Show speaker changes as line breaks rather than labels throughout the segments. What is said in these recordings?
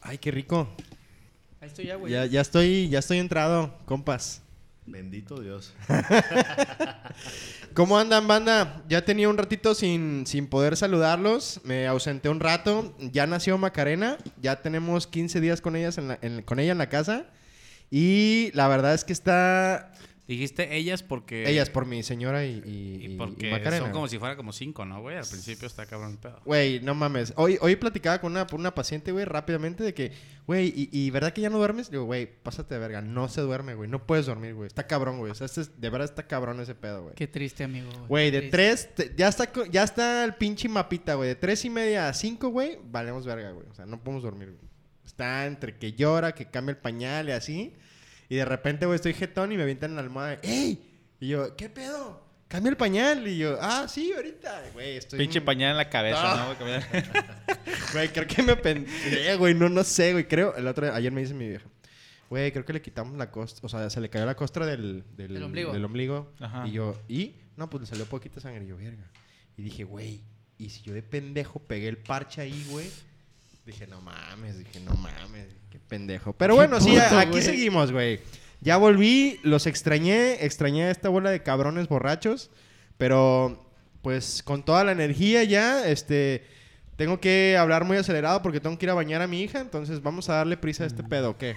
Ay, qué rico.
Ahí estoy ya, güey.
Ya, ya estoy, ya estoy entrado, compas.
Bendito Dios.
¿Cómo andan, banda? Ya tenía un ratito sin, sin poder saludarlos. Me ausenté un rato. Ya nació Macarena. Ya tenemos 15 días con, ellas en la- en- con ella en la casa. Y la verdad es que está...
Dijiste ellas porque.
Ellas por mi señora y, y- y-
Y
y
porque
Macarena.
son como si fuera como cinco, ¿no, güey? Al principio está cabrón el pedo.
Güey, no mames. Hoy, hoy platicaba con una, una paciente, güey, rápidamente de que, güey, y, y verdad que ya no duermes? Digo, güey, pásate de verga. No se duerme, güey. No puedes dormir, güey. Está cabrón, güey. O sea, este es- de verdad está cabrón ese pedo, güey.
Qué triste, amigo.
Güey, de
Triste.
tres, te- ya está, co- ya está el pinche mapita, güey. De tres y media a cinco, güey, valemos verga, güey. O sea, no podemos dormir, güey. Está entre que llora, que cambia el pañal y así. Y de repente, güey, estoy jetón y me avientan en la almohada. ¡Ey! Y yo, ¿qué pedo? Cambia el pañal. Y yo, ah, sí, ahorita. Güey, estoy...
Pinche pañal en la cabeza,
Ah.
¿no? güey? Caminando.
Güey, creo que me pendeé, güey. No, no sé, güey. Creo, el otro día- ayer me dice mi vieja. Güey, creo que le quitamos la costra. O sea, se le cayó la costra del... Del
Del ombligo.
del ombligo.
Ajá.
Y yo... Y... No, pues le salió poquita sangre. Y yo, verga. Y dije, güey... Y si yo de pendejo pegué el parche ahí, güey... Dije, no mames. Dije, no mames. Qué pendejo. Pero bueno, sí,
puto,
aquí
güey.
seguimos, güey. Ya volví. Los extrañé. Extrañé a esta bola de cabrones borrachos. Pero... Pues con toda la energía ya, este... Tengo que hablar muy acelerado porque tengo que ir a bañar a mi hija, entonces vamos a darle prisa a este pedo, ¿o qué?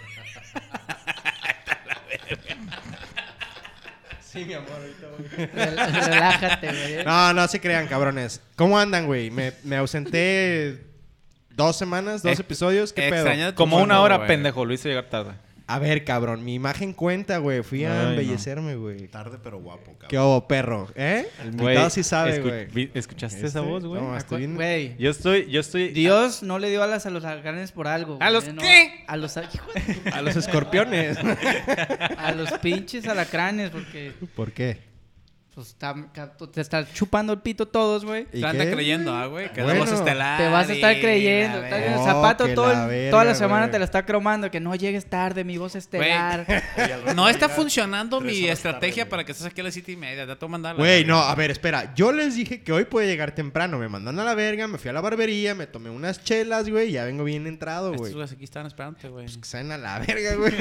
sí, mi amor, ahorita voy.
Rel- Relájate, güey.
No, no se crean, cabrones. ¿Cómo andan, güey? Me, me ausenté dos semanas, dos
Ex-
episodios, ¿qué pedo?
extrañaste tu
Como una
fondo,
hora,
güey.
pendejo. Lo hice llegar tarde.
A ver, cabrón, mi imagen cuenta, güey. Fui
Ay,
a
no.
embellecerme, güey.
Tarde pero guapo, cabrón.
¿Qué hubo, perro? ¿Eh? El invitado sí sabe,
escu-
güey.
vi- ¿Escuchaste esa
Este-
voz, güey?
no, estoy bien-
Güey.
Yo estoy, yo estoy...
Dios no le dio alas a los alacranes por algo. güey,
¿A
¿eh?
los
¿no?
qué?
A los, hijo de tu-
A los escorpiones.
a los pinches alacranes, porque
¿Por qué?
pues, está- te estás chupando el pito todos, güey.
¿Y
Te anda
qué?
creyendo, ah, güey. Que
Bueno.
somos estelares.
Te vas a estar
y
creyendo.
la
estás
verga.
en el
Oh,
zapato
que
todo el-
la verga,
toda la semana
güey.
te la está cromando. Que no llegues tarde, mi voz estelar.
Oye, al rato
No está
llega
funcionando
tres
mi
horas tarde,
estrategia
güey.
para que estés aquí a las siete y media. Ya te voy a mandar a la
Güey,
verga.
no, a ver, espera. Yo les dije que hoy puede llegar temprano. Me mandan a la verga, me fui a la barbería, me tomé unas chelas, güey. y Ya vengo bien entrado,
Estos
güey. Pues,
güeyes aquí están esperándote, güey.
Que salen a la verga, güey.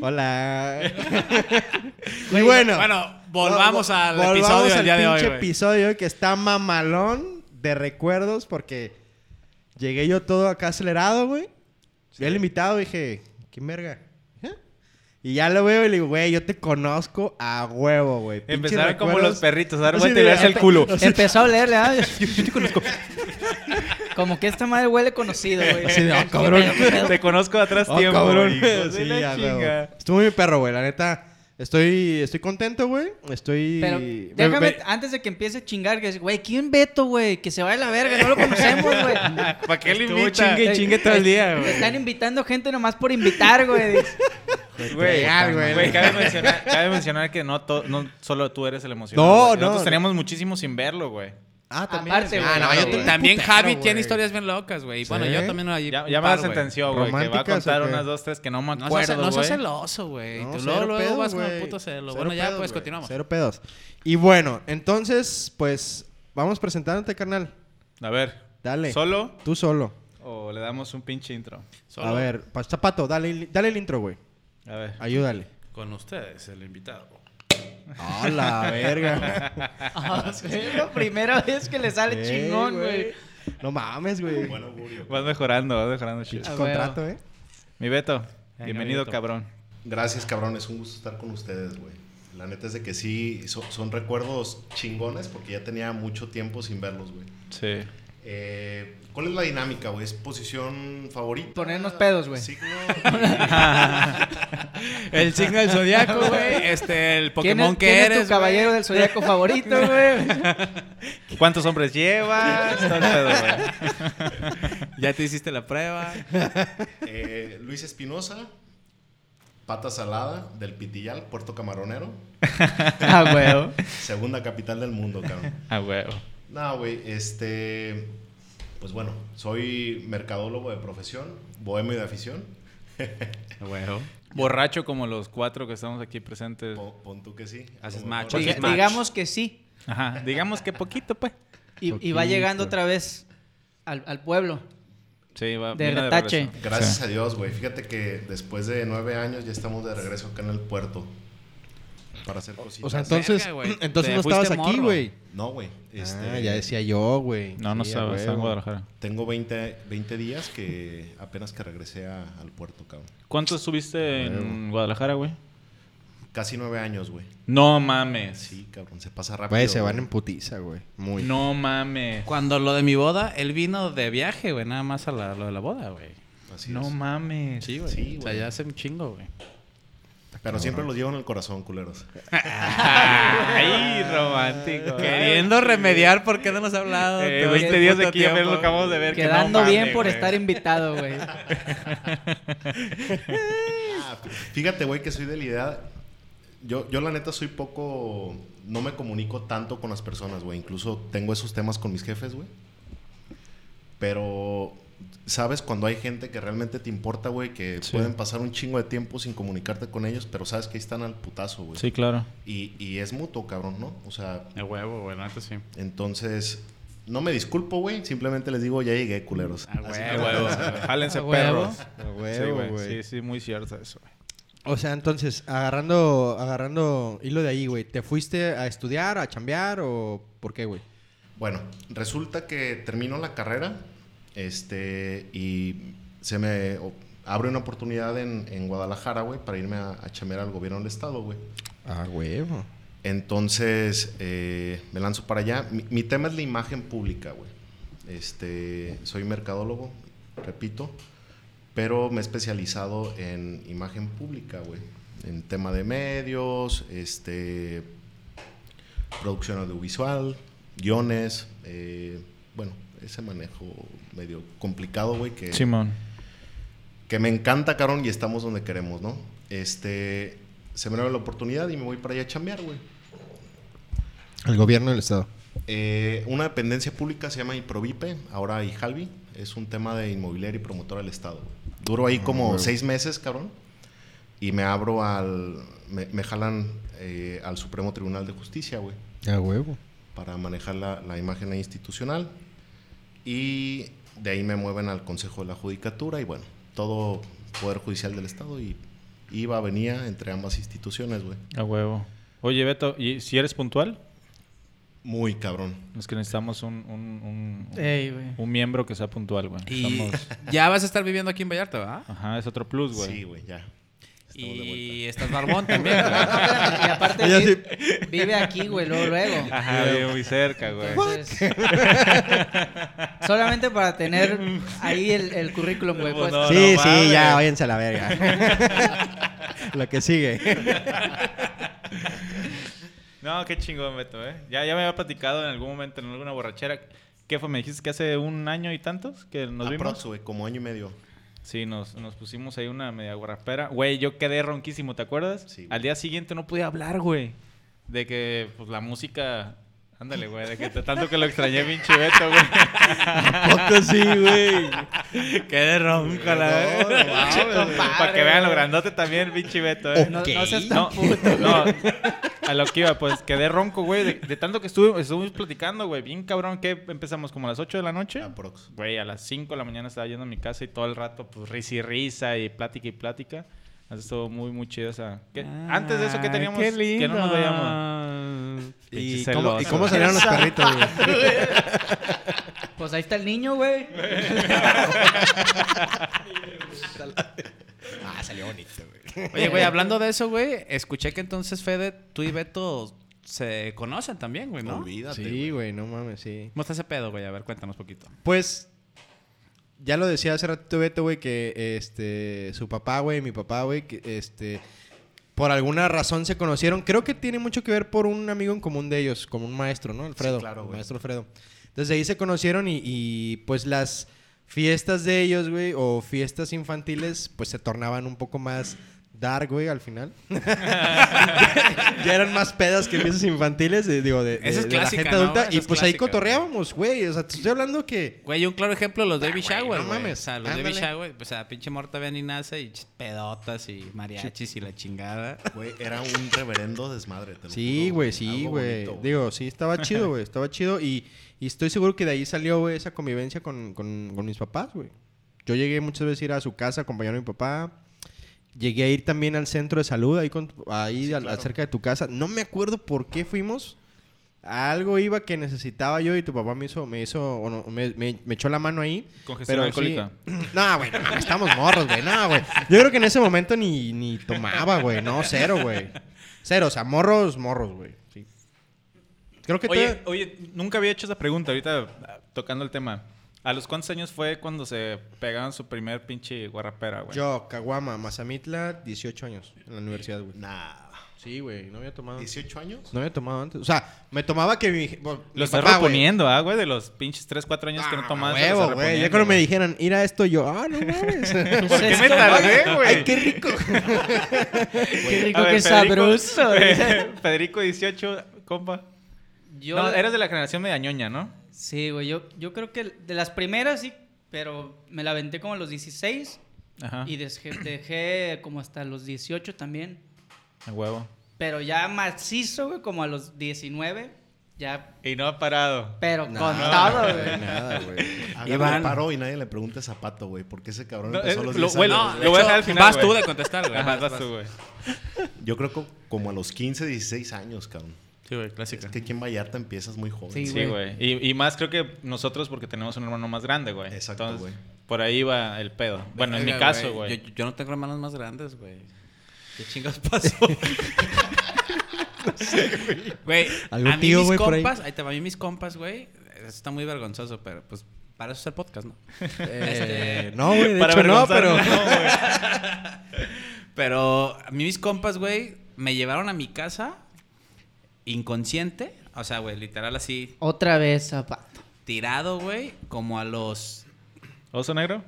Hola. y
Güey,
bueno.
Bueno, volvamos
vol-
al
volvamos
episodio del
al
día de hoy,
pinche
güey.
episodio que está mamalón de recuerdos porque llegué yo todo acá acelerado, güey. Vi al invitado dije, ¿qué verga? ¿Eh? Y ya lo veo y le digo, güey, yo te conozco a huevo, güey. Pinches
Empezaron como
recuerdos.
los perritos a dar
Sí,
vuelta y
de-
verse el culo.
Empezó a olerle, ¿ah? Como que esta madre huele conocido, güey.
Así de, "Ah, cabrón".
Te conozco de atrás
Oh,
tiempo.
cabrón.
hijo Ah, de
Sí,
la
ya, güey.
chinga.
Estuvo muy perro, güey. La neta, estoy, estoy contento, güey. Estoy.
Pero
me-
déjame,
me-
antes de que empiece a chingar, que es, güey, ¿quién Beto, güey? Que se vaya a la verga, no lo conocemos, güey.
¿Para qué le
Estuvo
invita?
chingue y chingue todo el día,
Me
güey.
Están invitando gente nomás por invitar, güey.
Güey,
Legal, güey.
güey, cabe mencionar, cabe mencionar que no, to- no solo tú eres el emocionado.
No,
güey.
no,
Nosotros
no.
teníamos muchísimo sin verlo, güey.
Ah,
Aparte,
Ah, no,
güey.
yo
Claro,
tengo
güey.
También
un putero,
Javi tiene
güey.
historias bien locas, güey. Y bueno,
Sí.
yo también ahí.
Ya,
un
ya me la
par, güey.
sentenció, güey, que va a
¿Románticas o
contar
qué?
unas dos, tres que no me
No seas,
acuerdo,
no seas
güey.
celoso, güey.
No,
Tú
cero
luego, luego
pedos,
vas con el
güey.
puto celo.
Cero
Bueno, ya
pedos,
pues
güey.
continuamos.
Cero pedos. Y bueno, entonces, pues, vamos presentándote, carnal.
A ver.
Dale.
¿Solo
Tú solo.
o le damos un pinche intro?
Solo
A ver, pa- Zapato, dale, dale el intro, güey.
A ver.
Ayúdale.
Con ustedes, el invitado.
¡Ah, la verga!
Ah, sí, es la primera vez que le sale
Ey,
chingón, güey.
No mames, güey.
Buen augurio.
Vas mejorando, vas mejorando, chido.
Ah,
Contrato, ¿eh?
Mi Beto,
Venga,
bienvenido,
Beto.
cabrón.
Gracias, cabrón. Es un gusto estar con ustedes, güey. La neta es de que sí, so- son recuerdos chingones porque ya tenía mucho tiempo sin verlos, güey.
Sí.
Eh, ¿Cuál es la dinámica, güey? ¿Es posición favorita?
Ponernos pedos, güey.
Signo.
El signo del zodiaco, güey.
Este, el
¿Quién
Pokémon
es,
que
quién es
eres.
tu caballero del zodiaco favorito, güey?
¿Cuántos hombres llevas? Todo el pedo, güey.
güey. Ya te hiciste la prueba.
Eh, Luis Espinosa. Pata Salada del Pitillal, Puerto Camaronero.
Ah, güey.
Segunda capital del mundo, cabrón.
A huevo.
No, güey, este. Pues bueno, soy mercadólogo de profesión, bohemio de afición.
Güey.
Borracho como los cuatro que estamos aquí presentes.
Po- pon tú que sí. a lo
Haces
mejor.
macho.
Porque-
Diga- match.
digamos que sí.
Ajá. Digamos que poquito, pues.
Y, y va
Poquito.
llegando otra vez al, al pueblo.
Sí, va.
De
viene
retache.
regreso.
Gracias
Sí.
a Dios, güey. Fíjate que después de nueve años ya estamos de regreso acá en el puerto. Para hacer cositas.
O sea, entonces,
Verga, güey.
entonces
Te
no estabas
fuiste
aquí,
morro.
güey.
no, güey. Este,
Ah, ya decía yo, güey.
No, no
Sí, a
sabe, está en
huevo.
Guadalajara.
Tengo 20, 20 días que apenas que regresé a- al puerto, cabrón.
¿Cuánto subiste en Guadalajara, güey?
Casi nueve años, güey.
No mames.
Sí, cabrón, se pasa rápido.
Güey, se van
güey.
en putiza, güey. Muy.
No mames.
Cuando lo de mi boda, él vino de viaje, güey, nada más a la- lo de la boda, güey.
Así
No
es.
mames.
Sí, güey.
Sí,
o sea,
güey.
ya hace un chingo, güey.
Pero siempre los llevo en el corazón, culeros.
Ay, romántico.
Queriendo remediar por qué no nos ha hablado.
Eh,
todo
20
este
días
puto
aquí, apenas lo
tiempo.
acabamos de ver. que
Quedando
no mames,
bien por
güey.
estar invitado, güey.
Ah, Fíjate, güey, que soy de la idea. Yo, yo la neta soy poco. No me comunico tanto con las personas, güey. Incluso tengo esos temas con mis jefes, güey. Pero. Sabes cuando hay gente que realmente te importa, güey, que
Sí.
pueden pasar un chingo de tiempo sin comunicarte con ellos, pero sabes que ahí están al putazo, güey.
Sí, claro.
Y, y es mutuo, cabrón, ¿no? O sea,
De huevo, güey, la neta sí.
entonces, no me disculpo, güey. Simplemente les digo, ya llegué, culeros.
Ah,
Así
güey,
que-
güey.
Eh, Jálense,
A huevo.
perros.
A huevo,
sí,
güey.
Sí, sí, muy cierto eso, güey.
O sea, entonces, agarrando, agarrando hilo de ahí, güey. ¿Te fuiste a estudiar, a chambear o por qué, güey?
Bueno, resulta que termino la carrera este, y se me o- abre una oportunidad en, en Guadalajara, güey, para irme a, a chambear al gobierno del estado, güey.
Ah, huevo.
Entonces, eh, me lanzo para allá. Mi, mi tema es la imagen pública, güey. Este, soy mercadólogo, repito, pero me he especializado en imagen pública, güey. En tema de medios, este, producción audiovisual, guiones, eh, bueno, ese manejo medio complicado, güey, que
Simón.
que me encanta, carón, y estamos donde queremos, ¿no? Este, se me da la oportunidad y me voy para allá a chambear, güey.
El gobierno del estado.
Eh, una dependencia pública se llama Improvipe, ahora Ijalvi. Es un tema de inmobiliaria y promotora del Estado. Duro ahí como
güey.
seis meses, cabrón. Y me abro al... Me, me jalan eh, al Supremo Tribunal de Justicia, güey.
A huevo.
Para manejar la, la imagen ahí institucional. Y de ahí me mueven al Consejo de la Judicatura. Y bueno, todo Poder Judicial del Estado. Y iba, venía entre ambas instituciones, güey.
A huevo. Oye, Beto, ¿y si eres puntual?
Muy cabrón.
Es que necesitamos un, un, un,
Ey, güey.
un miembro que sea puntual, güey.
Y
Estamos-
ya vas a estar viviendo aquí en Vallarta, ¿verdad?
Ajá, es otro plus, güey.
Sí, Pues, güey, ya. Estamos de vuelta.
Y estás barbón también, güey.
Y aparte
Ella
vi- vive, aquí, güey, luego, luego.
Ajá, vive muy cerca, güey.
Entonces, solamente para tener ahí el, el currículum, güey. Pues,
No,
sí,
Oh, no
sí,
mames.
ya, váyanse a la verga. Lo que sigue.
No, qué chingón, Beto, eh. Ya, ya me había platicado en algún momento, en alguna borrachera. ¿Qué fue? ¿Me dijiste que hace un año y tantos que nos vimos?
Aprox, güey, como año y medio.
Sí, nos, nos pusimos ahí una media guarapera. Güey, yo quedé ronquísimo, ¿te acuerdas?
Sí, güey.
Al día siguiente no pude hablar, güey. De que, pues, la música... Ándale, güey, de que t- tanto que lo extrañé, pinche Beto, güey.
Poco sí, güey.
quedé ronco, la
No, no mames,
güey.
Para que vean lo grandote también, pinche Beto, eh.
no, no
Ok.
seas tan
No,
puto.
no, a lo que iba, pues quedé ronco, güey. De, de tanto que estuve, estuvimos platicando, güey. Bien cabrón, que empezamos como a las 8 de la noche.
Aprox.
Güey, a las 5 de la mañana estaba yendo a mi casa y todo el rato, pues risa y risa y plática y plática. Así estuvo muy, muy chido. O sea, ¿qué- antes de eso, Ah, ¿qué teníamos?
Qué lindo.
Que no nos veíamos.
¿Y
Pinche
cómo, y
celoso,
cómo
güey.
salieron los perritos, güey?
Pues ahí está el niño, güey.
Ah, salió bonito, güey.
Oye, güey, hablando de eso, güey, escuché que entonces Fede, tú y Beto se conocen también, güey, ¿no? ¿Cómo
Olvídate,
Sí, güey, no mames, sí.
está ese pedo, güey? A ver, cuéntanos poquito.
Pues, ya lo decía hace ratito Beto, güey, que este, su papá, güey, mi papá, güey, que este, por alguna razón se conocieron. Creo que tiene mucho que ver por un amigo en común de ellos, como un maestro, ¿no? Alfredo.
claro, güey.
Maestro Alfredo. Entonces ahí se conocieron y, y, pues las fiestas de ellos, güey, o fiestas infantiles, pues se tornaban un poco más dark, güey, al final. ya eran más pedas que fiestas infantiles, de- digo, de, de-
Esa es
de la
clásica,
gente
¿no?
adulta.
Esa
Y
es
pues ahí
clásica, güey.
cotorreábamos, güey. O sea, te estoy hablando que...
Güey, un claro ejemplo,
Ah,
los Baby
güey,
Shower, güey.
no mames,
O sea, los Baby
ándale.
Shower, pues, o sea, pinche morta ven y nace y ch- pedotas y mariachis y la chingada.
Güey, era un reverendo desmadre. te lo
Sí,
juro,
güey, sí,
Algo
güey.
bonito,
Digo, sí, estaba chido, güey. Estaba chido. Y, y estoy seguro que de ahí salió, güey, esa convivencia con, con, con mis papás, güey. Yo llegué muchas veces a ir a su casa acompañando a mi papá. Llegué a ir también al centro de salud, ahí, con, tu-
Ah,
ahí al- cerca de tu casa. No me acuerdo por qué fuimos. Algo iba que necesitaba yo y tu papá me hizo, me hizo, o no, me, me- me echó la mano ahí.
Congestión
pero
alcohólica.
sí- No, güey, no mames, estamos morros, güey. No, güey. Yo creo que en ese momento ni, ni tomaba, güey. No, cero, güey. Cero, o sea, morros, morros, güey. Sí. Creo que
Oye,
todavía-
oye, nunca había hecho esa pregunta. Ahorita ah, tocando el tema. ¿A los cuántos años fue cuando se pegaron su primer pinche guarrapera, güey?
Yo, Caguama, Mazamitla, 18 años en la universidad, güey.
Nah.
Sí, güey, no había tomado.
¿18 años?
No había tomado antes. O sea, me tomaba que mi. bueno, mi
Lo estás
papá, güey.
reponiendo, ah, güey, de los pinches 3, 4 años que no
Ah,
tomaste. lo
huevo,
estás
güey. Ya
reponiendo,
cuando me
güey.
dijeran, ir a esto, yo, ah, no mames.
¿Por qué me tardé, güey?
Ay, qué rico.
Qué rico,
A ver,
qué
Federico-
sabroso.
eh.
Federico 18, compa.
Yo-
No, eres de la generación media ñoña, ¿no?
Sí, güey, yo, yo creo que de las primeras sí, pero me la aventé como a los 16
Ajá.
y dejé, dejé como hasta los 18 también.
A huevo.
Pero ya macizo, güey, como a los 19, ya,
Y no ha parado.
pero
No,
con todo, güey.
Nada, güey.
Iván. paro y nadie le pregunta a Zapato, güey, porque ese cabrón
No,
empezó
eh,
a los
lo-
10
bueno,
años, güey.
lo voy a dejar al final,
Vas
güey.
tú de contestar, güey.
Ajá,
Vas,
vas
vas.
tú, güey.
Yo creo que como a los 15, 16 años, cabrón.
Sí, güey, clásica.
Es que aquí en Vallarta empiezas muy joven.
Sí,
Sí,
güey.
güey. Y, y más creo que nosotros porque tenemos un hermano más grande, güey.
Exacto,
Entonces,
güey.
Por ahí va el pedo. Bueno, en mi
Verga,
caso, güey.
Yo, yo no tengo hermanos más grandes, güey. ¿Qué chingas pasó? Güey,
¿Algún
a mí
tío,
mis
güey, por ahí?
compas, ahí te va, a mí mis compas, güey, eso está muy vergonzoso, pero pues para eso es el podcast, ¿no? Este,
Eh, no, güey, de
Para
hecho no, pero.
avergonzarnos, no, güey.
Pero a mí mis compas, güey, me llevaron a mi casa inconsciente, o sea, güey, literal así,
Otra vez, zapato.
tirado, güey, como a los...
¿Oso negro?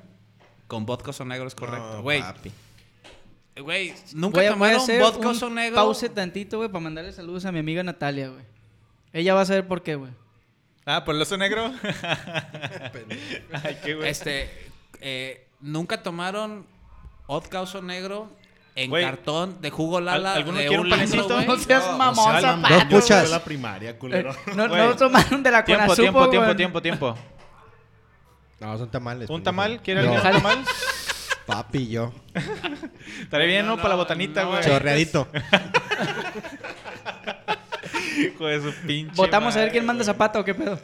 Con vodka o negro es correcto,
No,
güey.
papi.
Güey, nunca
Voy a- voy a
tomaron
hacer
vodka
un
o negro.
Pause tantito, güey, para mandarle saludos a mi amiga Natalia, güey. Ella va a saber por qué, güey. Eh,
Ah, ¿por el oso negro? Ay, qué güey.
Este, eh, nunca tomaron hot causo negro en
Güey,
cartón de jugo lala.
¿al- alguno
de
quiere
un
un
litro,
panecito?
güey?
No seas
No,
mamón,
o sea,
zapato. Eh,
Dos
yo
puchas.
fui a la primaria, culero.
No,
Güey.
no tomaron de la
Tiempo,
Conasupo,
tiempo, tiempo,
güey.
tiempo, tiempo.
No, son tamales.
¿Un
pendejo.
tamal? ¿Quiere
No,
alguien un tamal?
Papi, yo.
Estaré bien, ¿no?
No,
Para la botanita,
no,
güey.
Chorreadito.
Hijo de su pinche.
Votamos a ver
madre,
quién manda
güey.
zapato o qué pedo.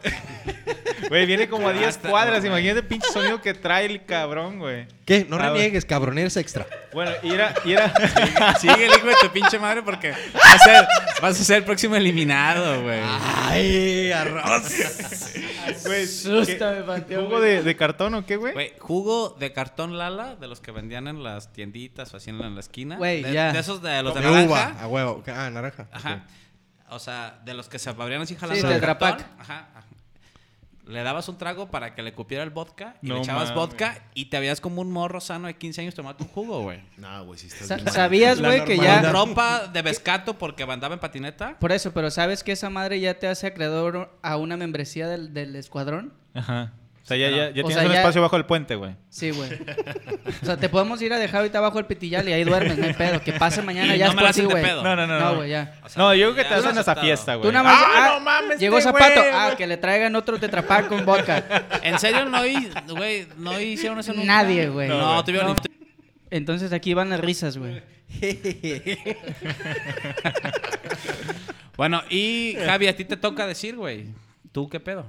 Güey, viene como a 10
Hasta-
cuadras. Imagínate el pinche sonido que trae el cabrón, güey.
¿Qué? No
Ah, güey.
reniegues, cabrón, eres extra.
Bueno, y era. y era-
Sigue el hijo de tu pinche madre porque vas a ser, vas a ser el próximo eliminado, güey.
Ay, arroz.
Güey,
Asusta,
¿qué-
me pateó,
¿Jugo
güey.
de, de cartón o qué, güey?
Güey, jugo de cartón lala de los que vendían en las tienditas o así en la, en la esquina.
Güey,
de,
ya.
de esos de los de
De
naranja.
uva, a huevo. Ah, naranja.
Ajá. O sea, de los que se abrían así jalando.
Sí,
el
Tetra
cartón.
Pak.
Ajá. ajá. Le dabas un trago para que le cupiera el vodka y
No
le echabas
mames.
vodka y te habías como un morro sano de 15 años tomando un jugo, güey.
No, güey, sí estás
Sa-
bien mal.
¿Sabías,
La
güey, que
normalidad.
ya...
Ro-
Ropa de pescato porque andaba en patineta.
Por eso, pero ¿sabes que esa madre ya te hace acreedor a una membresía del, del escuadrón?
Ajá. O sea, ya, ya, ya
O
tienes
sea,
un
ya-
espacio bajo el puente, güey.
Sí, güey. O sea, te podemos ir a dejar ahorita abajo el pitillal y ahí duermes, no hay pedo. Que pase mañana
Y
ya
no
es
me la
por ti,
hacen de
güey.
pedo.
No, no, no.
No,
no.
güey, ya.
O sea,
no, yo creo que
ya
te hacen
lo
hasta
aceptado.
fiesta, güey.
Tú nada más...
¡Ah,
ah,
no mames!
Llegó
este
Zapato.
güey!
Ah, que le traigan otro tetrapac con vodka.
En serio, no, hi- güey, no hicieron eso nunca.
Nadie, güey.
No,
No, güey.
tuvieron
No. Entonces aquí van las risas, güey.
Bueno, y Javi, a ti te toca decir, güey. ¿Tú qué pedo?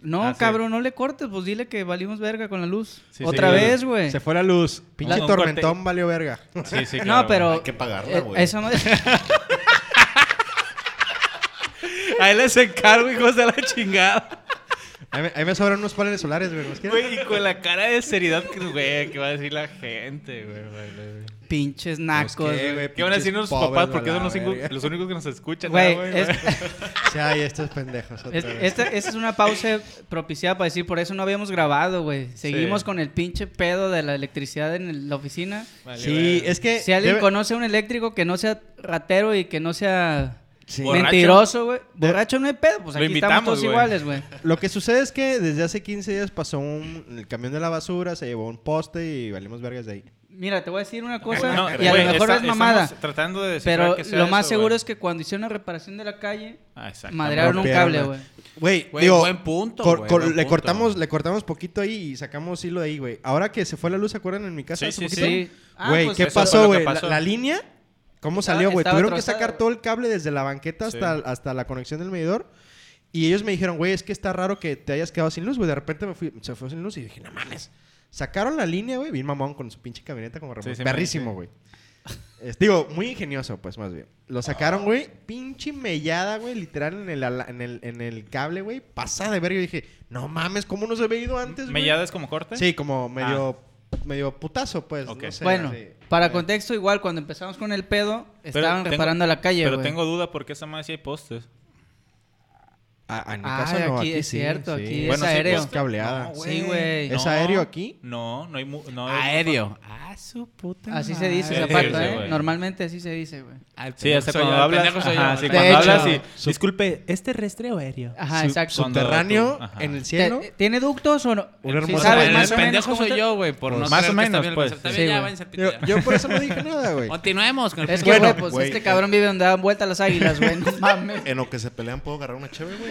No,
Ah, sí.
cabrón, no le cortes. Pues dile que valimos verga con la luz.
Sí,
Otra
sí,
vez, güey.
Se fue la luz. Pinche
Un
tormentón
corte.
valió verga.
Sí, sí, claro,
No, pero...
Hay que pagarla,
eh,
güey.
Esa madre...
A él les encargo, hijos de la chingada.
Ahí me, ahí me sobran unos paneles solares, güey. ¿los quieres?
Güey, Güey, y con la cara de seriedad que, güey, que va a decir la gente, güey, güey. güey.
Pinches nacos,
Pues qué,
güey.
güey,
¿Qué van a decir
pinches
nuestros papás?
pobres,
Porque
a
son
la
los, cinco-
verga.
los únicos que nos escuchan, ¿no,
Güey,
güey.
es-
Sí, ay, estos pendejos. otra
es- este,
vez.
esta, esta es una pausa propiciada para decir, por eso no habíamos grabado, güey. Seguimos
Sí.
con el pinche pedo de la electricidad en el- la oficina.
Vale,
sí,
güey.
es que.
Si alguien
debe-
conoce a un eléctrico que no sea ratero y que no sea
Sí.
Borracho.
mentiroso, güey. Borracho no hay pedo, pues
Lo
aquí estamos
invitamos,
todos
güey.
iguales, güey.
Lo que sucede es que desde hace 15 días pasó un, el camión de la basura, se llevó un poste y valimos vergas de ahí.
Mira, te voy a decir una cosa
No,
y a
güey,
lo mejor
está-
es mamada.
estamos tratando de descifrar
Pero
qué sea
lo más
eso,
seguro
güey.
es que cuando hicieron la reparación de la calle,
Ah, exacto.
madrearon un
Rompieron
cable,
la-
güey.
Güey,
Güey,
digo,
buen punto,
cor-
güey,
cor-
buen
le
punto.
cortamos, le cortamos poquito ahí y sacamos hilo de ahí, güey. Ahora que se fue la luz, ¿se acuerdan en mi casa
Sí,
hace
sí,
poquito?
sí.
Ah,
Güey,
pues
¿qué
eso fue
pasó,
lo que
güey? La,
pasó.
la línea, ¿cómo
Estaba-
salió, güey?
estaba
Tuvieron
trozada,
que sacar
güey.
todo el cable desde la banqueta hasta,
Sí.
hasta la conexión del medidor. Y ellos me dijeron, güey, es que está raro que te hayas quedado sin luz, güey. De repente me fui, se fue sin luz y dije, no mames. Sacaron la línea, güey, bien mamón con su pinche camioneta como remolque.
sí, me-
Perrísimo, güey. Es- digo, muy ingenioso, pues, más bien.
Ah.
Lo sacaron, güey, pinche mellada, güey, literal en el, ala- en el, en el cable, güey. Pasada de verga. Yo dije, no mames, ¿cómo no se había ido antes, güey?
¿Mellada es como corte?
Sí, como medio, medio putazo, pues.
Ok.
no sé,
bueno,
así.
para
Sí.
contexto, igual, cuando empezamos con el pedo,
Pero
estaban
tengo-
reparando la calle,
Pero
güey.
tengo duda porque esa madre sí hay postes.
Ah, en mi
Ah,
casa no,
aquí
aquí,
es
sí,
cierto,
sí.
aquí
Bueno,
es
sí,
aéreo.
pues,
cableada.
No,
Sí, güey.
¿Es
No.
aéreo aquí?
No, no hay... mu- No hay
Aéreo. Ah, su puta.
Así se dice,
sí,
Zapato,
sí,
¿eh?
güey.
Normalmente así se dice, güey.
Sí, hasta cuando hablas... Ajá, sí, cuando
De hecho.
hablas y...
Disculpe, ¿es terrestre o aéreo?
Ajá,
Su-
exacto.
son-
Subterráneo,
Cuando tú- ajá.
en el cielo.
¿Te- ¿Tiene ductos o no?
Un hermoso ¿Sabes
Sí,
¿Sabes?
más
Más
o
pendejo
cómo
soy
te-
yo, güey, por no
Más
saber
o
que está
menos,
bien el
pues.
concepto. Está
Sí,
bien, ya,
güey.
váyanse al pito
Yo,
ya.
yo por eso no dije nada, güey.
Continuemos con el
Es que,
pinche-
güey,
Bueno,
pues
güey.
este cabrón vive donde dan vuelta las águilas, güey. No mames.
En lo que se pelean, ¿puedo agarrar una chévere, güey?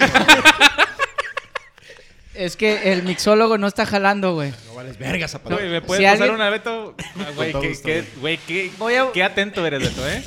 Es que el mixólogo no está jalando, güey.
No vales vergas,
No, güey, ¿me puedes
Si
pasar
alguien-
una, Beto? Ah, Güey,
todo
qué-
gusto,
qué- güey, qué...
Voy a-
Qué atento eres, Beto, ¿eh?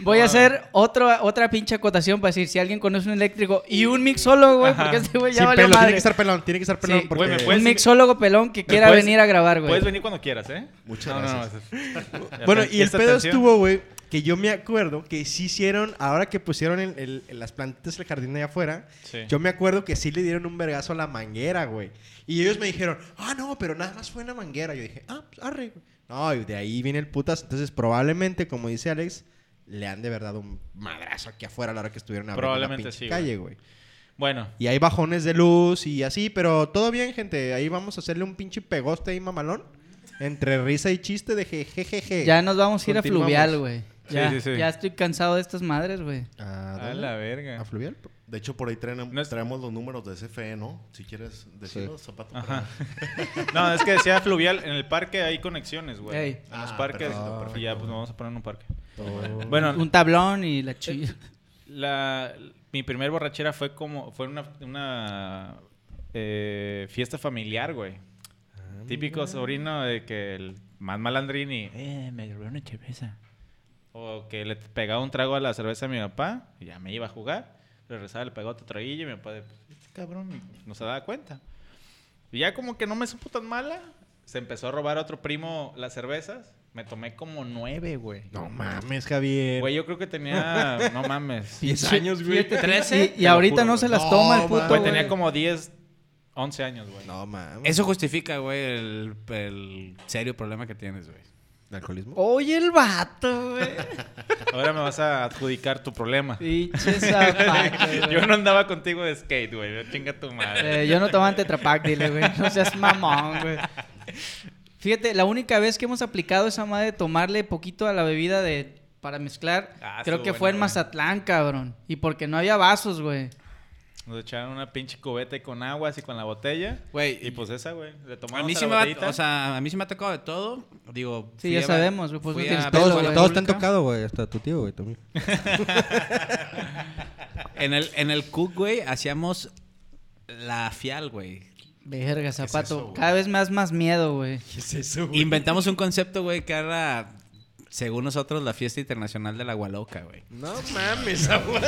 Voy a hacer otro, otra pinche acotación para decir si alguien conoce un eléctrico y un mixólogo, güey, porque este güey ya
Sin
valió
pelo, tiene
madre.
que estar pelón, tiene que estar pelón.
Sí.
porque...
Güey, me puedes-
Un mixólogo pelón que quiera
puedes-
venir a grabar, güey.
Puedes venir cuando quieras, ¿eh?
Muchas
no.
Bueno,
Ya,
y el
esta
pedo
tensión.
estuvo, güey, que yo me acuerdo que sí hicieron, ahora que pusieron el- el- el- las plantitas del jardín allá afuera,
Sí.
yo me acuerdo que sí le dieron un vergazo a la manguera, güey. Y ellos me dijeron, ah, no, pero nada más fue una manguera. Yo dije, ah, pues arre, güey. No, y de ahí viene el putas. Entonces, probablemente, como dice Alex, le han de verdad dado un madrazo aquí afuera a la hora que estuvieron abriendo
Probablemente
la pinche
sí, güey.
calle, güey.
Bueno,
Y hay bajones de luz y así, pero todo bien, gente. Ahí vamos a hacerle un pinche pegoste ahí, mamalón. Entre risa y chiste de jejejeje.
Ya nos vamos a ir a
Continuamos.
fluvial, güey.
Sí,
Ya,
sí, sí.
ya estoy cansado de estas madres, güey.
Ah,
a
dale.
la verga.
¿A fluvial?
De hecho, por ahí traen-
No es-
traemos los números de CFE, ¿no? Si quieres decirlo, zapato.
Ajá. No, es que decía fluvial. En el parque hay conexiones, güey.
Ey.
En los
Ah,
parques.
perfecto,
Y ya, pues nos vamos a poner en un parque. Bueno,
Un tablón y la chilla.
la, mi primer borrachera fue como. Fue una, una eh, fiesta familiar, güey. Típico sobrino de que el más malandrín y. Eh, me robé una cerveza. O que le pegaba un trago a la cerveza a mi papá y ya me iba a jugar. Regresaba, le pegaba otro traguillo y mi papá, de, este cabrón, y no se daba cuenta. Y ya como que no me supo tan mala, se empezó a robar a otro primo las cervezas. Me tomé como nueve, güey.
No mames, Javier.
Güey, yo creo que tenía, no mames.
10 años, güey.
Siete,
Trece,
Y, y
te lo
ahorita
juro,
no
güey.
se las
No,
toma el
man.
puto,
Güey,
Ah, güey.
tenía como 10, 11 años, güey.
No mames.
Eso justifica, güey, el, el serio problema que tienes, güey.
¿El alcoholismo?
Oye, el vato, güey.
Ahora me vas a adjudicar tu problema.
Pinche zapato, güey.
Yo no andaba contigo de skate, güey. Chinga tu madre.
Eh, yo no tomaba Tetrapac, dile, güey. No seas mamón, güey. Fíjate, la única vez que hemos aplicado esa madre de tomarle poquito a la bebida de para mezclar,
Ah,
creo
estuvo
que
bueno,
fue en
güey.
Mazatlán, cabrón. Y porque no había vasos, güey.
Nos echaron una pinche cubeta con agua, así con la botella.
Güey,
Y pues esa, güey. Le
A
tomamos
mí,
a
sí
la
me
botellita.
ha, o sea, a mí sí me ha tocado de todo. Digo,
Sí,
fui
ya
a-
sabemos, güey, pues
fui
no tienes
a-
pelo,
a la
güey.
pública.
güey. Hasta tu tío, güey, también.
En el, en el Cook, güey, hacíamos la fial, güey.
Verga,
eso,
zapato.
güey?
Cada vez me das más miedo, güey.
¿Qué es eso, güey?
Inventamos un concepto, güey, que era, según nosotros, la fiesta internacional de la gualoca, güey.
No mames, amor.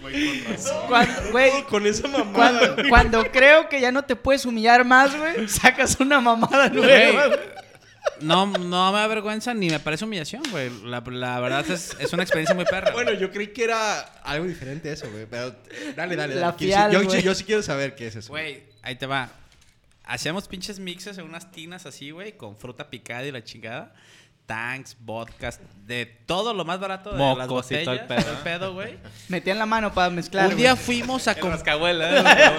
Cuando- Güey,
Con esa mamada.
cuando, cuando creo que ya no te puedes humillar más, güey, sacas una mamada nueva.
Güey, No, no me avergüenza ni me parece humillación, güey. La, la verdad es, es una experiencia muy perra.
Bueno,
güey.
yo creí que era algo diferente eso, güey. Pero dale, dale.
La
dale. Que sí-
fial,
yo,
güey.
sí- yo sí quiero saber qué es eso.
Güey, ahí te va. Hacíamos pinches mixes en unas tinas así, güey, con fruta picada y la chingada. Tanks, vodkas, de todo lo más barato de las
Mocos y
botellas.
todo
Todo
el
el
pedo.
pedo, güey.
Metían la mano para mezclar.
un día
güey.
fuimos a
En
comprar
rascabuela, ¿eh?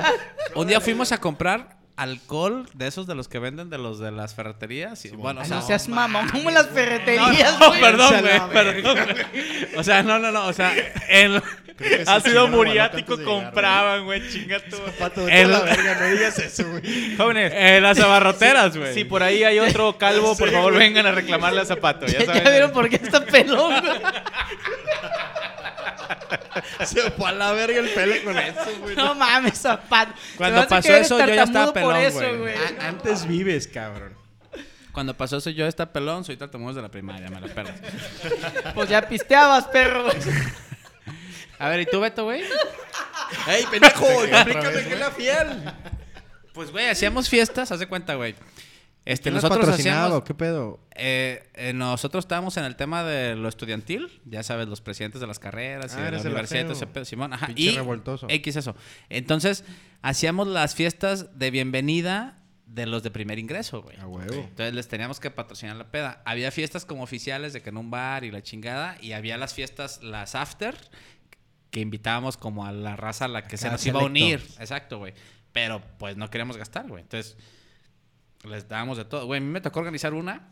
un día fuimos a comprar alcohol de esos de los que venden de los de las ferreterías. Y,
Simón.
bueno, o
Ay,
sea,
no seas mamón, como las ferreterías,
No,
güey.
perdón,
Se la
güey, perdón, güey. O sea, no, no, no, o sea, el
Creo que se chingaron
Ácido
a Guanajuato antes
muriático
de llegar,
compraban, güey. Chinga tú.
Pato,
vete a la
verga, no digas eso, güey.
Jóvenes.
en las abarroteras, güey.
Si por ahí hay otro calvo, por favor vengan a reclamarle a Zapato. Ya,
Ya, ya
saben.
vieron por qué está pelón, güey.
güey. Se fue a la verga el pelo con eso, güey.
No mames, zapato.
Cuando
Se me hace
pasó
que eres
eso, yo ya estaba
tartamudo por
pelón,
eso,
güey.
A- Antes vives, cabrón.
Cuando pasó eso, yo está pelón, soy tartamudo de la primaria, me la perras.
Pues ya pisteabas, perro.
A ver, ¿y tú, Beto, güey?
¡Ey, pendejo!
otra vez,
Explícame que
güey.
es la fiel.
Pues, güey, hacíamos fiestas, haz de cuenta, güey. Este,
¿Quién nos
nosotros
patrocinaba
hacíamos,
o ¿Qué pedo?
Eh, eh, nosotros estábamos en el tema de lo estudiantil, ya sabes, los presidentes de las
Ah,
carreras y de la
eres el
universidad,
ajeo.
ese pedo, Simón, ajá,
Pinche
y
revoltoso.
X eso. Entonces, hacíamos las fiestas de bienvenida de los de primer ingreso, güey.
A huevo.
Entonces les teníamos que patrocinar la peda. Había fiestas como oficiales de que en un bar y la chingada, y había las fiestas, las after, que invitábamos como a la raza a la que se
Acá,
nos iba a
selecto.
unir. Exacto, güey. Pero pues no queríamos gastar, güey. Entonces les dábamos de todo. Güey, a mí me tocó organizar una.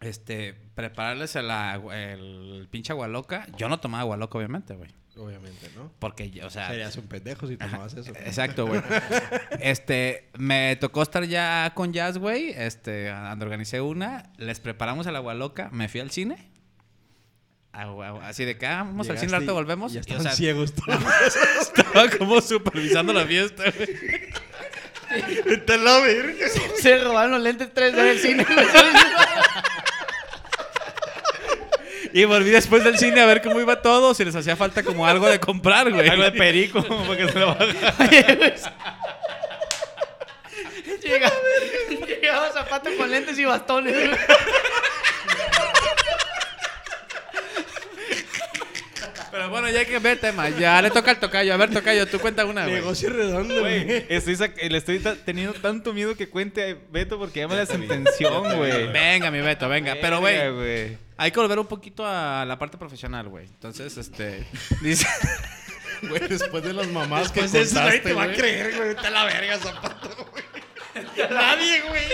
Este, prepararles el, agu- el pinche agua loca. Yo no tomaba agua loca, obviamente, güey.
Obviamente, ¿no?
Porque, yo, o sea,
Serías un pendejo si tomabas eso.
Exacto, güey. este, me tocó estar ya con Jazz, güey. Este, and- organicé una. Les preparamos el agua loca. Me fui al cine. Ah, guau, Así de acá, vamos
Llegaste
al cine,
y-
ahorita volvemos.
y Ya
Y, o
estaban
sea,
ciegos todos.
estaba como supervisando la fiesta, güey.
Te la verga.
Se robaron los lentes 3D del cine, güey.
Y volví después del cine a ver cómo iba todo. Si les hacía falta como algo de comprar, güey.
Algo de perico, porque se lo va a-
Oye, güey. Llega- Llegaba zapato con lentes y bastones, güey.
Pero bueno, ya que ve el tema. Ya le toca al tocayo. A ver, tocayo, tú cuenta una, güey.
Negocio redondo,
Güey,
güey.
estoy sac- le estoy ta- teniendo tanto miedo que cuente Beto porque ya me la sentención, güey.
Venga, mi Beto, venga. Pero, güey,
Verga, güey.
Hay que volver un poquito a la parte profesional, güey. Entonces, este. Dice.
Güey, después de las mamás que
Pues eso nadie
contaste,
te va a
güey.
creer, güey. Te la verga, zapato, güey. Nadie, güey.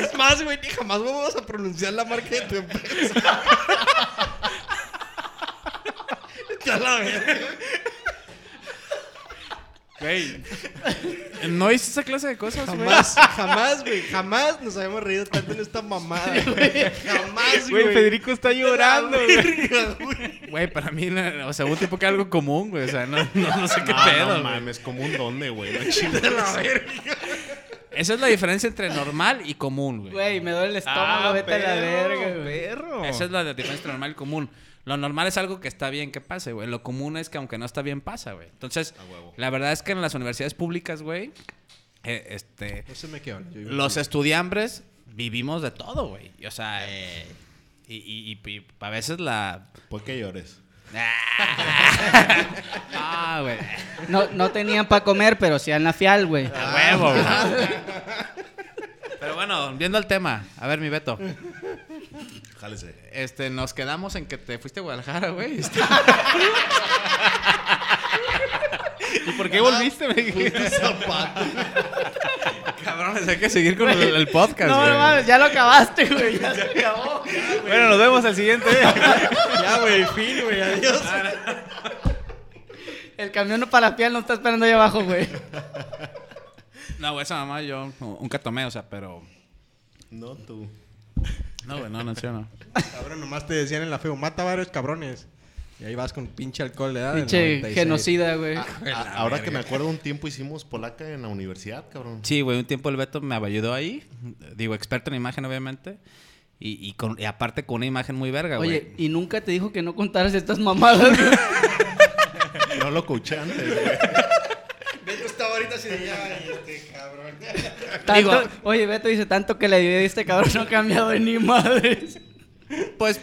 es más, güey, ni jamás vamos a pronunciar la marca de tu empresa. Te la verga.
Güey,
No hice esa clase de cosas, güey.
Jamás, jamás, güey. Jamás nos habíamos reído tanto en esta mamada, güey. Jamás, güey.
güey, Federico está llorando, güey.
Verga, güey.
Güey, para mí, la- o sea, un tipo que algo común, güey. O sea, no, no, no sé qué
No,
pedo.
Ah, no
güey.
mames, como un donde, güey. No chingues.
Te la verga.
Esa es la diferencia entre normal y común, güey.
Güey, me duele el estómago,
Ah,
vete a la
perro,
verga, güey.
perro.
Esa es la diferencia entre normal y común. Lo normal es algo que está bien que pase, güey. Lo común es que aunque no está bien pasa, güey. Entonces,
A huevo.
la verdad es que en las universidades públicas, güey, eh, este,
No se me quedó. yo iba a
Los
decir.
estudiambres vivimos de todo, güey. Y, O sea, eh, y, y- y- y a veces la...
¿Por qué llores?
Ah, güey.
No, no tenían para comer, pero sí en la fial, güey.
A huevo, güey.
ah.
Pero bueno, viendo el tema. A ver, mi Beto.
Jálese.
Este, nos quedamos en que te fuiste a Guadalajara, güey. Este,
¿Y por qué volviste?
Puto zapato.
cabrones, hay que seguir con el, el podcast,
No,
güey.
no mames, ya lo acabaste, güey. Ya se acabó.
bueno, nos vemos al siguiente.
Ya, güey, fin, güey. Adiós.
El camión para la fial no está esperando ahí abajo, güey.
No, güey, esa mamá yo nunca tomé, o sea, pero...
No tú.
No, güey, no, no, sí, no.
Cabrón, nomás te decían en la feo, mata varios cabrones. Y ahí vas con pinche alcohol de edad.
Pinche genocida, güey.
Pues
A- ahora que me acuerdo, un tiempo hicimos polaca en la universidad, cabrón.
Sí, güey, un tiempo el Beto me ayudó ahí. Digo, experto en imagen, obviamente. Y, y con, y aparte con una imagen muy verga, güey.
Oye, y nunca te dijo que no contaras estas mamadas, güey.
No lo coaché antes, güey.
Beto estaba ahorita así de ya, este cabrón.
Tanto-
Digo-
oye, Beto dice tanto que le dio este cabrón no ha cambiado de ni madres.
Pues,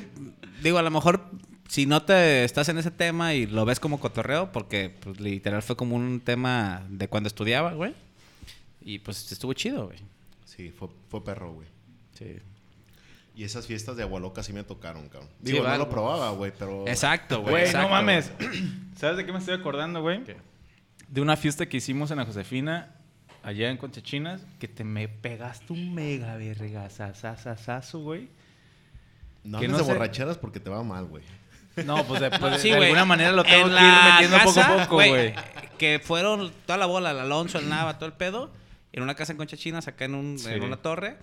digo, a lo mejor si no te estás en ese tema y lo ves como cotorreo, porque pues, literal fue como un tema de cuando estudiaba, güey. Y pues estuvo chido, güey.
Sí, fue, fue perro, güey.
Sí.
Y esas fiestas de agualoca sí me tocaron, cabrón.
Sí,
Digo, no
va-
lo probaba, güey, pero.
Exacto, güey.
Güey,
exacto.
no mames. ¿Sabes de qué me estoy acordando, güey? De una fiesta que hicimos en la Josefina allá en Conchachinas, que te me pegaste un mega vergasasasasazo, güey.
No
Que
hables
no
de
sé.
borracheras porque te va mal, güey.
No, pues de, pues,
Ah, Sí,
de
güey.
alguna manera lo
En
tengo que ir
la
metiendo poco
casa,
a poco, güey.
Que fueron toda la bola, el Alonso, el Nava, todo el pedo, en una casa en Concha Chinas, acá en, un-
Sí.
en una torre.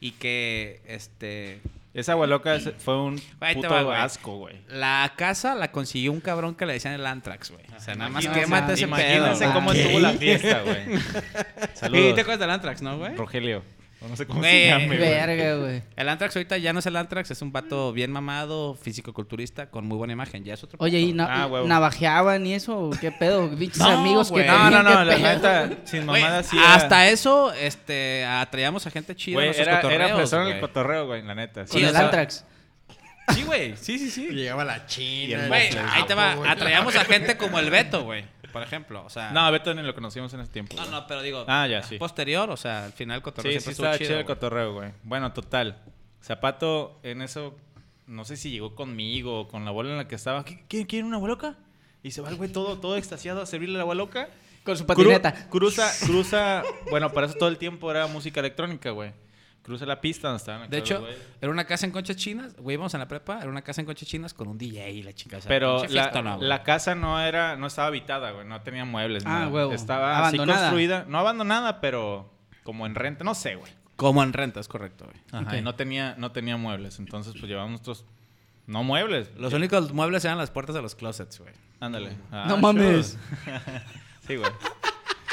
Y que, este,
Esa agua loca es- fue un
Ahí te
puto
va, güey.
asco, güey.
la casa la consiguió un cabrón que le decían el Antrax, güey. O sea, nada más
Imagínense-
quémate ese pedo.
Imagínense
güey.
cómo estuvo la fiesta, güey.
¿Y te
Saludos.
acuerdas del Antrax, no, güey?
Rogelio. O No sé cómo
Güey,
se llame, güey.
Verga, güey.
El Antrax ahorita ya no es el Antrax, es un vato bien mamado, físico-culturista, con muy buena imagen. Ya es otro.
Oye, ¿y
no.
na-
Ah, huevo.
navajeaban y eso? ¿Qué pedo? Bichos
No,
amigos
güey.
que
No,
tenían,
no, no,
¿qué
la
pedo?
neta, sin
Güey,
mamada sí. era-
hasta eso, este, atraíamos a gente chida.
Güey,
en nuestros
era,
cotorreos,
era persona el
güey.
cotorreo, güey, la neta.
Con
Sí, o
el
sea-
Antrax.
Sí, güey. Sí, sí, sí.
Llegaba la china.
Güey, ahí te va. Atraíamos a gente como el Beto, güey. Por ejemplo, o sea.
No, a Beto ni lo conocíamos en ese tiempo.
no,
güey.
no, pero digo.
Ah, ya, sí.
Posterior, o sea, al final el cotorreo
Sí, sí
siempre estuvo
estaba chido, el
güey.
cotorreo, güey. Bueno, total. Zapato, en eso, no sé si llegó conmigo o con la bola en la que estaba. ¿Qui- ¿Quién quiere una loca? Y se va el güey todo, todo extasiado a servirle la loca.
Con su patineta.
cruza, cruza. bueno, para eso todo el tiempo era música electrónica, güey. Cruza la pista donde estaban.
De
aquellos
hecho,
güeyes.
era una casa en Conchas Chinas, güey, íbamos en la prepa, era una casa en Conchas Chinas con un DJ y la chica. o sea,
Pero
pinche
la,
fiestona, güey.
la casa no era, no estaba habitada, güey. No tenía muebles.
Ah,
nada.
huevo.
Estaba
Abandonada.
así construida. No abandonada, pero como en renta. No sé, güey.
Como en renta, es correcto, güey.
Ajá, y
Ok.
no tenía, no tenía muebles. Entonces, pues llevamos nuestros. No muebles.
Los únicos muebles eran las puertas de los closets, güey.
Ándale. Ah,
No
sure.
mames.
Sí, güey.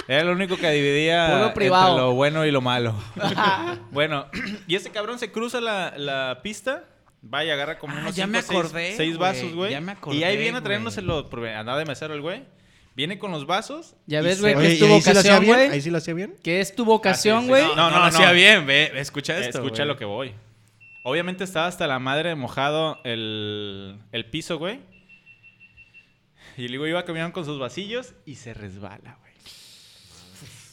Era lo único que dividía
Puro privado.
entre lo bueno y lo malo. bueno, y ese cabrón se cruza la, la pista. Vaya, agarra como
Ah,
unos
ya
cinco,
me
seis-
acordé,
seis,
güey.
vasos, güey.
Ya me acordé,
Y ahí viene
güey.
trayéndoselo, porque andaba de mesero el güey. Viene con los vasos.
Ya
y
ves,
se-
güey, que
Oye,
es
¿y
tu
ahí sí lo hacía
vocación,
bien? ¿Ahí
güey.
sí lo hacía bien?
Que es tu vocación,
Ah, sí,
güey.
No, no,
lo
no.
hacía bien, ve, escucha esto,
Escucha
güey.
lo que voy. Obviamente estaba hasta la madre de mojado el, el piso, güey. Y luego iba caminando con sus vasillos y se resbala, güey.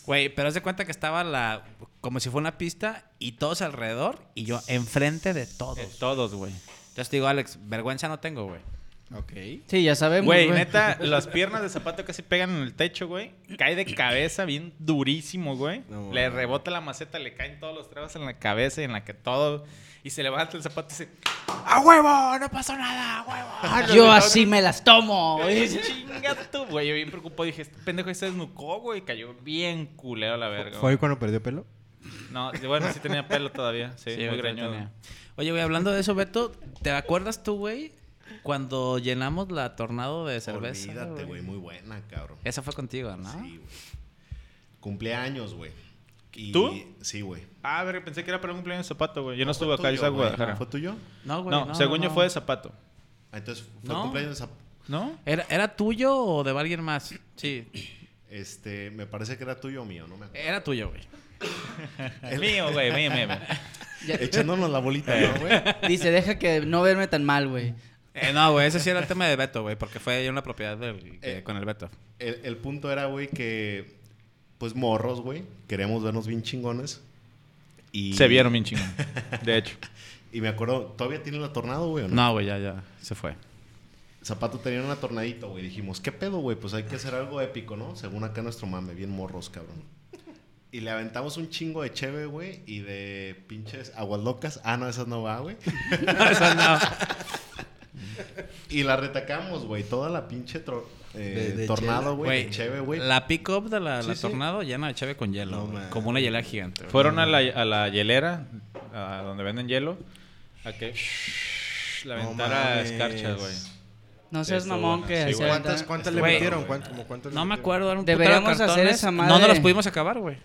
Güey, pero haz de cuenta que estaba la... Como si fuera una pista y todos alrededor y yo enfrente de todos.
Eh, Todos, güey.
Entonces te digo, Alex, vergüenza no tengo, güey.
Ok.
Sí, ya sabemos,
Güey, neta, las piernas de zapato casi pegan en el techo, güey. Cae de cabeza bien durísimo, güey.
No,
le
mames.
rebota la maceta, le caen todos los trabas en la cabeza y en la que todo. Y se levanta el zapato y dice: ¡A huevo! ¡No pasó nada! ¡A huevo!
Ah, Yo así me las tomo.
Oye, chinga tú, güey. Yo bien preocupado dije, este pendejo se desnucó, güey. Cayó bien culero a la verga.
¿Fue
güey.
ahí cuando perdió pelo?
No, bueno, sí tenía pelo todavía. Sí, muy
güey,
greñudo.
tenía. Oye, güey, hablando de eso, Beto, ¿te acuerdas tú, güey, cuando llenamos la tornado de cerveza?
Olvídate, güey. Muy buena, cabrón.
Esa fue contigo, ¿no?
Sí, güey. Cumpleaños, güey. Y-
¿Tú?
Sí, güey.
Ah, verga, pensé que era para un cumpleaños de zapato, güey. Yo no,
¿Fue
estuve acá, yo
tuyo,
estaba en
güey?
Guadalajara.
¿Fue tuyo?
No, güey.
No, según yo
no.
fue de zapato.
Ah, Entonces, fue
No.
cumpleaños de Zap-
¿No?
¿Era, ¿Era tuyo o de alguien más? Sí,
Este, me parece que era tuyo o mío, no me acuerdo.
era tuyo, güey.
El mío, güey, mío, mío, mío.
Ya-
Echándonos la bolita, ¿no, güey?
Dice, deja que no verme tan mal, güey.
Eh, no, güey, ese sí era el tema de Beto, güey, porque fue ya una propiedad del, que-
Eh.
con el Beto.
El, el punto era, güey, que pues morros, güey, queríamos vernos bien chingones. Y,
Se vieron bien chingón. De hecho.
Y me acuerdo, ¿todavía tiene la tornado, güey? o no?
No, güey, ya, ya, se fue.
Zapato tenía una tornadito, güey. Dijimos, ¿qué pedo, güey? Pues hay que hacer algo épico, ¿no? Según acá nuestro mame, bien morros, cabrón. Y le aventamos un chingo de cheve, güey, y de pinches aguas locas. Ah, no, esas no va, güey.
Eso no.
Y la retacamos, güey. Toda la pinche tro- eh,
De- de chela.
tornado, güey.
Güey,
de Cheve, güey.
La pick-up de la,
Sí,
la
sí.
tornado llena de cheve con hielo,
No,
güey,
man.
como una hielera gigante. güey.
Fueron a la, a la hielera, a donde venden hielo, a que la
No
ventana
mames.
escarchas, güey.
No seas
Estuvo
mamón
buena,
que...
sí,
hacía-
güey.
¿Cuántas, cuántas le
Güey.
metieron? ¿Cuántas- como cuántas le
No me
metieron?
acuerdo, era un putero de
Deberíamos hacer
cartones.
esa
No
madre.
nos las pudimos acabar, güey.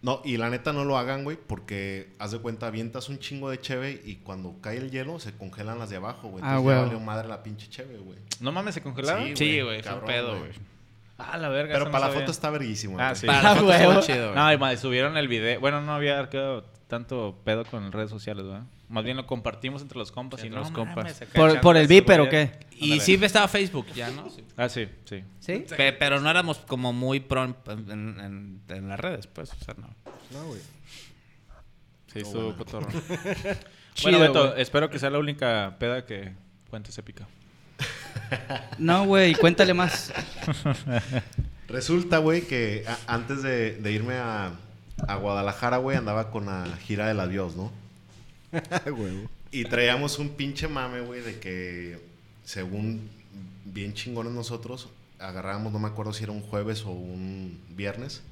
No, y la neta no lo hagan, güey, porque haz de cuenta, avientas un chingo de cheve y cuando cae el hielo se congelan las de abajo, güey.
Ah,
Entonces ya
güey.
valió madre la pinche cheve, güey.
No mames, ¿se congelaron?
Sí,
Sí,
güey,
güey, fue un
cabrón,
pedo,
güey.
güey.
Ah, la verga.
Pero
eso no
para la
sabía.
foto está verguísimo,
Ah, sí.
Para la
Ah,
foto estuvo
güey.
chido, güey.
No, y madre, subieron el video. Bueno, no había quedado tanto pedo con redes sociales, ¿verdad? Más bien lo compartimos entre los compas y
Entre
no
los
los
compas.
compas.
¿Por, por el viper o qué?
Y sí estaba Facebook ya, ¿no?
Ah, sí, sí.
¿Sí?
Pe- pero no éramos como muy pro en, en- en- en las redes, pues. O sea, no.
No, güey.
Sí,
Estuvo
estuvo
buena.
cotorro.
Oh, Chido,
bueno, Beto,
güey.
espero que sea la única peda que cuentes épica.
No, güey, cuéntale más.
Resulta, güey, que a- antes de, de irme a, a Guadalajara, güey, andaba con la gira del adiós, ¿no?
Huevo.
Y traíamos un pinche mame, güey, de que según bien chingones nosotros, agarrábamos, no me acuerdo si era un jueves o un viernes,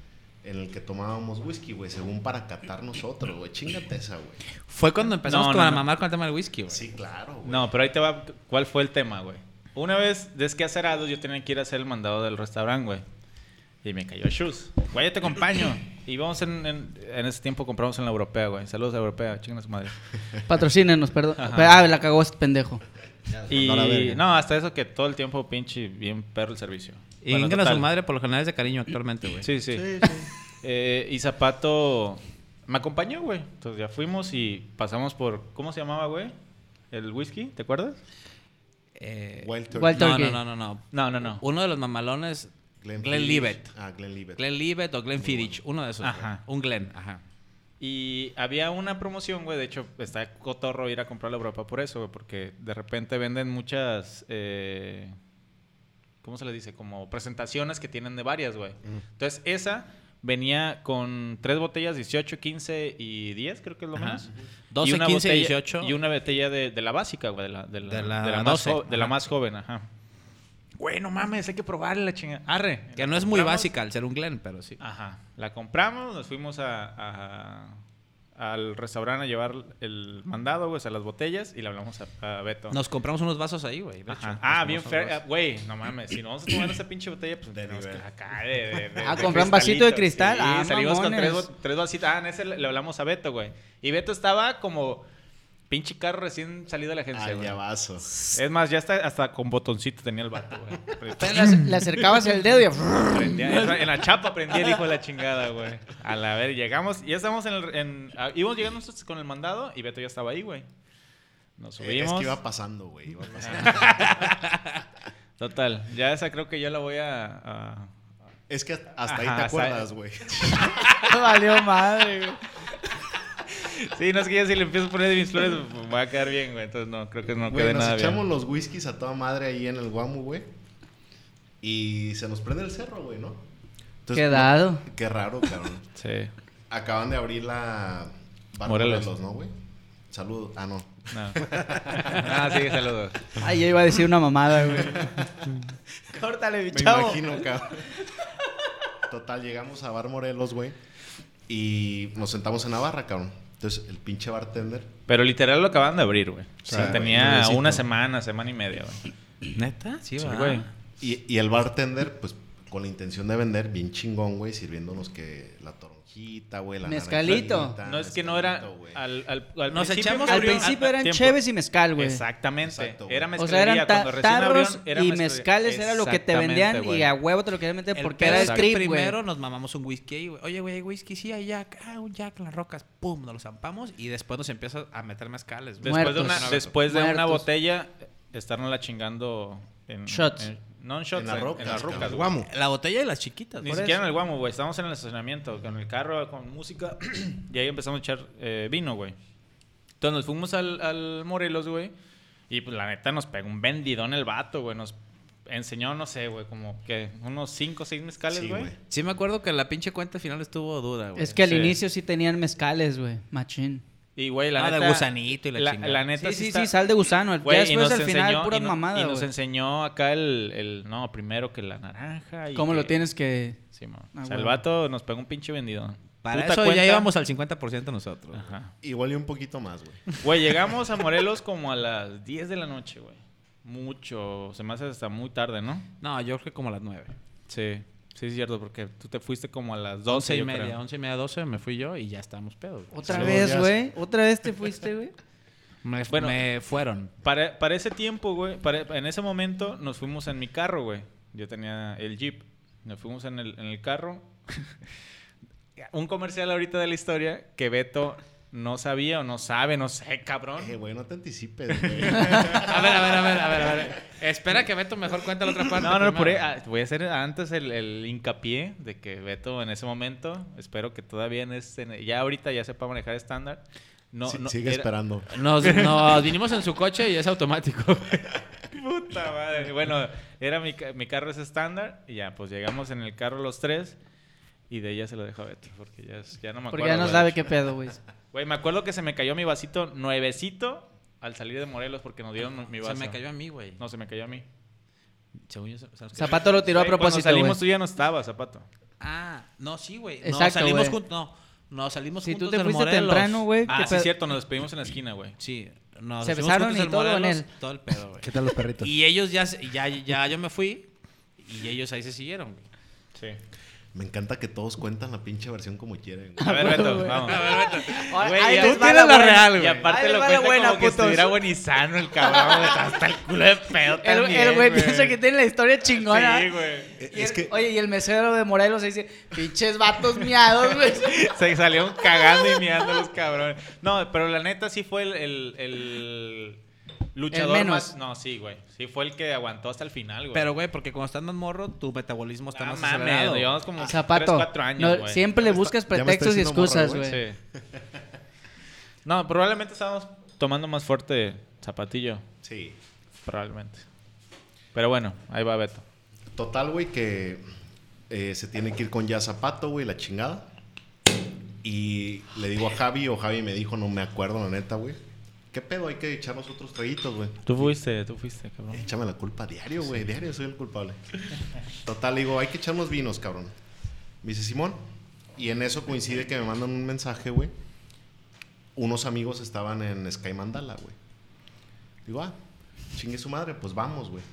en el que tomábamos whisky, güey, según para catar nosotros, güey. Chingate esa, güey.
Fue cuando empezamos
No,
con
no,
la
no.
mamar con el tema del whisky, güey.
Sí, claro, güey.
No, pero ahí te va. ¿Cuál fue el tema, güey? Una vez desquacerados, yo tenía que ir a hacer el mandado del restaurante, güey. Y me cayó Shoes. Güey, yo te acompaño. Y vamos en, en, en ese tiempo compramos en la europea, güey. Saludos a la europea, chingan a su madre.
Patrocínenos, perdón.
Ajá.
Pero, Ah, la cagó este pendejo.
mandó a la
Y
verga.
no, hasta eso que todo el tiempo pinche bien perro el servicio.
Y
Bueno,
Ingrid a su
total.
madre por lo general es de cariño actualmente, güey.
Sí, sí. Eh, y Zapato me acompañó, güey. Entonces ya fuimos y pasamos por. ¿Cómo se llamaba, güey? El whisky, ¿te acuerdas?
Eh,
Wild Turkey.
Wild-
no,
Turkey.
no, no, no, no.
No, no, no.
Uno de los mamalones, Glenn,
Fiddich.
Livet.
Ah, Glenn Livet.
Glenn Livet o Glenn
Muy bueno.
Fiddich, uno de esos.
Ajá.
güey. Un Glenn, ajá.
Y había una promoción, güey. De hecho, está cotorro ir a comprar la Europa por eso, güey. Porque de repente venden muchas. eh, ¿Cómo se le dice? Como presentaciones que tienen de varias, güey. Entonces, esa venía con tres botellas: 18, 15 y 10, creo que es lo
Ajá.
menos.
12,
Y una
15,
botella-
18.
Y una botella de, de la básica, güey. De la, de la,
De la
de la
12,
más, jo- de la
ajá.
más joven, ajá. Güey, no mames, hay que probarla, la chingada. Arre.
Que
La
no es muy
compramos.
básica al ser un Glenn, pero sí.
Ajá. La compramos, nos fuimos a, a- al restaurante a llevar el mandado, güey, o sea, las botellas y le hablamos a, a Beto.
Nos compramos unos vasos ahí, güey. de
Ajá.
hecho.
Ah,
Nos
bien
compramos
fair. ah, Güey, no mames, si no vamos a tomar esa pinche botella, pues
De
tenemos que
nivel.
acá de, de- de-
Ah,
de
comprar un vasito de cristal.
Sí,
Ah,
salimos con tres,
mamones.
bo- tres vasitos. Ah, en ese le, le hablamos a Beto, güey. Y Beto estaba como pinche carro recién salido de la agencia,
Ah,
güey.
ya vaso.
Es más, ya está hasta con botoncito tenía el vato, güey.
Pero le, ac- le acercabas el dedo y...
Prendía- en la chapa prendí el hijo de la chingada, güey. A la ver, llegamos, ya estamos en el. en- ah, íbamos llegando nosotros con el mandado y Beto ya estaba ahí, güey. Nos
Eh, Es
subimos.
que iba pasando, güey. Iba pasando.
Total, ya esa creo que yo la voy a. a-
Es que hasta ahí
Ajá,
te
hasta-
acuerdas, güey.
Valió madre, güey.
Sí, no es que ya si le empiezo a poner de mis flores, pues, me va a quedar bien, güey. Entonces no, creo que no
Güey,
quede
nos
nada
echamos
bien.
los whiskies a toda madre ahí en el Guamu, güey. Y se nos prende el cerro, güey, ¿no? Entonces,
Quedado.
no- qué raro, cabrón.
Sí.
Acaban de abrir la... Bar
Morelos.
Morelos, ¿no, güey? Saludos. Ah, no.
No. Ah, sí, saludos.
Ay, yo iba a decir una mamada, güey. Córtale, mi
Me imagino, cabrón. Total, llegamos a Bar Morelos, güey. Y nos sentamos en la barra, cabrón. Entonces, el pinche bartender...
Pero literal lo acaban de abrir, güey. O
Sí,
sea,
güey,
tenía
nuevecito.
una semana, semana y media, güey.
¿Neta? Sí,
Ah, Sí,
¿verdad?
güey.
Y, y el bartender, pues, con la intención de vender, bien chingón, güey, sirviéndonos que la toronjita, güey, la
Mezcalito.
naranjita,
No es que no era.
mezcalito, güey.
Al, al, al
Nos
principio
echamos
que
Al
abrió-
principio
a-
eran
tiempo.
cheves y mezcal, güey.
Exactamente.
Exacto, güey.
era
O sea,
mezcalería.
eran ta-
Cuando recién
tarros
abrieron, era
y
mezcalería.
mezcales era lo que te vendían
Exactamente,
y a
güey.
huevo te lo querían meter
El
porque
pedo
era
es que
strip, güey.
Primero nos mamamos un whisky ahí, güey. Oye, güey, hay whisky, sí, hay Jack. Ah, un Jack, las rocas. Pum, nos lo zampamos y después nos empieza a meter mezcales, güey.
Después de
Muertos.
una, después de una
Muertos.
botella, estarnos la chingando en.
Shots.
en- no en shots,
En las
en,
rocas,
en las
cabrón.
rocas. güey.
Guamu.
La botella de las chiquitas,
Ni
por
siquiera en
eso.
el guamo, güey. Estábamos en el estacionamiento, con el carro, con música. y ahí empezamos a echar eh, vino, güey. Entonces nos fuimos al, al Morelos, güey. Y pues la neta nos pegó un vendidón el vato, güey. Nos enseñó, no sé, güey, como que unos 5 o 6 mezcales,
Sí,
güey.
güey.
Sí me acuerdo que la pinche cuenta al final estuvo duda, güey.
Es que al
Sí.
inicio sí tenían mezcales, güey. Machín.
Y, güey, la
Ah, de
neta.
gusanito y la chingada.
La neta
Sí, sí,
está-
sí, sal de gusano.
Güey,
ya
y
después
nos
al final,
enseñó-
pura
y no-
mamada,
Y nos
güey.
enseñó acá el, el- No, primero que la naranja. Y
¿Cómo
que-
lo tienes que...?
Sí, mo.
Ah,
o sea, el
huevo.
vato nos pegó un pinche vendidón.
Para
Puta
eso
cuenta-
ya íbamos al 50% nosotros.
Ajá.
Igual y un poquito más, güey.
Güey, llegamos a Morelos como a las 10 de la noche, güey. Mucho. Se me hace hasta muy tarde, ¿no?
No, yo creo que como a las 9.
Sí. Sí, es cierto, porque tú te fuiste como a las
12
12
y media, 11 y media, 12 me fui yo y ya estábamos pedos. güey.
Otra
Saludos,
vez,
ya.
güey. Otra vez te fuiste, güey.
Me,
Bueno.
me fueron.
Para, para ese tiempo, güey, para- en ese momento nos fuimos en mi carro, güey. Yo tenía el Jeep. Nos fuimos en el, en el carro. Un comercial ahorita de la historia que Beto no sabía o no sabe, no sé, cabrón.
Eh, güey, no te anticipes, güey.
A ver, a ver, a ver, a ver, a ver. Espera que Beto mejor cuenta la otra parte.
No, no, no, por ahí,
primero.
ah, voy a hacer antes el, el hincapié de que Beto en ese momento, espero que todavía en este, ya ahorita ya sepa manejar estándar. No,
Sí,
no,
sigue
era-
esperando.
Nos, nos vinimos en su coche y es automático. güey.
Puta madre. Bueno, era mi, ca- mi carro es estándar y ya, pues llegamos en el carro los tres y de ella se lo dejo a Beto porque ya, es- ya no me acuerdo.
Porque ya no
güey.
sabe qué pedo, güey.
Güey, me acuerdo que se me cayó mi vasito nuevecito al salir de Morelos porque nos dieron mi vaso.
Se me cayó a mí, güey.
No, se me cayó a mí.
Según yo, se- se nos cayó.
Zapato lo tiró a
Güey, cuando
propósito,
salimos tú
güey.
ya no estabas, zapato.
Ah, no, sí, güey. No,
Exacto,
salimos
güey.
juntos. No, no, salimos
Si tú
juntos.
te
del
fuiste
Morelos.
temprano, güey.
Ah,
¿qué
sí,
pedo?
es cierto, nos despedimos en la esquina, güey.
Sí, nos
Se
hicimos
besaron
juntos
y todo en
Morelos,
él.
Todo el pedo, güey.
¿Qué tal los perritos?
Y ellos ya, se- ya, ya yo me fui y ellos ahí se siguieron, güey.
Sí.
Me encanta que todos cuentan la pinche versión como quieren. güey.
A ver, Beto, vamos.
Ahora,
Güey,
ahí
ya-
les
tú
va
tienes la
buena.
real, güey. Y
Ahí
aparte
les
lo
va la
cuenta
buena,
como que
putos.
estuviera buenisano el cabrón, güey. Hasta el culo de pedo
El-
también,
El güey piensa que tiene la historia chingona.
Sí, güey.
Eh,
Y
es
el-
que
Oye, y el mesero de Morelos dice, pinches vatos miados, güey.
Se salieron cagando y mirando los cabrones. No, pero la neta sí fue el, el, el luchador
menos.
más. No, sí, güey. Sí fue el que aguantó hasta el final, güey.
Pero, güey, porque cuando estás más morro, tu metabolismo está
no
más
mames,
acelerado.
güey, llevamos como
Zapato.
4
no,
años, güey.
siempre le
me
buscas
está- ya me está
pretextos y
diciendo morro,
excusas,
güey.
güey.
Sí. No, probablemente estábamos tomando más fuerte zapatillo.
Sí.
Probablemente. Pero bueno, ahí va Beto.
Total, güey, que eh, se tiene que ir con ya zapato, güey, la chingada. Y le digo a Javi, o Javi me dijo, no me acuerdo, la neta, güey. ¿Qué pedo? Hay que echarnos otros traguitos, güey.
Tú fuiste, tú fuiste, cabrón.
Échame la culpa diario, güey. Diario soy el culpable. Total, digo, hay que echarnos vinos, cabrón. Me dice Simón. Y en eso coincide que me mandan un mensaje, güey. Unos amigos estaban en Sky Mandala, güey. Digo, ah, chingue su madre, pues vamos, güey.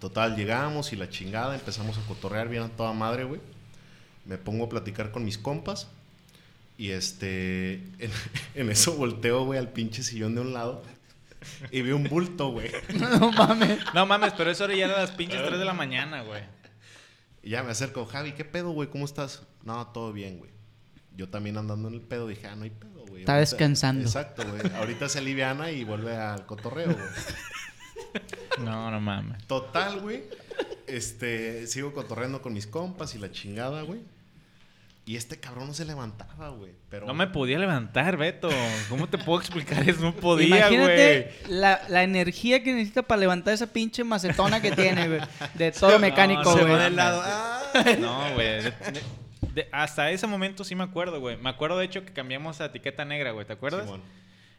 Total, llegamos y la chingada, empezamos a cotorrear bien a toda madre, güey. Me pongo a platicar con mis compas. Y este, en, en eso volteo, güey, al pinche sillón de un lado. Y veo un bulto, güey.
No mames.
No mames, pero eso era ya a las pinches 3 de la mañana, güey.
Y ya me acerco, Javi, ¿qué pedo, güey? ¿Cómo estás? No, todo bien, güey. Yo también andando en el pedo dije, ah, no hay pedo, güey.
Está
Ahorita-
descansando.
Exacto, güey. Ahorita se aliviana y vuelve al cotorreo, güey.
No, no mames.
Total, güey. Este, sigo cotorreando con mis compas y la chingada, güey. Y este cabrón no se levantaba, güey. Pero
No me podía levantar, Beto. ¿Cómo te puedo explicar eso? No podía, güey.
Imagínate la, la energía que necesita para levantar esa pinche macetona que tiene, güey. De todo mecánico,
se
güey.
va del
lado.
No, güey. De- de- de- hasta ese momento sí me acuerdo, güey. Me acuerdo, de hecho, que cambiamos a etiqueta negra, güey. ¿Te acuerdas?
Simón.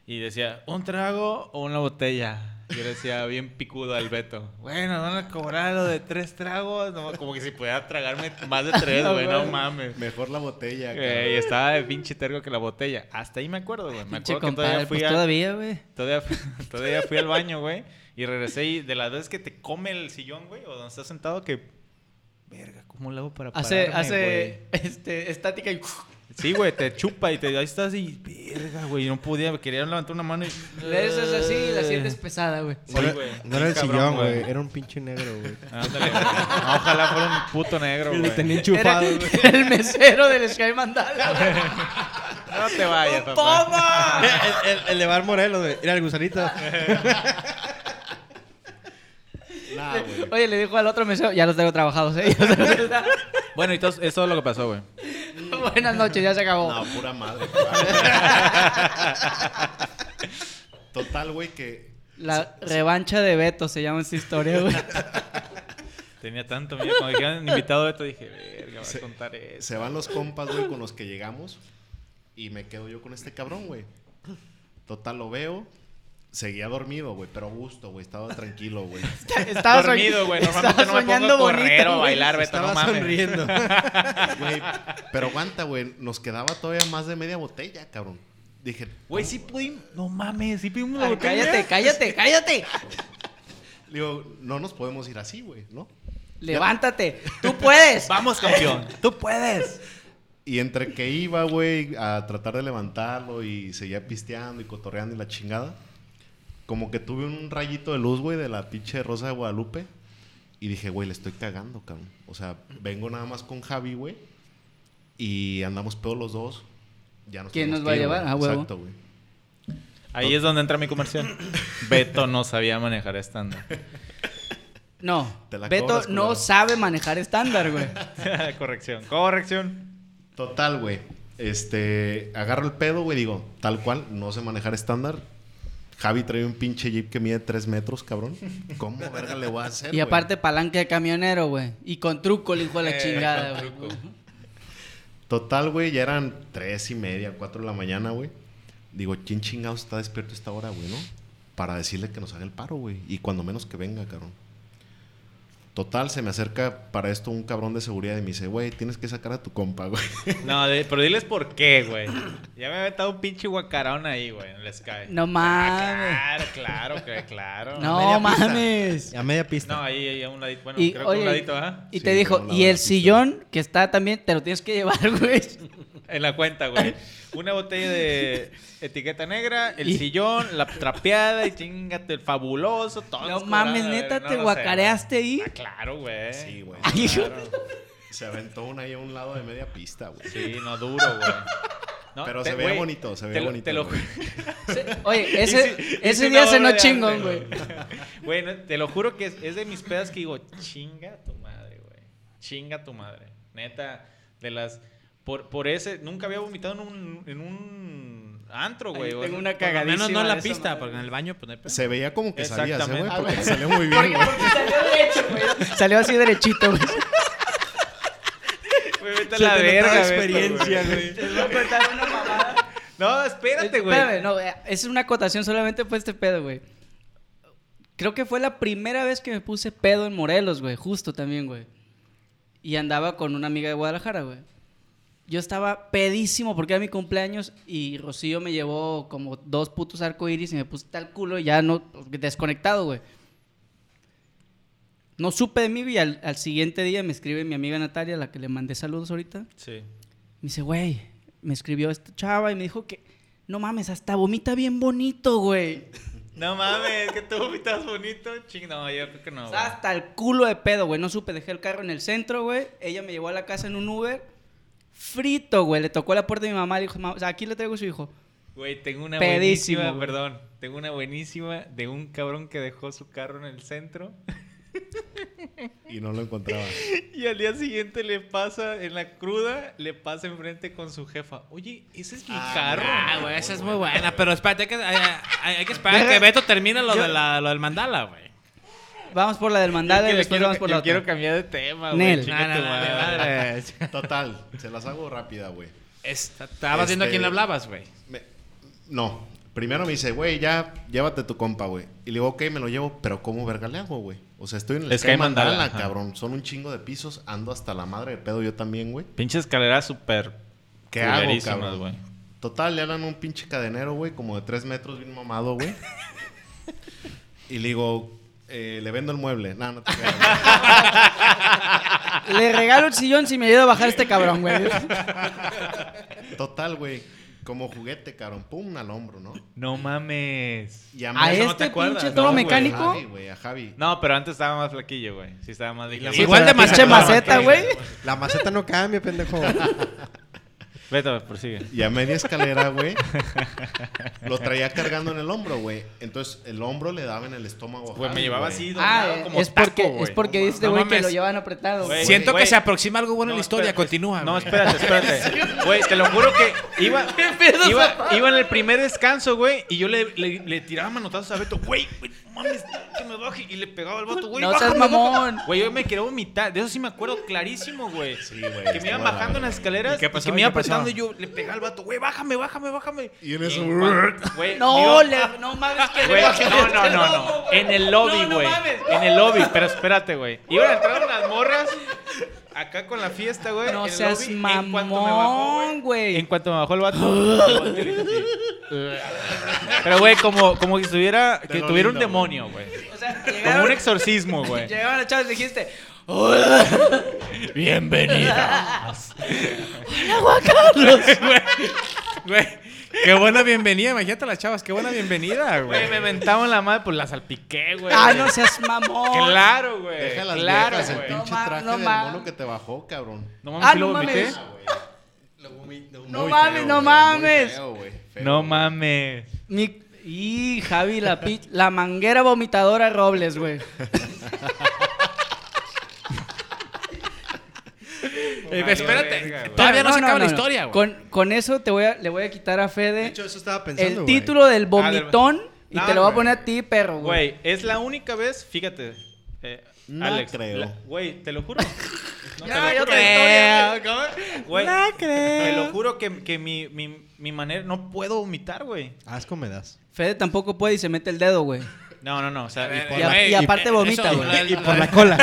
Y decía, ¿un trago o una botella? Yo le decía, bien picudo al Beto. Bueno, van a cobrar lo de tres tragos. No, como que si pudiera tragarme más de tres, güey. No mames.
Mejor la botella,
Güey,
güey.
estaba de pinche tergo que la botella. Hasta ahí me acuerdo, güey. Me
Pinche
acuerdo que todavía
compadre,
fui
pues
a-
todavía, güey.
Todavía, todavía fui al baño, güey. Y regresé y de las veces que te come el sillón, güey, o donde estás sentado, que. Verga, ¿cómo lo hago para
Hace,
pararme,
hace este, estática y...
güey?" Sí, güey, te chupa y te, ahí estás y. Verga, güey, no podía, quería levantar una mano y. Eh,
Le haces así y la sientes pesada, güey.
Sí,
No era-
güey.
No era el
Cabrón,
sillón,
güey.
güey. Era un pinche negro, güey.
Ándale, güey. Ojalá fuera un puto negro,
Lo tenía
güey.
Era
enchufado, güey.
el mesero del Sky Mandala, güey.
No te vayas, papá.
¡Toma!
el, el de Bar Morelos, güey. Era el gusanito.
Nah, güey.
Oye, le dijo al otro mesero, ya los tengo trabajados, ¿eh? Ya los tengo trabajados.
Bueno, y tos- es todo lo que pasó, güey.
Buenas noches, ya se acabó.
No, pura madre. Total, güey, que
La revancha de Beto se llama esta historia, güey.
Tenía tanto miedo. Cuando dijeron invitado a esto, dije, verga, va a
Se-
contar eso.
Se van los compas, güey, con los que llegamos. Y me quedo yo con este cabrón, güey. Total, lo veo. Seguía dormido, güey, pero a gusto, güey. Estaba tranquilo, güey.
Estaba soñ-
dormido, güey. Normalmente
estaba
no me pongo a
soñando
correr
bonito,
o a
güey.
bailar, Beto,
Estaba
no mames.
sonriendo.
Güey, Pero aguanta, güey. Nos quedaba todavía más de media botella, cabrón. Dije,
Güey, sí pudimos. No mames, sí pudimos la
Ay,
botella.
cállate, cállate, cállate.
le digo, no nos podemos ir así, güey, ¿no?
Levántate. Tú puedes.
Vamos, campeón. Tú puedes.
Y entre que iba, güey, a tratar de levantarlo y seguía pisteando y cotorreando y la chingada, como que tuve un rayito de luz, güey, de la pinche Rosa de Guadalupe. Y dije, güey, le estoy cagando, cabrón. O sea, vengo nada más con Javi, güey. Y andamos pedos los dos. Ya nos
¿Quién
tenemos
nos va
que
a
ir,
llevar?
güey.
Ah, huevo.
Exacto, güey.
Ahí es donde entra mi comercial. Beto no sabía manejar estándar.
No.
Te la
Beto
cobras,
no
culero.
sabe manejar estándar, güey.
corrección, corrección.
Total, güey. Este, agarro el pedo, güey, digo, tal cual, no sé manejar estándar. Javi trae un pinche jeep que mide 3 metros, cabrón. ¿Cómo verga le voy a hacer?
Y
güey?
aparte, palanca de camionero, güey. Y con truco, el hijo de la chingada,
con
güey.
truco.
Total, güey, ya eran tres y media, cuatro de la mañana, güey. Digo, ¿quién chingado está despierto a esta hora, güey, no? Para decirle que nos haga el paro, güey. Y cuando menos que venga, cabrón. Total, se me acerca para esto un cabrón de seguridad y me dice, güey, tienes que sacar a tu compa, güey.
No, de- pero diles por qué, güey. Ya me había metido un pinche guacarón ahí, güey, en el Sky.
No mames.
Claro, claro, que- claro.
No
media pista.
mames.
A media pista.
No, ahí, ahí a un ladito. Bueno,
Y,
creo que
oye,
un ladito, ¿ah?
y
Sí,
te dijo,
pero la
y el
verdad, sí,
sillón que está también, te lo tienes que llevar, güey.
En la cuenta, güey. Una botella de etiqueta negra, el
Y-
sillón, la trapeada y chingate el fabuloso, todo.
No
cobrado,
mames,
a ver,
neta,
no
te
lo sé,
guacareaste
güey.
ahí.
Ah, claro, güey.
Sí, güey.
Ay,
claro. Se aventó una ahí a un lado de media pista, güey.
Sí, no duro, güey. No,
Pero
te-
se veía
güey,
bonito, se
te
veía
lo-
bonito.
Te lo
güey.
ju-
Oye, ese,
Hice-
ese
hice
día
una
se
obra
no
de
chingón,
arte,
güey.
Güey, no, te lo juro que es, es de mis pedas que digo, chinga tu madre, güey. Chinga tu madre. Neta, de las... Por, por ese... Nunca había vomitado en un, en un antro, güey.
Ahí
o
tengo
en-
una
por lo
cagadísima
menos
Menos no en la
de esa
pista,
madre.
porque en el baño, pues no hay pedo.
Se veía como que salía, ¿sí, güey,
Exactamente.
porque salió muy bien, güey.
Salió derecho, güey. Salió así derechito, güey.
Güey, vete a
Se
la
te
verga,
notaba
Beto,
experiencia,
Te voy a contar una mamada.
No, espérate, güey.
Espérame, no, eh, es una acotación solamente fue este pedo, güey. Creo que fue la primera vez que me puse pedo en Morelos, güey, justo también, güey. Y andaba con una amiga de Guadalajara, güey. Yo estaba pedísimo porque era mi cumpleaños y Rocío me llevó como dos putos arcoíris y me puse tal culo y ya no desconectado, güey. No supe de mí y al, al siguiente día me escribe mi amiga Natalia, a la que le mandé saludos ahorita.
Sí.
Me dice, güey, me escribió esta chava y me dijo que, no mames, hasta vomita bien bonito, güey.
No mames, que tú vomitas bonito. Ching, no, yo creo que no,
O
güey.
sea, hasta el culo de pedo, güey. No supe, dejé el carro en el centro, güey. Ella me llevó a la casa en un Uber. Frito, güey. Le tocó la puerta de mi mamá. Le dijo, "Ma- o sea, aquí le traigo a su hijo.
Güey, tengo una
Pedísimo,
buenísima,
güey.
perdón. Tengo una buenísima de un cabrón que dejó su carro en el centro
Y no lo encontraba.
y al día siguiente le pasa en la cruda, le pasa enfrente con su jefa. Oye, ese es mi carro.
Ah, güey, esa es muy buena. Pero espérate, hay que, hay, hay- hay que esperar a que Beto termine lo, de la, lo del mandala, güey.
Vamos por la del
Yo
mandala
que
y
le
después
quiero,
vamos por
yo
la otra.
quiero cambiar de tema,
Nel.
güey. Chinga
No,
tu
no, no,
madre.
Total, se las hago rápida, güey.
Es- Estabas viendo a
Este-
quién le hablabas, güey.
Me- no, primero me dice, güey, ya llévate tu compa, güey. Y le digo, ok, me lo llevo, pero ¿cómo verga le hago, güey? O sea, estoy en el
Es que hay mandala,
mandala,
ajá.
cabrón. Son un chingo de pisos, ando hasta la madre de pedo yo también, güey.
Pinche escalera súper.
¿Qué hago,
culerísimas,
cabrón?
güey.
Total, le hablan a un pinche cadenero, güey, como de tres metros, bien mamado, güey. y le digo, eh, le vendo el mueble. No, no te creas, güey.
Le regalo el sillón si me ayuda a bajar este cabrón, güey.
Total, güey. Como juguete, cabrón. Pum, al hombro, ¿no?
No mames.
Y a
A
mí-
eso no
este
te acuerdas,
pinche
¿no,
toro
güey?
A
mecánico.
Javi, güey, a Javi.
No, pero antes estaba más flaquillo, güey. Sí, estaba más delgado.
Sí, Igual de
pero
Pinche
maceta.
maceta, güey.
La maceta no cambia, pendejo.
Beto, prosigue.
Y a media escalera, güey, lo traía cargando en el hombro, güey. Entonces, el hombro le daba en el estómago. a
Güey, me
Javi,
llevaba
güey.
así, doblado
Ah,
como
es
taco,
porque,
güey.
es porque dice este
No
güey que
mames.
lo llevan apretado. güey.
Güey.
Siento
güey.
que se aproxima algo bueno en
No,
la historia.
espérate.
Continúa,
No,
Ah, güey.
espérate, espérate. Güey, te lo juro que iba, iba, iba en el primer descanso, güey, y yo le, le, le tiraba manotazos a Beto, güey, güey, no mames, que me baje, y le pegaba al vato, güey,
No seas
bájame, bájame.
mamón.
Güey, yo me quería vomitar, de eso sí me acuerdo clarísimo, güey.
Sí, güey.
Que me
estaba
iban
la
bajando en
verga,
las escaleras,
¿Y qué
y
pasó?
que me
¿Y
iba
qué pasó?
apretando, y yo le pegaba al vato, güey, bájame, bájame, bájame.
Y en eso-
cuanto- güey,
No,
digo,
le, no mames que
Güey,
le bajé
no, no,
este
no,
lomo,
no.
güey.
En el lobby,
No, no
güey.
mames.
en el lobby, pero espérate, güey. Iban a entrar unas morras acá con la fiesta, güey.
No
en el
seas
lobby, En cuanto me
mamón,
bajó, güey.
güey.
En cuanto me bajó el vato. el vato hizo así. pero, güey, como, como que estuviera, que
lo
tuviera un
lindo,
demonio, güey.
O sea,
Como
llegaron,
un exorcismo, güey.
llegaron a Chávez y dijiste,
Güey, qué buena bienvenida. Imagínate a las chavas, qué buena bienvenida,
Güey,
güey.
me mentaban la madre, pues la salpiqué, güey.
ah, no seas mamón.
Claro, güey.
Deja las
claro,
viejas, el
güey.
pinche
No ma-
traje
no
del
ma-
mono que te bajó, cabrón.
No
Ah,
mames, ¿sí lo
no mames.
vomité?
No mames, no mames.
No mames.
Mi- Y Javi, la, pi- la manguera vomitadora Robles, güey.
Eh, espérate,
verga, güey.
todavía no,
Pero
se acaba la historia, güey.
Con, con eso te voy a, le voy a quitar a Fede
De hecho, eso estaba pensando,
el
güey.
título del vomitón Y
No,
te lo voy a
güey.
poner a ti, perro, güey.
Güey, es la única vez, fíjate. eh,
No
Alex,
creo.
la- Güey, te lo juro. No, te lo
yo
juro.
creo.
Güey,
creo.
te lo juro que, que mi, mi, mi manera. No puedo vomitar, güey.
Asco me das.
Fede tampoco puede y se mete el dedo, güey.
No, no, no. O sea, y por
y
la-
a- y aparte vomita, güey.
Y por la cola.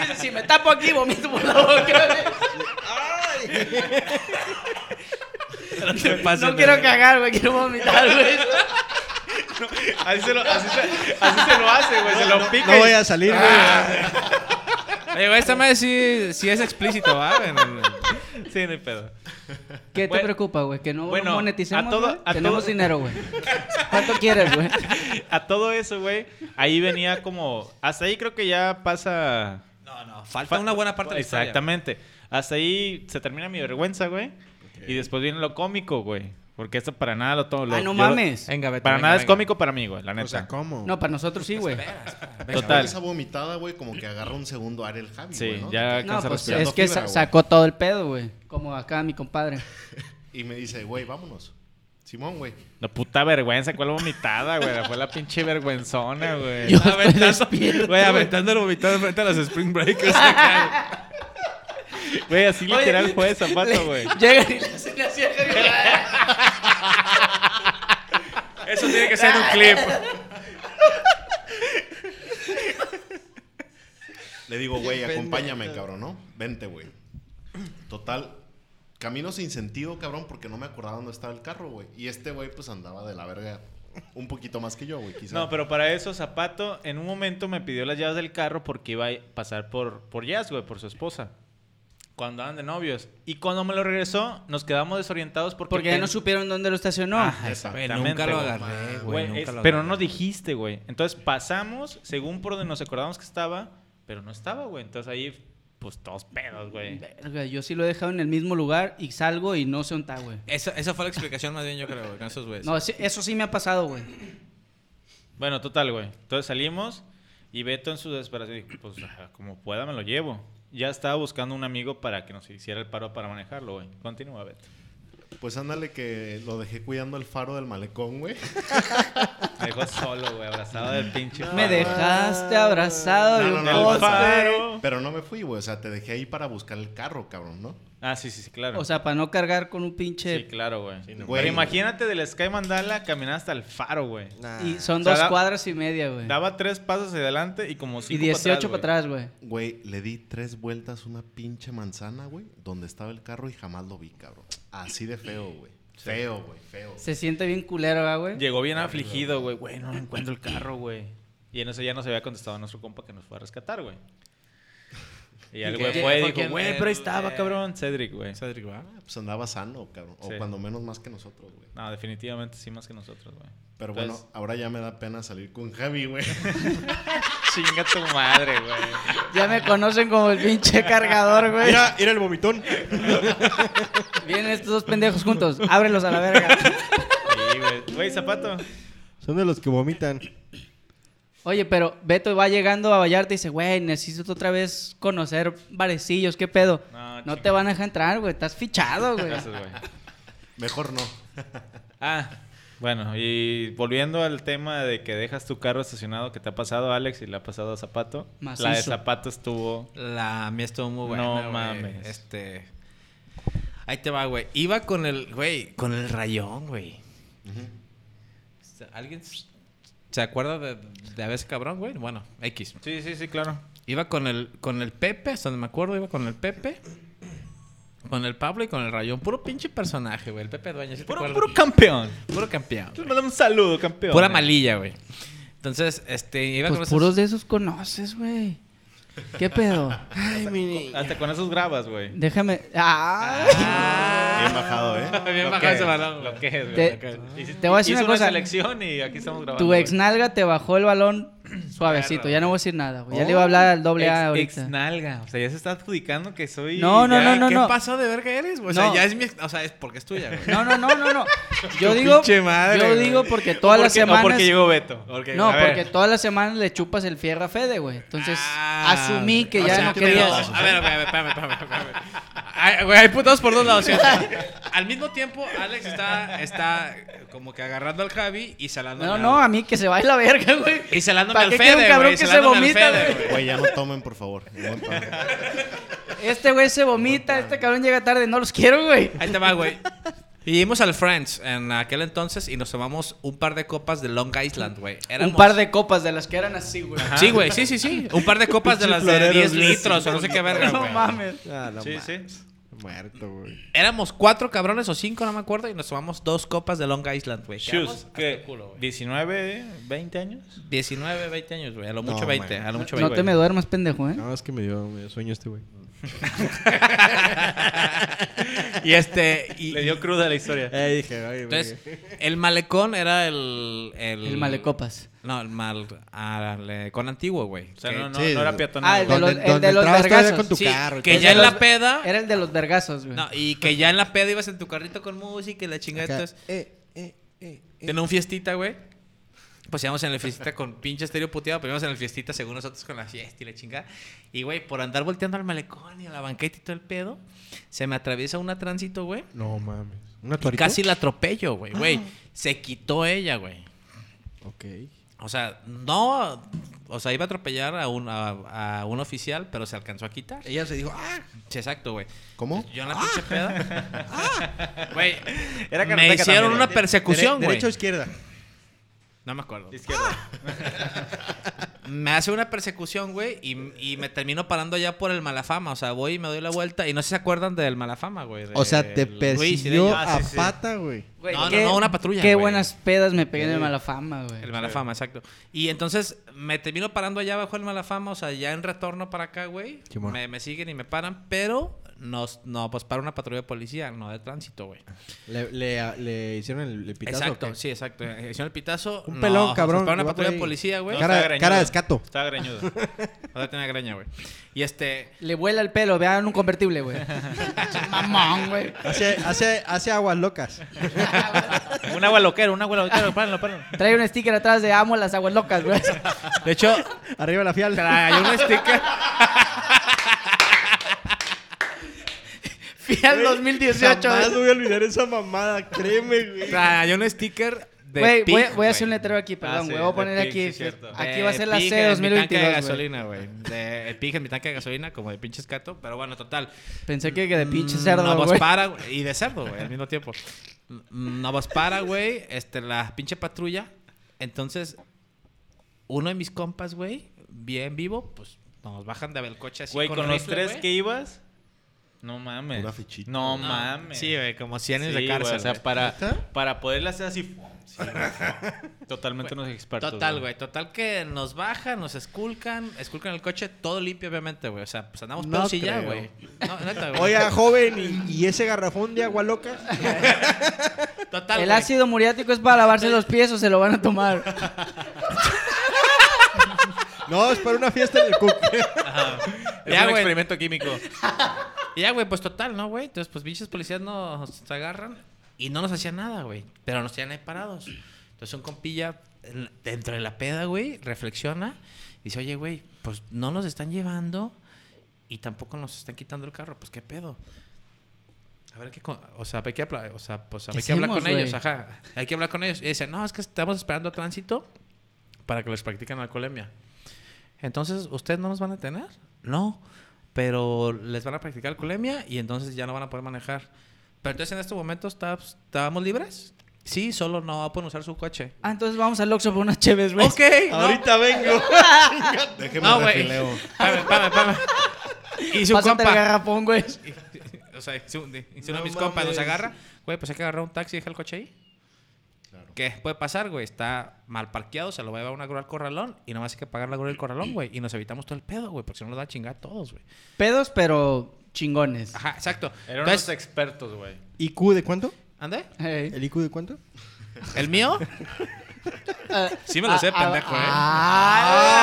Dice, si me tapo aquí, vomito por la boca, güey.
No te pases,
No quiero
güey.
cagar, güey. Quiero vomitar, güey.
así, se lo, así, se, así se lo hace, güey. Se lo pica.
No
y-
voy a salir, güey.
Oye, güey, esta madre sí, sí es explícito, ¿va? En- en-
Sí, no hay pedo.
¿Qué te
Bueno,
preocupa, güey? Que no
bueno,
moneticemos,
a todo-
güey?
a
Tenemos
todo-
dinero, güey. ¿Cuánto quieres, güey?
A todo eso, güey. Ahí venía como. Hasta ahí creo que ya pasa.
No, no, falta una buena parte de la historia.
Exactamente. Hasta ahí se termina mi vergüenza, güey. Y después viene lo cómico, güey. Porque esto para nada lo todo. lo-
Ah, no
yo-
mames.
Venga, vete.
Para
venga,
nada es
venga.
cómico para mí, güey, la neta.
O sea, ¿cómo?
No, para nosotros sí, güey.
Total.
Esa vomitada, güey, como que agarra un segundo aire el Javi,
Sí,
güey, ¿no?
ya
No,
alcanza a
pues
respirar.
es que
fibra,
sa-
güey.
sacó todo el pedo, güey. Como acá mi compadre.
Y me dice, güey, vámonos. Simón, güey.
La puta vergüenza, cuál vomitada, güey. Fue la pinche vergüenzona, güey.
Yo estoy
Aventando,
despierto,
güey,
güey.
aventando el vomitado frente a los Spring Breakers.
Güey, así
Oye,
literal fue de zapato,
Le-
güey.
Llegan y le hacen así a Javier.
Eso tiene que ser un clip.
Le digo, güey, acompáñame, cabrón, ¿no? Vente, güey. Total, camino sin sentido, cabrón, porque no me acordaba dónde estaba el carro, güey. Y este güey, pues andaba de la verga un poquito más que yo, güey, quizás.
No, pero para eso Zapato en un momento me pidió las llaves del carro porque iba a pasar por, por Jazz, güey, por su esposa. Cuando andaban de novios. Y cuando me lo regresó, nos quedamos desorientados porque...
Porque ya no
pen-
supieron dónde lo estacionó.
Güey,
Exactamente,
nunca lo
güey.
agarré,
Güey,
güey. nunca
es-
lo
pero
agarré.
no nos dijiste, güey. Entonces pasamos, según por donde nos acordamos que estaba, pero no estaba, güey. Entonces ahí, pues todos pedos, güey.
Verga, yo sí lo he dejado en el mismo lugar y salgo y no sé dónde está, güey.
Eso, esa fue la explicación más bien, yo creo, güey, con esos güeyes.
No, sí- eso sí me ha pasado, güey.
Bueno, total, güey. Entonces salimos y Beto en su desesperación dijo, pues ah, como pueda me lo llevo. Ya estaba buscando un amigo para que nos hiciera el paro para manejarlo, güey. Continúa, Beto.
Pues ándale que lo dejé cuidando el faro del malecón, güey.
Me dejó solo, güey, abrazado del pinche.
Me dejaste abrazado
No,
de
no,
un
no, no,
Del
poste.
faro.
Pero no me fui, güey. O sea, te dejé ahí para buscar el carro, cabrón, ¿no?
Ah, sí, sí, sí, claro.
O sea, para no cargar con un
sí,
pinche...
claro, güey.
no,
Pero
güey.
imagínate del Sky Mandala caminar hasta el faro, güey.
Y son
O sea,
dos
da-
cuadras y media, güey.
Daba tres pasos hacia adelante y como
Y
cinco
18 para
güey.
atrás, güey.
Güey, le di tres vueltas una pinche manzana, güey, donde estaba el carro y jamás lo vi, cabrón. Así de feo, güey. Feo, güey, feo.
Se siente bien culero, ¿verdad, güey.
Llegó bien afligido, güey. Güey, no encuentro el carro, güey. Y en eso ya nos había contestado nuestro compa que nos fue a rescatar, güey. Y ya el
¿Y
güey
qué?
fue
¿Fue
y dijo,
quién?
güey,
El-
pero ahí estaba,
eh,
cabrón. Cedric, güey.
Cedric, ¿va?
Pues andaba sano, cabrón. O
Sí.
cuando menos más que nosotros, güey.
No, definitivamente sí más que nosotros, güey.
Pero
Entonces,
Pues-
bueno, ahora ya me da pena salir con Javi, güey.
Chinga tu madre, güey.
Ya me conocen como el pinche cargador, güey.
Mira, mira el vomitón.
Vienen estos dos pendejos juntos. Ábrelos a la verga.
Sí, güey. Güey, zapato.
Son de los que vomitan.
Oye, pero Beto va llegando a Vallarta y dice, güey, necesito otra vez conocer barecillos, ¿qué pedo?
No,
No,
chinga.
te van a dejar entrar, güey. Estás fichado, güey.
Gracias, güey.
Mejor no.
Ah, bueno, y volviendo al tema de que dejas tu carro estacionado que te ha pasado a Alex y le ha pasado a Zapato.
Macizo.
La de Zapato estuvo.
La mía estuvo muy buena.
No
güey.
mames.
Este. Ahí te va, güey. Iba con el, güey, con el rayón, güey. ¿Alguien s- se acuerda de, de a veces cabrón, güey? Bueno, X.
Sí, sí, sí, claro.
Iba con el, con el Pepe, hasta donde me acuerdo, iba con el Pepe. Con el Pablo y con el Rayón. Puro pinche personaje, güey. El Pepe Dueñas. ¿sí te
Puro,
acuerdas?
puro campeón.
Puro campeón.
Le mandamos un saludo, campeón.
Pura
Eh.
malilla, güey. Entonces, este, iba con
Pues
esos-
puros de esos conoces, güey. ¿Qué pedo?
Ay, mi
Hasta con esos grabas, güey.
Déjame... Ah.
Bien bajado, ¿eh?
Bien
Lo
bajado
que
ese
es,
balón,
Lo
güey. Ah.
que es,
Te-
güey. lo que es. Hici-
te voy a decir
hizo
una cosa.
selección y aquí estamos grabando.
ah. Tu
güey.
ex nalga te bajó el balón suavecito. Ya no voy a decir nada, güey. Ya le iba a hablar al doble
Oh. Ex-
A ahorita.
Exnalga. O sea, ya se está adjudicando que soy.
No, no,
Ya,
no, no,
¿Qué
no.
pasó de verga eres? güey? O
No.
sea, ya es mi... O sea, es porque es tuya, güey.
No, no, no, no, no. Yo digo,
pinche madre,
yo
güey.
digo porque todas
¿O
las
porque- o
semanas.
porque llegó Beto.
No,
A ver.
porque todas las semanas le chupas el fierro a Fede, güey. Entonces,
Ah,
asumí que
o
ya
sea,
no
que te
querías.
lo-
A ver, a ver, a ver, espérame, espérame, espérame. Ay, güey, hay putados por dos lados. ¿sí? O sea, al mismo tiempo, Alex está, está como que agarrando al Javi y salándome
No,
al-
no, a mí que se vaya la verga, güey.
Y salándome
¿Para
al
qué quiere un
Fede,
cabrón
güey.
que se
salándome al
vomita,
Fede,
güey?
güey.
Güey, ya no tomen, por favor. Buen plan.
Este güey se vomita, este cabrón llega tarde, no los quiero, güey.
Ahí te va, güey. Y íbamos al Friends en aquel entonces y nos tomamos un par de copas de Long Island, güey. Éramos-
Un par de copas de las que eran así, güey.
Sí, güey, sí, sí, sí. Un par de copas de las de
Pinches
10
floreros, güey.
litros o no sé qué verga,
No
güey.
mames.
Ah, no
Sí,
mames.
sí.
Muerto, güey.
Éramos cuatro cabrones o cinco, no me acuerdo, y nos tomamos dos copas de Long Island, güey. Quedamos
Shoes,
hasta
¿qué?
el culo, güey.
19, 20 años.
19, 20 años, güey. A lo
No,
mucho 20,
man.
a lo mucho
No
20.
te me duermas, pendejo, ¿eh?
No, es que me dio, me dio sueño este güey.
y este... Y,
Le dio cruda la historia.
Eh, dije, oye,
entonces, el malecón era el... El,
El malecopas.
No, el mal... malecón antiguo, güey.
O sea,
Que-
no, no,
sí.
no era peatonal.
Ah, el de los,
Donde-
el
donde
de los
entrabas todavía
vergazos.
con tu
Sí,
carro y
que
todo.
ya en
Era
la
los-
peda...
Era el de los vergazos, güey.
No, y que ya en la peda ibas en tu carrito con música y la chingada.
Acá,
entonces,
eh, eh, eh, eh.
Tenía un fiestita, güey. Pues íbamos en el fiestita con pinche estéreo puteado, pero íbamos en el fiestita según nosotros con la fiesta y la chingada. Y, güey, por andar volteando al malecón y a la banqueta y todo el pedo, se me atraviesa una tránsito, güey.
No mames. ¿Una
Y
tuarita?
casi la atropello, güey. Güey, se quitó ella, güey.
Ok.
O sea, no... O sea, iba a atropellar a un, a- a un oficial, pero se alcanzó a quitar.
Ella se dijo, ah.
Sí, Exacto, güey.
¿Cómo?
Yo en la pinche peda. Güey,
Era
me
karateka
hicieron
también,
una
güey.
persecución, güey.
Derecha o izquierda.
No me acuerdo.
Ah,
Izquierda.
Me hace una persecución, güey, y, y me termino parando ya por el Malafama. O sea, voy y me doy la vuelta. Y no sé si se acuerdan del Malafama, güey. de
O sea, te
Eh, Luis y de
persiguió
ellos.
Ah,
a
sí, sí.
pata, güey.
Güey,
No, no,
qué-
no, una patrulla,
Qué
güey.
buenas pedas me pegué en el mala fama, güey.
El Malafama, exacto. Y entonces me termino parando allá abajo del Malafama. O sea, ya en retorno para acá, güey.
Simón.
Me, me siguen y me paran, pero nos, no, pues para una patrulla de policía, no de tránsito, güey.
Le, le, le hicieron el, el pitazo.
Exacto,
¿o qué?
sí, exacto. Eh, Hicieron el pitazo.
Un
no,
pelón, cabrón.
Para una
que va
patrulla de
traer
policía, güey.
No,
Cara,
está
cara de
greñudo.
escato.
Estaba greñudo.
Ahora tiene greña, güey. Y este.
Le vuela el pelo, vean un convertible, güey. Mamón, güey.
Hace, hace, hace aguas locas.
un agua loquero, un agua loquero. Párenlo, párenlo.
Trae un sticker atrás de amo las aguas locas, güey.
De hecho,
Arriba la fial.
traía un sticker.
Fial 2018,
eh.
Jamás
güey.
voy a olvidar esa mamada, créeme, güey.
Traía un sticker de.
Güey, voy,
Pig,
voy a
güey.
hacer un letrero aquí,
Ah,
perdón,
sí,
güey. Voy a
de
poner
Pig,
aquí.
sí, cierto.
Aquí
De
va a ser la
Pig
C
en mi tanque
2022.
de
güey.
gasolina, güey. De Pig en mi tanque de gasolina, como de pinche escato. Pero bueno, total.
Pensé que que de pinche
Mm,
cerdo,
Navas
güey.
para, güey, y de cerdo, güey, al mismo tiempo. Mm, Navas para, güey, este, la pinche patrulla. Entonces, uno de mis compas, güey, bien vivo, pues nos bajan del coche así.
Güey, con, los
rifle,
tres
güey.
que ibas. No mames.
Pura fichita.
No,
No,
mames.
Sí, güey, como 100 años
Sí,
de
güey,
cárcel.
o sea,
güey.
para, para poderla hacer así. fu- sí, güey. Totalmente unos expertos.
Total, güey. Total que nos bajan, nos esculcan, esculcan el coche, todo limpio, obviamente, güey. O sea, pues andamos
No
todos y ya,
creo.
güey. No, neta, güey.
Oiga, joven, ¿y, y ese garrafón de agua loca?
total,
El
güey.
ácido muriático es para lavarse los pies o se lo van a tomar.
No, es para una fiesta del cook.
Es
Ya,
un
güey.
experimento químico.
Y ya, güey, pues total, ¿no, güey? Entonces, pues bichos policías nos agarran y no nos hacían nada, güey. Pero nos tenían ahí parados. Entonces, un compilla en- dentro de la peda, güey, reflexiona y dice, oye, güey, pues no nos están llevando y tampoco nos están quitando el carro. Pues, ¿qué pedo? A ver, ¿qué con- o sea, hay que hablar, o sea, pues,
¿Qué
hay que hablar
hacemos,
con ellos,
güey?
ajá. Hay que hablar con ellos. Y dice, no, es que estamos esperando a tránsito para que les practiquen alcoholemia. Entonces, ¿ustedes no nos van a tener? No, pero les van a practicar alcoholemia y entonces ya no van a poder manejar. Pero entonces en este momento está- estábamos libres. Sí, solo no pueden usar su coche.
Ah, entonces vamos al Oxxo por unas cheves, güey.
Ok, no.
Ahorita vengo.
Déjeme
No, güey.
refileo.
Espérame, espérame, espérame. Y su
Pásate el
compa.
garrafón, güey.
O sea, si un- de- si
No
uno de mis compas nos
mames.
agarra, güey, pues hay que agarrar un taxi y dejar el coche ahí. ¿Qué puede pasar, güey? Está mal parqueado, se lo va a llevar una grúa al corralón y nomás hay que pagar la grúa del corralón, güey. Y nos evitamos todo el pedo, güey, porque si no nos da a chingar a todos, güey.
Pedos, pero chingones.
Ajá, exacto.
Eran unos
Entonces,
expertos, güey.
¿IQ de cuánto?
¿ande?
Ey.
¿El IQ de cuánto?
¿El mío? Sí me lo sé, pendejo, ¿eh?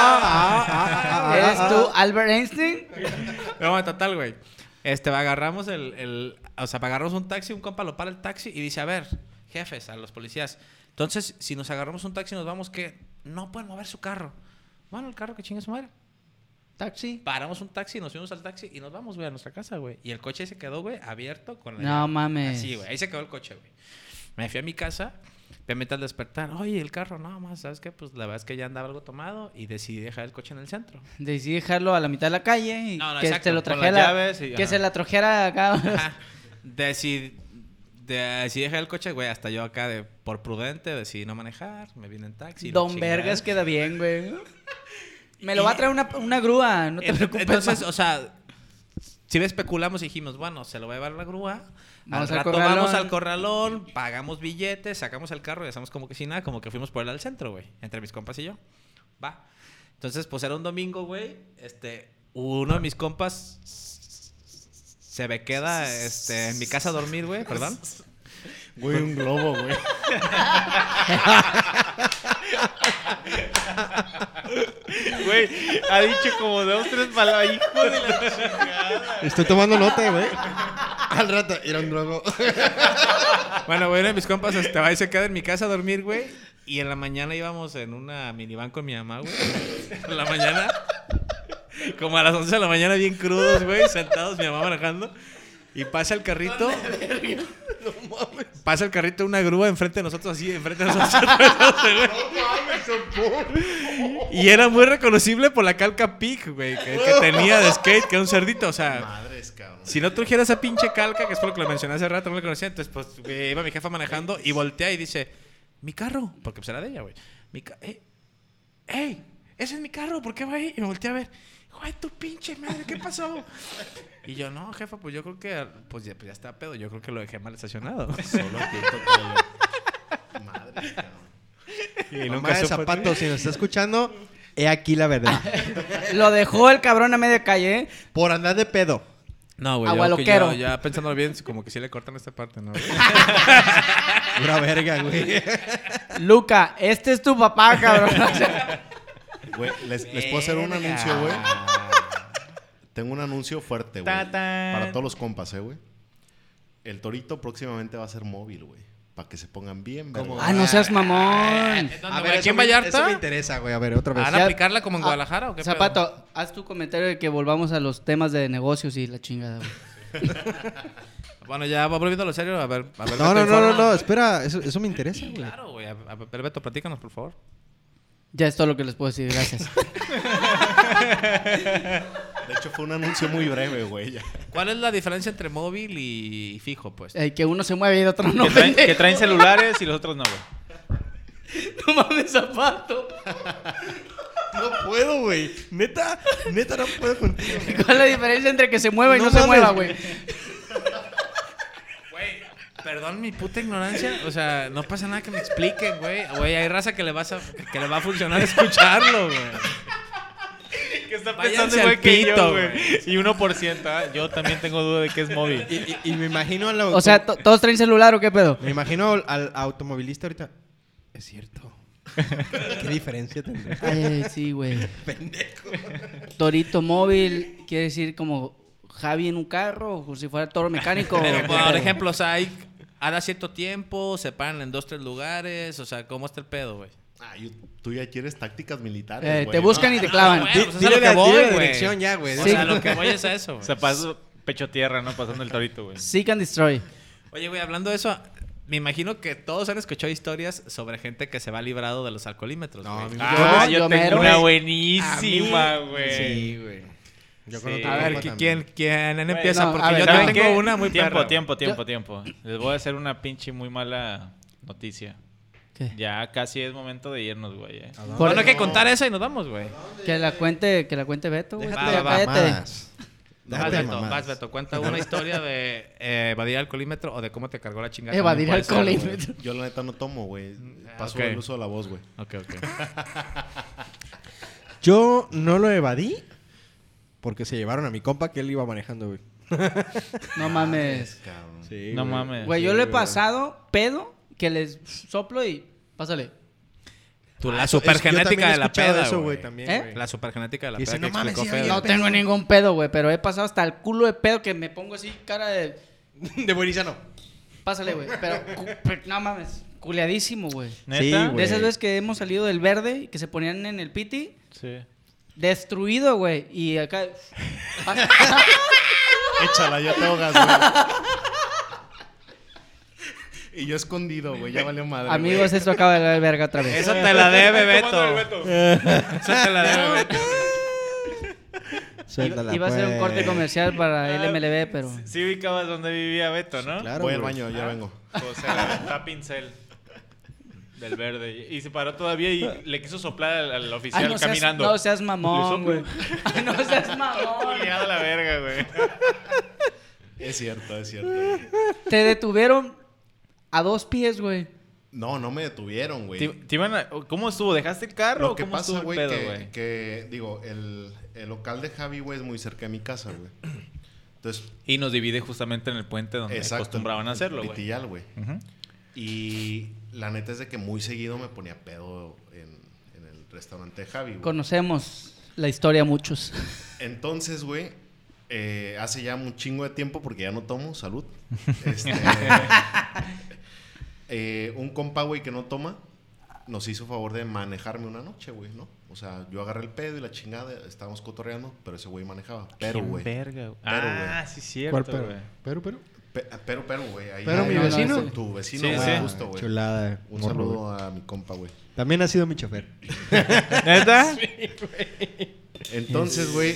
Ah, ¿Eres tú Albert Einstein?
No, bueno, total, güey. Este, agarramos el, el- O sea, agarramos un taxi, un compa lo para el taxi y dice, a ver, jefes, a los policías. Entonces, si nos agarramos un taxi y nos vamos, que No pueden mover su carro. Bueno, el carro que chingue su madre.
Taxi.
Paramos un taxi, nos fuimos al taxi y nos vamos, güey, a nuestra casa, güey. Y el coche ahí se quedó, güey, abierto con la
No
llave.
mames.
Así, güey. Ahí se quedó el coche, güey. Me fui a mi casa, me metí al despertar. Oye, el carro, no, más, ¿sabes qué? Pues la verdad es que ya andaba algo tomado y decidí dejar el coche en el centro.
Decidí dejarlo a la mitad de la calle y
No, no,
que
exacto,
se lo
con las
trajera.
llaves y-
que
ajá.
se la trajera acá.
Ajá. Decid- Decidí dejar el coche, güey, hasta yo acá de por prudente decidí no manejar, me vine en taxi. la
Don
chingada.
Vergas queda bien, güey. Me lo va a traer una, una grúa, no te
Ent-
preocupes.
Entonces,
ma.
o sea, si especulamos y dijimos, bueno, se lo va a llevar la grúa.
Vamos al
al rato
corralón.
vamos al corralón, pagamos billetes, sacamos el carro y hacemos como que sin nada, como que fuimos por él al centro, güey, entre mis compas y yo. Va. Entonces, pues era un domingo, güey. Este, uno de mis compas se me queda este, en mi casa a dormir, güey, perdón.
Güey, un globo, güey.
Güey, ha dicho como dos, tres palabras. Hijo de la
Estoy tomando nota, güey. Al rato, era un globo.
Bueno, güey, uno de mis compas este, va y se queda en mi casa a dormir, güey. Y en la mañana íbamos en una minivan con mi mamá, güey. En la mañana. Como a las 11 de la mañana, bien crudos, güey. Sentados, mi mamá manejando. Y pasa el carrito. Pasa el carrito una grúa enfrente de nosotros, así, enfrente de nosotros. Y era muy reconocible por la calca Pig, güey, que, que tenía de skate, que era un cerdito. O sea,
Madres, cabrón.
si no trujera esa pinche calca, que es por lo que lo mencioné hace rato, no la conocía, entonces pues güey, iba mi jefa manejando y voltea y dice, mi carro, porque pues era de ella, güey. Mi ca eh, ¡Ey! Ese es mi carro, ¿por qué va ahí? Y me volteé a ver, güey, tu pinche madre, ¿qué pasó? Y yo, no, jefa, pues yo creo que, pues ya, pues, ya está pedo, yo creo que lo dejé mal estacionado.
Solo pito, güey. Madres, cabrón.
Y Mamá de zapatos, si nos está escuchando, he aquí la verdad.
Lo dejó el cabrón a media calle. ¿eh?
Por andar de pedo.
No, güey, yo, que
Agualoquero.
yo ya pensándolo bien, como que sí le cortan esta parte, ¿no? güey?
Una verga, güey.
Luca, este es tu papá, cabrón.
Güey, les, les puedo hacer un
Verga.
anuncio, güey. Tengo un anuncio fuerte, güey.
Ta-tan.
Para todos los compas, eh, güey. El torito próximamente va a ser móvil, güey. Para que se pongan bien,
¿Cómo?
verga.
ah, no seas mamón.
¿Dónde, güey?
eso
¿Aquí en
me-
Vallarta?
Eso me interesa, güey. A ver, otra vez.
¿Van a
Ya-
aplicarla como en
Ah,
Guadalajara o qué pedo?
Zapato, haz tu comentario de que volvamos a los temas de negocios y la chingada. güey.
Bueno, ya va volviendo a lo serio, a ver. A ver
No, no, no,
Beto,
no,
informa.
no. Espera, eso, eso me interesa, güey.
Claro, güey. A a ver, Beto, platícanos, por favor.
Ya es todo lo que les puedo decir, gracias.
De hecho, fue un anuncio muy breve, güey. ya.
¿Cuál es la diferencia entre móvil y fijo, pues?
Eh, que uno se mueve y el otro no.
Que traen,
pendejo.
que traen celulares y los otros no, güey.
No mames, zapato.
No puedo, güey. Neta, neta, no puedo contigo.
¿Cuál es la diferencia entre que se mueva y no,
No
se
mames.
mueva, güey?
Güey, perdón mi puta ignorancia. O sea, no pasa nada que me expliquen, güey. Güey, hay raza que le, vas a- que le va a funcionar escucharlo, güey.
Que está
Váyanse
pensando
al
igual que
pito,
yo, güey. Y 1%, ¿ah? yo también tengo duda de que es móvil.
Y, y- y me imagino a la-
O sea, ¿to- ¿todos traen celular o qué pedo?
me imagino al, al automovilista ahorita. Es cierto. ¿Qué diferencia tendrá?
Ay, sí, güey. Torito móvil quiere decir como Javi en un carro, o si fuera toro mecánico.
Oh,
Eh,
Pero, por ejemplo, o sea, hay... Ahora cierto tiempo, se paran en dos, tres lugares. O sea, ¿cómo está el pedo, güey?
Ah, yo- tú ya quieres tácticas militares,
Eh,
güey,
te
¿no?
buscan y te clavan.
Bueno,
Di-
pues es a
dile
lo que
la-
voy,
dile la
güey.
dirección ya, güey.
O
Sí.
sea, lo que voy es a eso,
O
güey.
sea, paso pecho tierra, ¿no? Pasando el torito, güey.
Seek and destroy.
Oye, güey, hablando de eso, me imagino que todos han escuchado historias sobre gente que se va librado de los alcoholímetros.
No,
güey.
a mí me-
Ah,
Yo-
yo,
yo
tengo
mero,
una
güey.
buenísima, güey.
Sí, güey. Yo
Sí.
conozco
A
otro
ver,
compa
¿qui- ¿quién,
también.
quién
Güey,
empieza?
no,
Porque
a ver,
yo
¿saben
tengo
qué?
una muy
Tiempo,
perra,
tiempo, tiempo, tiempo. Les voy a hacer una pinche muy mala noticia.
¿Qué?
Ya casi es momento de irnos, güey. eh.
güey.
Por-
Bueno, hay que contar esa y nos vamos, güey.
Que la cuente, que la cuente Beto, güey.
Déjate de
Va, va,
Cállate.
mamadas.
Vas,
Déjate de
Beto, vas,
mamadas.
Beto. Cuenta una historia de eh, evadir al colímetro o de cómo te cargó la chingada.
Evadir
También puede ser,
alcoholímetro.
Yo la neta no tomo, güey. Paso
ok.
el uso de la voz, güey.
güey. Ok, ok.
Yo no lo evadí porque se llevaron a mi compa que él iba manejando, güey.
No mames.
Cabrón.
Sí,
No mames.
Güey, yo le he
güey.
pasado pedo que les soplo y pásale.
Tú, la
Eso- eso- Ah, yo también
supergenética
he
de la
escuchado
peda,
eso, güey,
güey.
también,
¿Eh?
güey.
La supergenética de la
Y
peda
dice,
que
"No mames,
explicó
sí,
Fede".
ya
No tengo ningún pedo, güey, pero he pasado hasta el culo de pedo que me pongo así cara de...
De Burizano.
Pásale, güey. Pero, cu- pero no mames. Culeadísimo, güey.
¿Neta?
Sí,
De
güey.
esas veces que hemos salido del verde y que se ponían en el piti,
Sí.
destruido, güey. Y acá.
Échala, ya te ahogas, güey. Y yo escondido, güey, ya valió madre.
Amigos, esto acaba de la verga otra vez.
Eso te la debe, Beto. Eso te la debe, Beto.
Iba, iba a ser un corte comercial para LMLB, pero.
Ah, Sí, sí ubicabas donde vivía Beto, ¿no?
Claro,
Voy al
güey.
baño, ya vengo.
José está pincel del verde. Y y se paró todavía y le quiso soplar al, al oficial
Ay, no seas,
caminando.
no seas mamón,
Le
güey. Ay, no seas mamón.
Culeado a la verga, güey.
Es cierto, es cierto. güey.
Te detuvieron a dos pies, güey.
No, no me detuvieron, güey.
Te- te iban a- ¿Cómo estuvo? ¿Dejaste el carro?
Lo que
o cómo
pasa,
estuvo el
güey,
pedo,
que, que, digo, el, el local de Javi, güey, es muy cerca de mi casa, güey. Entonces,
Y nos divide justamente en el puente donde
exacto.
acostumbraban a hacerlo, güey.
Pitillal, güey.
Ujú.
Y la neta es de que muy seguido me ponía pedo en, en el restaurante de Javi, güey.
Conocemos la historia muchos.
Entonces, güey, eh, hace ya un chingo de tiempo porque ya no tomo, salud. Este, eh, un compa, güey, que no toma, nos hizo favor de manejarme una noche, güey, ¿no? O sea, yo agarré el pedo y la chingada, estábamos cotorreando, pero ese güey manejaba. Pero,
Bien
güey.
verga, güey.
Pero,
Ah,
güey.
sí,
¿Cuál
cierto,
pero?
güey.
Pero, pero.
Pe- ah, pero, pero, güey. ahí-
Pero
ahí
mi
con
vecino.
Tu vecino,
Sí,
güey,
sí.
justo, güey.
Chulada.
Un
morro,
saludo
güey.
a mi compa, güey.
También ha sido mi chofer.
¿Neta?
Entonces, güey,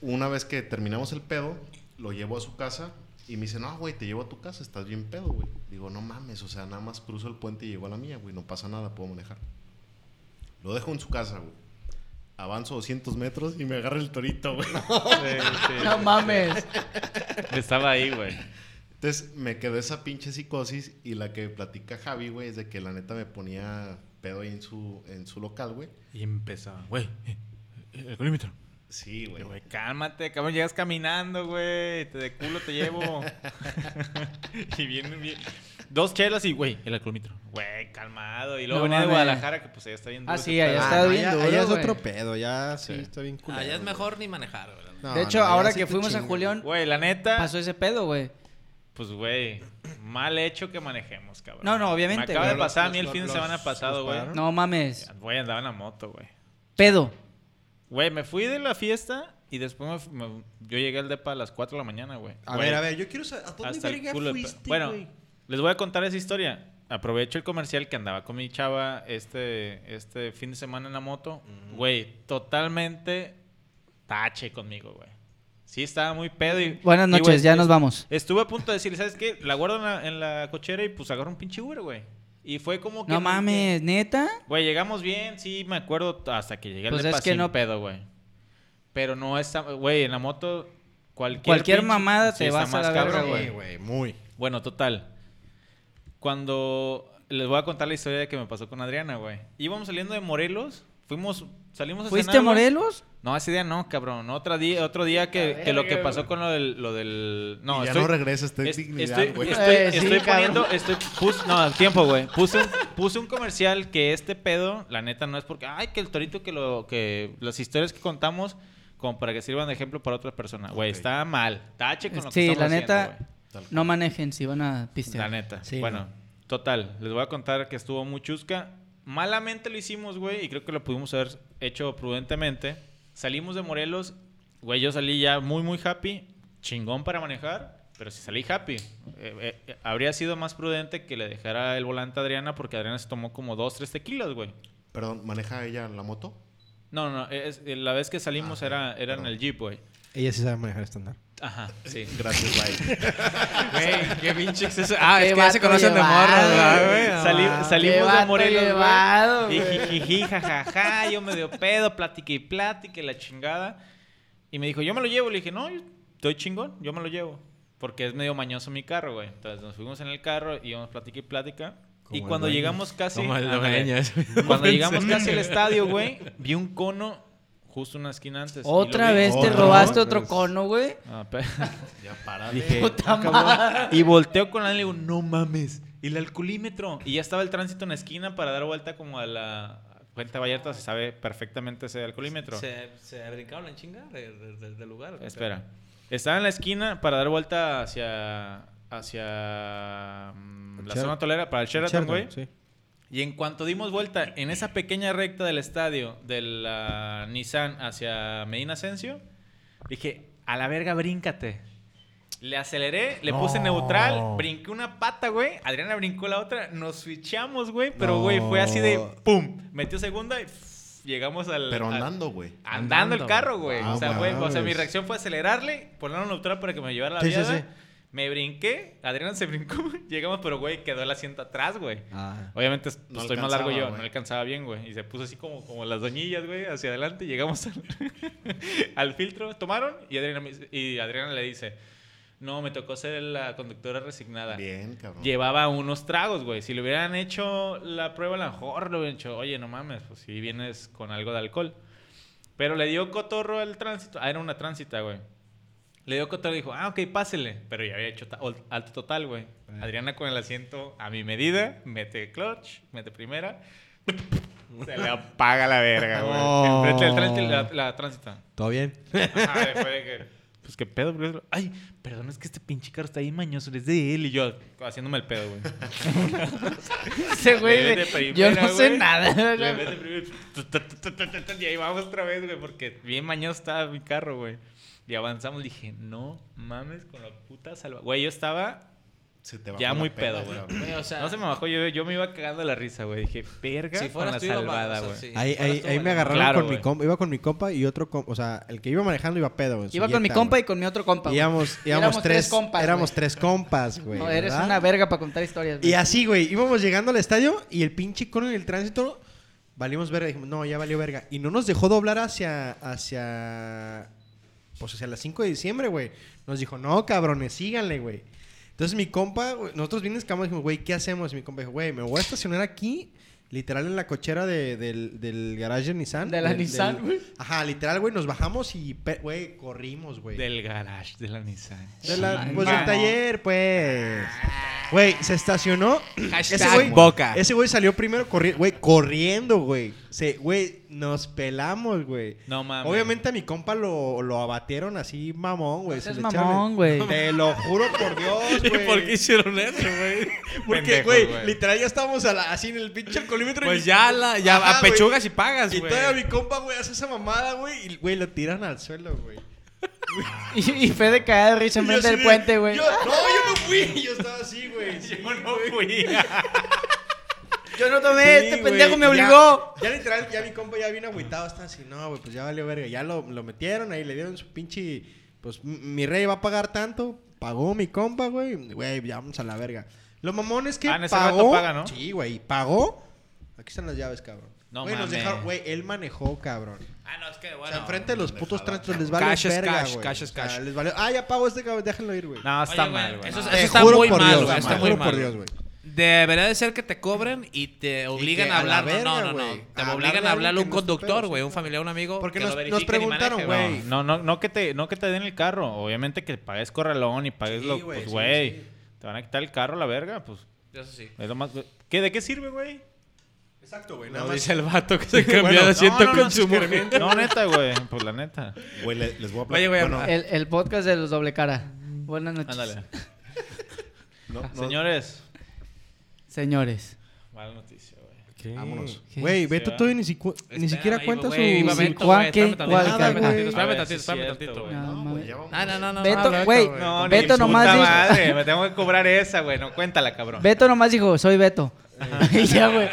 una vez que terminamos el pedo, lo llevo a su casa y me dice, no, güey, te llevo a tu casa, estás bien pedo, güey. Digo, no mames, o sea, nada más cruzo el puente y llego a la mía, güey, no pasa nada, puedo manejar. Lo dejo en su casa, güey. Avanzo 200 metros y me agarra el torito, güey.
Sí, sí.
No mames.
Estaba ahí, güey.
Entonces me quedó esa pinche psicosis y la que platica Javi, güey, es de que la neta me ponía pedo ahí en su, en su local, güey.
Y empezaba, güey.
eh,
El
Sí, güey.
Güey, cálmate, cabrón, llegas caminando, güey. Te de culo te llevo. y viene bien. Dos chelas y, güey, el alcoholímetro. Güey, calmado. Y luego
No
venía de
mames.
Guadalajara, que pues ya está bien.
Ah,
duro
sí,
ese
allá
pedo.
está
Ah,
bien
allá-
duro,
allá es
güey.
otro pedo, ya sí,
Sí.
está bien culero.
Allá es
güey.
mejor ni manejar, güey. la neta.
No,
de hecho,
no,
ahora
ya sí
que
te
fuimos a
chingan.
Julián,
Güey, la neta,
pasó ese pedo, güey.
pues, güey, mal hecho que manejemos, cabrón.
No, no, obviamente,
Me acaba
güey.
de pasar a mí
Los-
el fin de
los-
semana
los-
pasado,
los
güey.
pararon.
No mames.
Güey, andaba en la moto, güey.
Pedo.
Güey, me fui de la fiesta y después me fu- me- yo llegué al depa a las 4 de la mañana, güey.
A
Güey,
ver, a ver, yo quiero saber. ¿A dónde
hasta el
Pues, verga
culo de pe-
fuiste,
Bueno,
güey?
les voy a contar esa historia. Aprovecho el comercial que andaba con mi chava este, este fin de semana en la moto. Güey, totalmente tache conmigo, güey. Sí, estaba muy pedo y...
Buenas
y,
noches,
güey,
ya nos
es-
vamos.
Estuve a punto de decir, ¿sabes qué? La guardo en la, en la cochera y pues agarro un pinche Uber, güey. Y fue como que...
No mames, neta.
Güey, llegamos bien, sí, me acuerdo t- hasta que llegué al
Pues
depa
es que
sin
no-
pedo, güey. Pero no está, güey, en la moto cualquier
Cualquier
pinche-
mamada
sí
te
está
vas a
más
la verga,
cabrón,
güey.
güey.
güey, muy.
Bueno, total. Cuando les voy a contar la historia que me pasó con Adriana, güey. Íbamos saliendo de Morelos, fuimos salimos a
¿Fuiste a
cenar, güey.
Morelos?
No, ese día no, cabrón. Otro día, otro día que, que lo que pasó con lo del, lo del... No,
Y ya
estoy-
no regresas, ten
es-
dignidad,
Estoy,
güey.
estoy-
Eh, sí,
estoy
cabrón.
poniendo, estoy, pus- no, tiempo, güey. Puse un, puse un comercial que este pedo, la neta, no es porque, ay, que el torito, que lo, que las historias que contamos, como para que sirvan de ejemplo para otra persona. Güey,
Ok.
está mal. Tache con lo que
Sí, la
estamos haciendo,
neta,
güey.
Tal cual.
No manejen si van a pistear.
La neta.
Sí,
bueno,
no.
total. Les voy a contar que estuvo muy chusca. Malamente lo hicimos, güey, y creo que lo pudimos haber hecho prudentemente. Salimos de Morelos, güey, yo salí ya muy, muy happy. Chingón para manejar, pero si salí happy. Eh, eh, eh, habría sido más prudente que le dejara el volante a Adriana porque Adriana se tomó como dos, tres tequilas, güey.
Perdón, ¿maneja ella la moto?
No, no, no. es- eh, la vez que salimos
Ah,
era, era en
perdón.
el Jeep, güey.
Ella sí sabe manejar estándar.
Ajá, sí.
Gracias, bye.
Güey, qué pinche exceso. Ah,
Qué
es que ya se
vato
conocen de
llevado,
morro,
güey.
güey.
No
Sali-
mames. Qué
salimos de
vato
Morelos,
llevado,
güey. Y
güey.
jijiji, jajaja, yo me dio pedo, platiqué y platiqué, la chingada. Y me dijo, yo me lo llevo. Le dije, no, yo estoy chingón, yo me lo llevo. Porque es medio mañoso mi carro, güey. Entonces nos fuimos en el carro, íbamos platica y plática. Y
Como el
cuando
dueño.
llegamos casi...
Como el
ándale.
dueño, eso mismo
Cuando
pensé.
llegamos casi al estadio, güey, vi un cono justo una esquina antes. y lo
Otra
vi.
vez te
Otra
robaste
vez.
otro cono, güey.
Ah, pe-
Ya parale.
Puta
"Ah, cabrón.
madre.
Y volteo con la y le digo, no mames, el alcoholímetro. Y ya estaba el tránsito en la esquina para dar vuelta como a la Puente Vallarta, se sabe perfectamente ese alcoholímetro.
Se, se brincaron en chinga de- de- de- del lugar. güey.
Espera. Estaba en la esquina para dar vuelta hacia mm, hacia mm, la
Sheraton.
zona tolera para el Sheraton, güey.
Sí.
Y en cuanto dimos vuelta en esa pequeña recta del estadio de la Nissan hacia Medina Asensio, dije, a la verga, bríncate. Le aceleré, le puse neutral, brinqué una pata, güey. Adriana brincó la otra, nos switchamos, güey. Pero, güey, fue así de pum. Metió segunda y pff, llegamos al.
Pero
al-
andando, güey.
Andando el
Andando.
carro, güey.
Ah,
o, sea, güey, o sea, mi
mames.
reacción fue acelerarle, ponerlo neutral para que me llevara la
Sí, sí,
viada.
sí.
Me brinqué, Adriana se brincó, llegamos, pero güey, quedó el asiento atrás, güey.
Ah.
Obviamente pues,
No
estoy más
alcanzaba,
largo yo,
güey.
no alcanzaba bien, güey. Y se puso así como, como las doñillas, güey, hacia adelante. Llegamos al, al filtro, tomaron y Adriana, me dice- y Adriana le dice, no, me tocó ser la conductora resignada.
Bien, cabrón.
Llevaba unos tragos, güey. Si le hubieran hecho la prueba, a lo mejor lo hubieran hecho, oye, no mames, pues si vienes con algo de alcohol. Pero le dio cotorro al tránsito. Ah, era una tránsita, güey. Le dio cotorro y dijo, ah, ok, pásele. Pero ya había hecho ta- ol- alto total, güey. Adriana con el asiento a mi medida, mete clutch, mete primera. Se le apaga la verga, güey.
No.
Enfrente del tránsito, la, la tránsita.
¿Todo bien?
Oh. Ajá, fue de que, Pues qué pedo, bro? Ay, perdón, es que este pinche carro está ahí mañoso, es de él. Y yo, haciéndome el pedo, güey.
Ese güey,
Vete
de-
primera,
yo no sé
güey.
nada.
Le mete primero, tu, tu, tu, tu, tu, tu, tu, Y ahí vamos otra vez, güey, porque bien mañoso estaba mi carro, güey. Y avanzamos, dije, no mames con la puta salva. Güey, yo estaba.
Se te bajó
Ya
la
muy
peda,
pedo, güey.
cabrón.
Güey, o sea,
No se me bajó, yo, yo me iba cagando la risa, güey. Dije, verga,
si
con
fueras
la
tú, iba- o
salvada,
sea,
güey.
sí,
Ahí,
si fueras
ahí,
tú,
ahí me
vale.
agarraron
Claro,
con mi
güey.
compa. Iba con mi compa y otro compa. O sea, el que iba manejando iba pedo, güey. en su
Iba con mi
Jetta,
compa
güey.
y con mi otro compa. güey.
Íbamos, íbamos
Éramos
tres,
tres compas,
Éramos
güey.
tres compas, güey.
No, eres
¿verdad?
una verga para contar historias, güey.
Y así, güey, íbamos llegando al estadio y el pinche cono en el tránsito valimos verga. Dijimos, no, ya valió verga. Y no nos dejó doblar hacia. hacia. Pues hacia las 5 de diciembre, güey. Nos dijo, no, cabrones, síganle, güey. Entonces mi compa, güey, nosotros bien escamos, dijimos, güey, ¿qué hacemos? Y mi compa dijo, güey, me voy a estacionar aquí, literal en la cochera de- del, del garage de Nissan.
De la
Del-
Nissan,
del-
güey.
Ajá, literal, güey, nos bajamos y, pe- güey, corrimos, güey.
Del garage de la Nissan.
De la-
Ay,
pues
mamón.
del taller, pues. Güey, se estacionó. Ese
Hashtag
güey,
Boca.
Ese güey salió primero corriendo, güey, corriendo, güey. Se, güey, nos pelamos, güey.
No mames.
Obviamente a mi compa lo, lo abatieron así mamón, güey.
No
se
seas
le echaron el-
mamón, güey.
Te lo juro por Dios, güey.
¿Por qué hicieron eso, güey?
Porque,
Pendejos,
güey,
güey.
literal ya estábamos a la- así en el pinche alcoholímetro. y
Pues
mi-
ya, la, ya
Ajá, güey.
apechugas y pagas,
Y
güey.
todavía mi compa, güey, hace esa mamada, güey. Y, güey, lo tiran al suelo, güey.
Y, y fue de caer de risa
Y
en
yo
frente
así
del
de-
puente, güey.
yo- No, yo no fui. Yo estaba así, güey. sí, güey.
Yo no tomé,
Sí,
este
güey,
pendejo me
ya-
obligó.
Ya, literal, ya mi compa ya vino agüitado, está así, no, güey, pues ya valió verga. Ya lo, lo metieron ahí, le dieron su pinche. Pues m- mi rey va a pagar tanto. Pagó mi compa, güey. Güey, ya vamos a la verga. Lo mamón es que
Ah, en ese
pagó.
rato paga, ¿no?
Sí, güey, pagó. Aquí están las llaves, cabrón.
No
güey, nos
mames.
dejaron- güey, él manejó, cabrón.
Ah, no, es que bueno.
o sea, enfrente de los putos
pendejada.
tránsitos les valió
Cash es
verga,
cash,
güey.
cash es
O sea,
cash.
les valió, ah, ya pagó este cabrón, déjenlo ir, güey.
No, está
Oye, güey,
mal, güey.
eso es-
No.
Te
eso está
juro
muy
por
mal,
Dios,
güey,
te
está
juro
muy
por
mal.
Dios, güey.
Debería de ser que te cobren y te obligan
que
a
a la
hablar. No, no, no,
verga,
no.
güey.
Te obligan a
Hablarle a alguien
hablarle a un
que no es tu
conductor,
pedo,
güey.
sí.
Un familiar, un amigo.
Porque
que lo
nos, nos
verifiquen y
preguntaron,
maneje,
güey.
No, no, no que te, no que te den el carro. Obviamente que pagues corralón y pagues
Sí,
lo.
güey,
Pues,
sí,
güey.
sí.
Te van a quitar el carro a la verga, pues.
Eso sí.
Es lo más. ¿Qué, ¿De qué sirve, güey?
Exacto, güey.
No,
nada más
dice el vato que se cambió
Bueno,
de asiento
no, no,
con
no,
su mujer.
No, neta, güey. Pues la neta.
Güey, le- les voy a
Oye,
platicar.
güey,
bueno,
El, el podcast de los doble cara. Buenas noches.
Ándale.
no, no-
Señores.
Señores.
Mala noticia, güey.
vámonos.
¿Qué?
Güey, Beto
va.
todavía ni, sicu- ni
Espera,
siquiera
ahí,
cuenta su...
güey, iba
su-
Beto,
cuál,
güey,
qué,
espérame tantito,
cuál,
espérame
cara,
tantito, espérame
güey.
tantito, espérame
A ver si es
tantito,
cierto,
güey.
güey.
No,
No,
mames.
güey, ya vamos.
Ah, no, no, no.
Beto,
no,
güey.
güey.
No, ni
Beto
puta
nomás dijo-
madre, me tengo que cobrar esa, güey. No, cuéntala, cabrón.
Beto nomás dijo, soy Beto. Y ya, güey.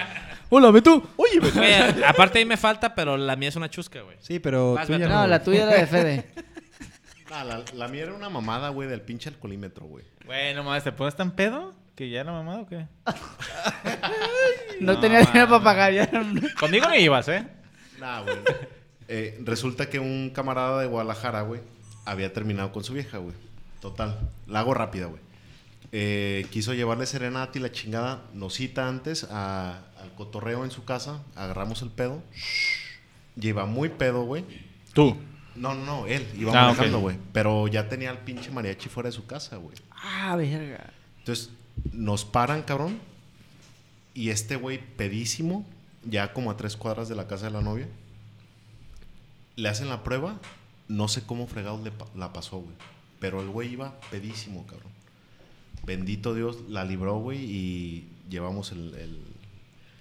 Hola, Beto. Oye, Beto.
Oye, Aparte ahí me falta, pero la mía es una chusca, güey.
Sí, pero
Vas,
tú ya
Beto.
No,
no,
la tuya era de Fede.
Ah, la, la mía era una mamada, güey, del pinche alcoholímetro, güey.
Güey, no mames, ¿te pones tan pedo? ¿Que ya no mamado o qué?
No,
No,
tenía dinero para
mano.
pagar. ya.
Conmigo ni ibas, ¿eh?
Nah, güey. Eh, resulta que un camarada de Guadalajara, güey, había terminado con su vieja, güey. Total. La hago rápida, güey. Eh, quiso llevarle serenata y la chingada. Nos cita antes a- al cotorreo en su casa. Agarramos el pedo. Lleva muy pedo, güey.
Tú.
No, no, no, él. Iba
Ah,
manejando,
ok.
güey. Pero ya tenía al pinche mariachi fuera de su casa, güey.
Ah, verga.
Entonces, nos paran, cabrón. Y este güey, pedísimo, ya como a tres cuadras de la casa de la novia, le hacen la prueba. No sé cómo fregado le pa- la pasó, güey. Pero el güey iba pedísimo, cabrón. Bendito Dios, la libró, güey, y llevamos el, el-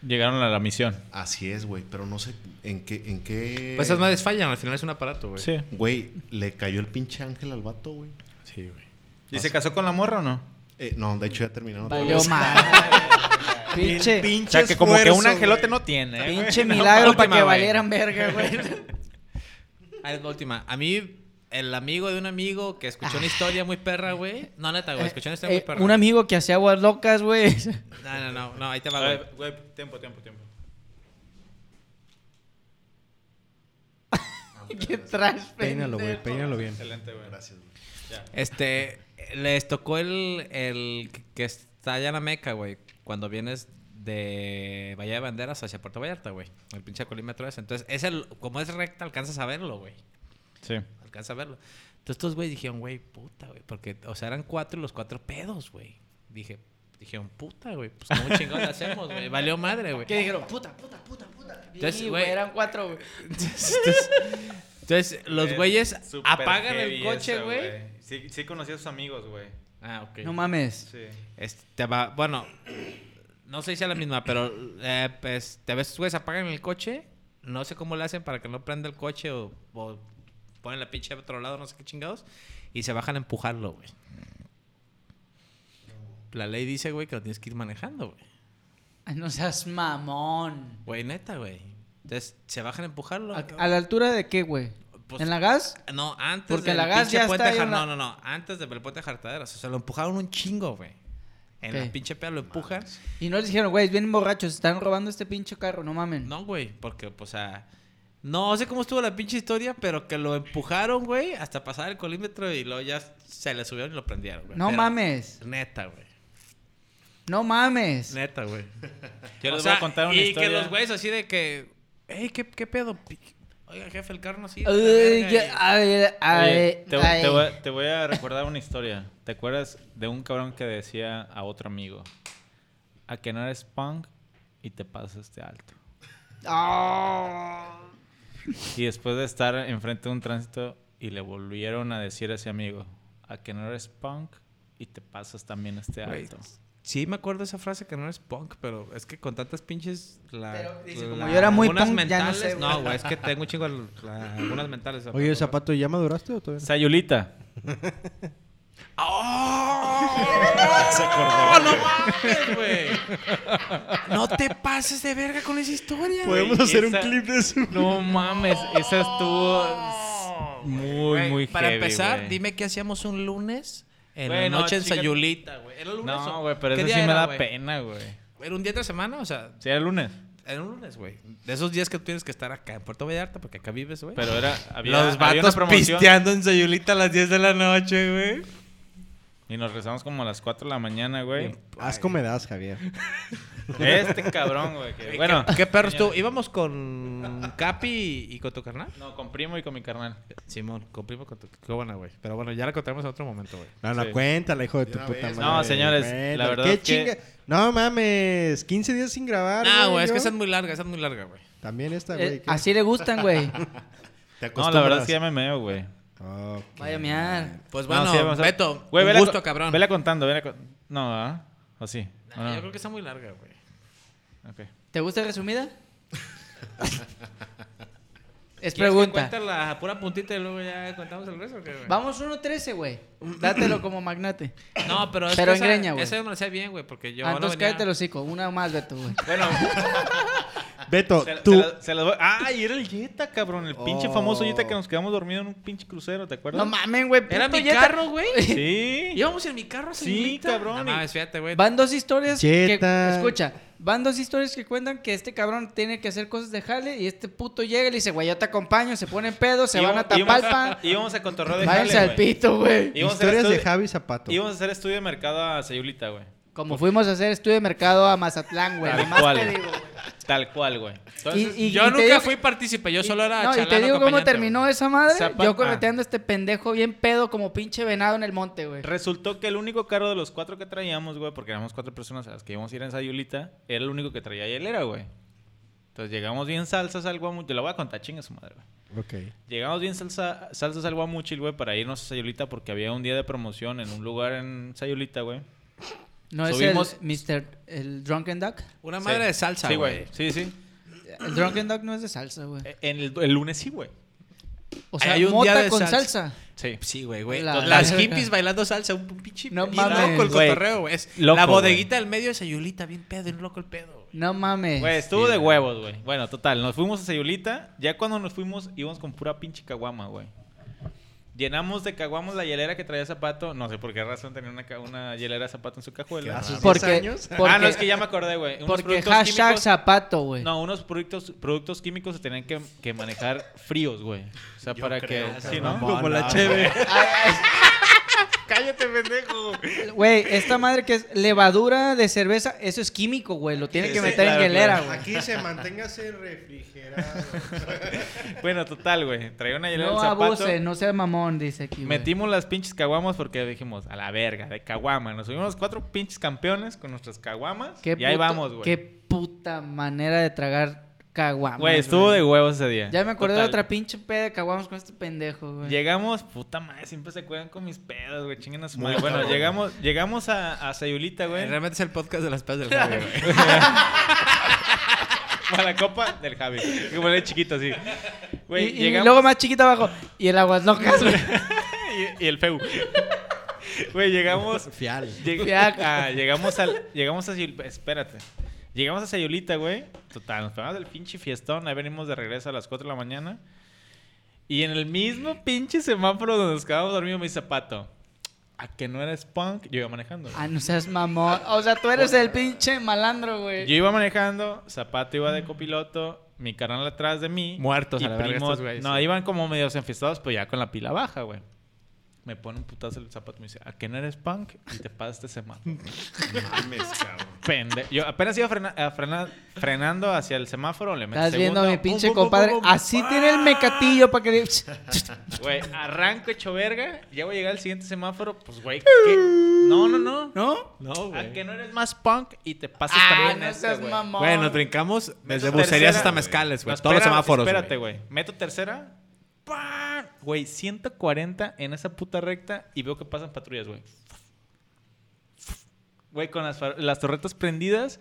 Llegaron a la misión.
Así es, güey, pero no sé en qué... En qué...
Pues esas madres fallan, al final es un aparato, güey.
Sí.
Güey, le cayó el pinche ángel al vato, güey.
Sí, güey.
¿Y se casó con la morra o no?
Eh, no, de hecho ya terminaron.
Valió madre. Pinche,
O sea, que como que un angelote no tiene. ¿eh?
pinche milagro para
última,
que
güey.
valieran verga, güey.
Ah, es la última. A mí, el amigo de un amigo que escuchó una historia muy perra, güey. No, neta, güey. Escuchó una historia
Eh,
muy perra.
un amigo que hacía aguas locas, güey.
No, no, no, no, ahí te va,
A
güey.
ver, güey, tiempo, tiempo, tiempo.
Qué trash,
Peínalo, güey,
pendejo.
peínalo bien.
Excelente, güey.
Gracias, güey.
Este, les tocó el, el que está allá en la Meca, güey. Cuando vienes de Bahía de Banderas hacia Puerto Vallarta, güey. El pinche colímetro ese. Entonces, es el, como es recta, alcanzas a verlo, güey.
Sí.
Alcanza a verlo. Entonces estos güeyes dijeron, güey, puta, güey. Porque, o sea, eran cuatro y los cuatro pedos, güey. Dije, dijeron, puta, güey. Pues cómo chingón le hacemos, güey. Valió madre, güey.
Que dijeron, puta, puta, puta, puta.
Entonces,
Sí,
güey.
güey, eran cuatro, güey.
Entonces, entonces, los güeyes
Eh, Súper
apagan el
heavy
coche,
eso,
güey.
Sí, sí conocí a sus amigos, güey.
Ah, ok.
No mames.
Sí.
Este, va, bueno, no sé si es la misma, pero eh, pues, te ves, güeyes apagan el coche. No sé cómo le hacen para que no prenda el coche o, o ponen la pinche de otro lado, no sé qué chingados. Y se bajan a empujarlo, güey. La ley dice, güey, que lo tienes que ir manejando, güey.
Ay, no seas mamón.
Güey, neta, güey. Entonces, se bajan a empujarlo.
¿A, a la altura de qué, güey?
Pues-
¿En la gas?
No, antes
Porque
del
la gas
pinche
ya
puente
está
de
ahí
Jar-
en la-
No, no, no. Antes del puente de Jartaderas. O sea, lo empujaron un chingo, güey. En
Ok.
la pinche peda lo empujan.
Y no les dijeron, güey, vienen borrachos, están robando este pinche carro, no mamen.
No, güey, porque, pues, a... No sé cómo estuvo la pinche historia, pero que lo empujaron, güey, hasta pasar el colímetro y luego ya se le subieron y lo prendieron, güey.
No
Pero-
mames.
Neta, güey.
No mames.
Neta, güey.
Yo
O
les
sea,
voy a contar una
y
historia.
que los güeyes así de que... Ey, ¿qué, qué pedo? Pi- Oiga, jefe, el carro no sirve. la
Ay,
verga",
ya- ah,
y-
ay, ay,
Oye, te,
ay.
te voy a, te voy a recordar una historia. ¿Te acuerdas de un cabrón que decía a otro amigo? A que no eres punk y te pasas de alto.
Ah.
Y después de estar enfrente de un tránsito y le volvieron a decir a ese amigo, a que no eres punk y te pasas también este
Güey,
alto.
Sí, me acuerdo esa frase que no es punk, pero es que con tantas pinches. La,
Pero, dice, como
la-
yo era muy
algunas
punk, ya no
mentales.
sé, güey.
no, güey, es que tengo un chingo de la- algunas mentales.
Oye, Zapato, ¿ya maduraste o todavía
Sayulita.
Se acordó.
¡Oh! mames, güey! No te pases de verga con esa historia,
no?
güey.
Podemos
güey,
hacer un
esa-
clip de eso.
No mames, esa estuvo muy,
Güey,
muy
Para
heavy,
empezar,
güey.
dime qué hacíamos un lunes en
Güey,
la
no,
noche en
chica-
Sayulita, güey. ¿Era lunes?
No,
o-
güey, pero
¿qué
eso sí
día
me
era,
da
güey?
pena, güey.
¿Era un día de semana? O sea,
Sí, era el lunes.
era un lunes, güey. De esos días que tú tienes que estar acá en Puerto Vallarta, porque acá vives, güey.
Pero era, había,
Los
había
vatos
una promoción
pisteando en Sayulita a las 10 de la noche, güey.
y nos rezamos como a las 4 de la mañana, güey.
Asco me das, Javier.
Este cabrón, güey. que-
Güey,
bueno,
¿Qué, qué perro estuvo? Íbamos con Capi y, y con tu carnal.
no, con primo y con mi carnal.
Simón, con primo con tu. Qué buena, güey. Pero bueno, ya la contaremos en otro momento, güey.
No, no,
Sí.
cuéntala, hijo de
De
tu
una
puta
vez.
madre.
No, señores, la
Cuéntala.
verdad
¿Qué
es que-
chinga? No mames, 15 días sin grabar.
Ah, güey, es que
yo.
esa es muy larga, esa es muy larga, güey.
También esta, güey.
Eh,
¿qué?
así le gustan, güey.
Te
No, la verdad
acostumbras.
es que ya me meo, güey.
Ok.
Vaya a miar.
Pues
No,
bueno,
sí, vamos a-
Beto,
Güey,
un
vela
gusto,
co-
cabrón.
Vela Ah. contando, vela con- No, ¿verdad? ¿O sí?
Nah,
¿O no?
Yo creo que está muy larga, güey.
Ok.
¿Te gusta resumida? es
¿Quieres que
pregunta.
Cuenta la pura puntita y luego ya contamos el resto, o qué, güey?
Vamos 1.13, güey. Dátelo como magnate.
No, pero es
Pero
que
engreña, güey.
esa, esa yo me la sé bien, güey, porque yo
Ah,
no
entonces
venía-
cállate el hocico. Una más, Beto, güey.
Bueno,
Beto,
se,
tú.
se la- se las voy... ¡Ay, era el Jetta, cabrón! El pinche
Oh.
famoso Jetta que nos quedamos dormidos en un pinche crucero, ¿te acuerdas?
No mamen, güey.
Era
puto
mi
Jetta.
carro, güey.
Sí.
Íbamos en mi carro,
Sí,
señorita.
cabrón,
No
y-
mames, fíjate, güey.
Van dos historias que...
Jetta.
Escucha. Van dos historias que cuentan que este cabrón tiene que hacer cosas de jale y este puto llega y le dice, güey, yo te acompaño, se ponen pedos, se van a
Íbamos-
Tapalpa.
Íbamos a Cotorreo de
Váyanse
Jale,
al
güey.
pito, güey.
Íbamos a hacer
Historias de
estudio-
Javi Zapato.
Íbamos a hacer estudio de mercado a Sayulita, güey.
Como fuimos a hacer estudio de mercado a Mazatlán, güey.
Tal
Nomás
cual.
te digo, güey.
Tal cual, güey.
Y- y- y
yo
te
nunca
digo-
fui partícipe, yo
y-
solo era
No, y te
chalán
digo cómo
acompañante,
terminó
güey.
esa madre.
Zapa-
Yo correteando a este pendejo bien pedo como pinche venado en el monte, güey.
Resultó que el único carro de los cuatro que traíamos, güey, porque éramos cuatro personas a las que íbamos a ir en Sayulita, era el único que traía hielera, güey. Entonces llegamos bien salsas al Guamuchil. Te la voy a contar, chinga su madre, güey.
Ok.
Llegamos bien salsa, salsas al Guamuchil, güey, para irnos a Sayulita porque había un día de promoción en un lugar en Sayulita, güey.
¿No
Subimos-
es el Mr. el Drunken Duck?
Una madre de salsa,
Sí,
güey.
güey. Sí, sí.
El Drunken Duck no es de salsa, güey.
Eh, En el, el lunes sí, güey.
O sea,
hay un día
mota
de
con
salsa.
salsa.
Sí.
Sí, güey, güey.
La-
Entonces,
la-
Las hippies bailando salsa, un un pinche.
No
bien
mames,
loco el
güey.
cotorreo, güey. Es
Loco,
la
güey.
bodeguita del medio de Sayulita, bien pedo, un loco el pedo. güey.
No mames.
Güey, estuvo de huevos, güey. Bueno, total, nos fuimos a Sayulita. Ya cuando nos fuimos, íbamos con pura pinche caguama, güey. Llenamos de caguamos la hielera que traía Zapato. No sé por qué razón tenía una, ca- una hielera de Zapato en su cajuela.
¿A sus
Porque-
10 años?
porque-
ah, no, es que ya me acordé, güey. Unos
Porque
productos
hashtag
químicos-
zapato, güey.
No, unos productos, productos químicos se tenían que, que manejar fríos, güey. O sea, para que... Sí, ¿no?
Como la cheve.
Cállate, pendejo.
Güey, esta madre que es levadura de cerveza, eso es químico, güey. Lo tiene que meter en
claro,
hielera,
claro.
güey.
Aquí se manténgase refrigerado.
Bueno, total, güey. Traía una hielera
No
de Zapato.
abuse, no sea mamón, dice aquí, güey.
Metimos las pinches caguamas porque dijimos, a la verga, de caguama. Nos subimos cuatro pinches campeones con nuestras caguamas. Y
Qué
ahí
puta-
vamos,
Qué
güey.
puta manera de tragar caguamas.
Güey, estuvo de huevos ese día.
Ya me acordé de
Total.
otra pinche peda de caguamas con este pendejo, güey.
Llegamos, puta madre, siempre se cuidan con mis pedos, güey. Chinguen a su madre. Bueno, llegamos, llegamos a, a Sayulita, güey.
Eh, Realmente es el podcast de las pedas del Javi, güey.
Para la copa del Javi. Como era chiquito, así.
Y,
Güey,
y
llegamos.
luego más chiquita abajo. Y el aguas locas, güey.
y, y el feu. Güey, llegamos.
Fial.
Lleg-
Fiac.
Ah, llegamos al. Llegamos a Sayul- Espérate. Llegamos a Sayulita, güey. Total, nos pegamos del pinche fiestón. Ahí venimos de regreso a las 4 de la mañana. Y en el mismo pinche semáforo donde nos quedamos dormidos, mi zapato. A que no eres punk, yo iba manejando.
Ah, no seas mamón. O sea, tú eres el pinche malandro,
Yo
güey.
iba manejando, zapato iba de copiloto, mi carnal atrás de mí.
Muertos
y
a la verga
primo-
estos güeyes,
No,
sí.
iban como medios enfiestados, pero ya con la pila baja, güey. Me pone un putazo el zapato y me dice, ¿a qué no eres punk? Y te pasas este semáforo. Pende- Yo apenas iba frena- a frena- frenando hacia el semáforo, le meto
Estás viendo a mi
segundo,
pinche compadre. Así tiene el mecatillo para que le...
Güey, arranco hecho verga, ya voy a llegar al siguiente semáforo, pues güey, ¿qué? No, no, no.
¿No?
No,
A que no eres más punk y te pasas
Ah,
también
no
este,
seas
güey.
mamón.
Güey, nos brincamos desde
Meto tercera,
bucerías hasta
güey.
mezcales, güey.
No,
Todos los
espera-
semáforos.
Espérate, güey. Meto tercera. ¡pam! Güey, 140 en esa puta recta y veo que pasan patrullas, güey. Güey, con las, far- las torretas prendidas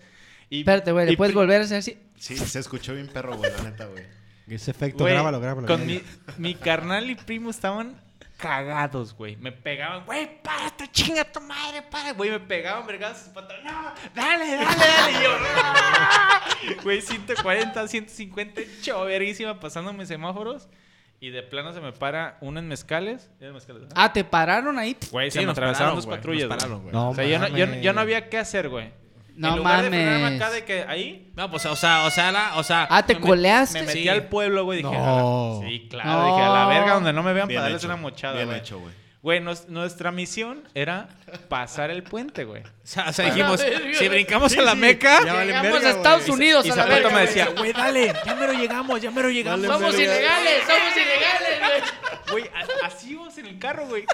y...
Espérate, güey.
y
¿Le puedes
pri-
volver a hacer así?
Sí, se escuchó bien perro, güey, la neta, güey.
Ese efecto,
Güey,
grábalo, grábalo.
Con mi,
grábalo.
mi carnal y primo estaban cagados, güey. Me pegaban, güey, párate, chinga tu madre, para. Güey, me pegaban, vergados sus patas. No, dale, dale, dale. Y yo, "No". güey, 140, 150, choverísima, pasando mis semáforos. Y de plano se me para uno en mezcales. Era en mezcales, ¿verdad?
Ah, ¿te pararon ahí?
Güey,
Sí,
se me
nos pararon,
atravesaron dos
güey,
patrullas.
nos
güey.
pararon, güey.
No
o sea, yo no, yo,
mames.
yo no había qué hacer, güey.
No
en lugar de frenarme
mames.
acá de que ahí,
No, pues, o sea, o sea, la- o sea.
Ah, ¿te
me met-
coleaste?
Me metí
Sí.
al pueblo, güey. Dije,
No.
"A la- sí, claro. Dije, a la
No.
verga, donde no me vean
Bien
para darles
hecho,
una mochada,
Bien
güey.
hecho, güey.
Güey, nos- nuestra misión era pasar el puente, güey.
O sea, o sea, dijimos, si brincamos a la meca,
Ya valen
Ah, Llegamos
verga,
a Estados
güey.
Unidos
Y
a la
Zapato
verga,
me
güey.
decía,
güey, dale, ya mero llegamos, ya mero llegamos.
Somos
verga.
ilegales, somos ilegales, güey.
güey, a- así íbamos en el carro, güey.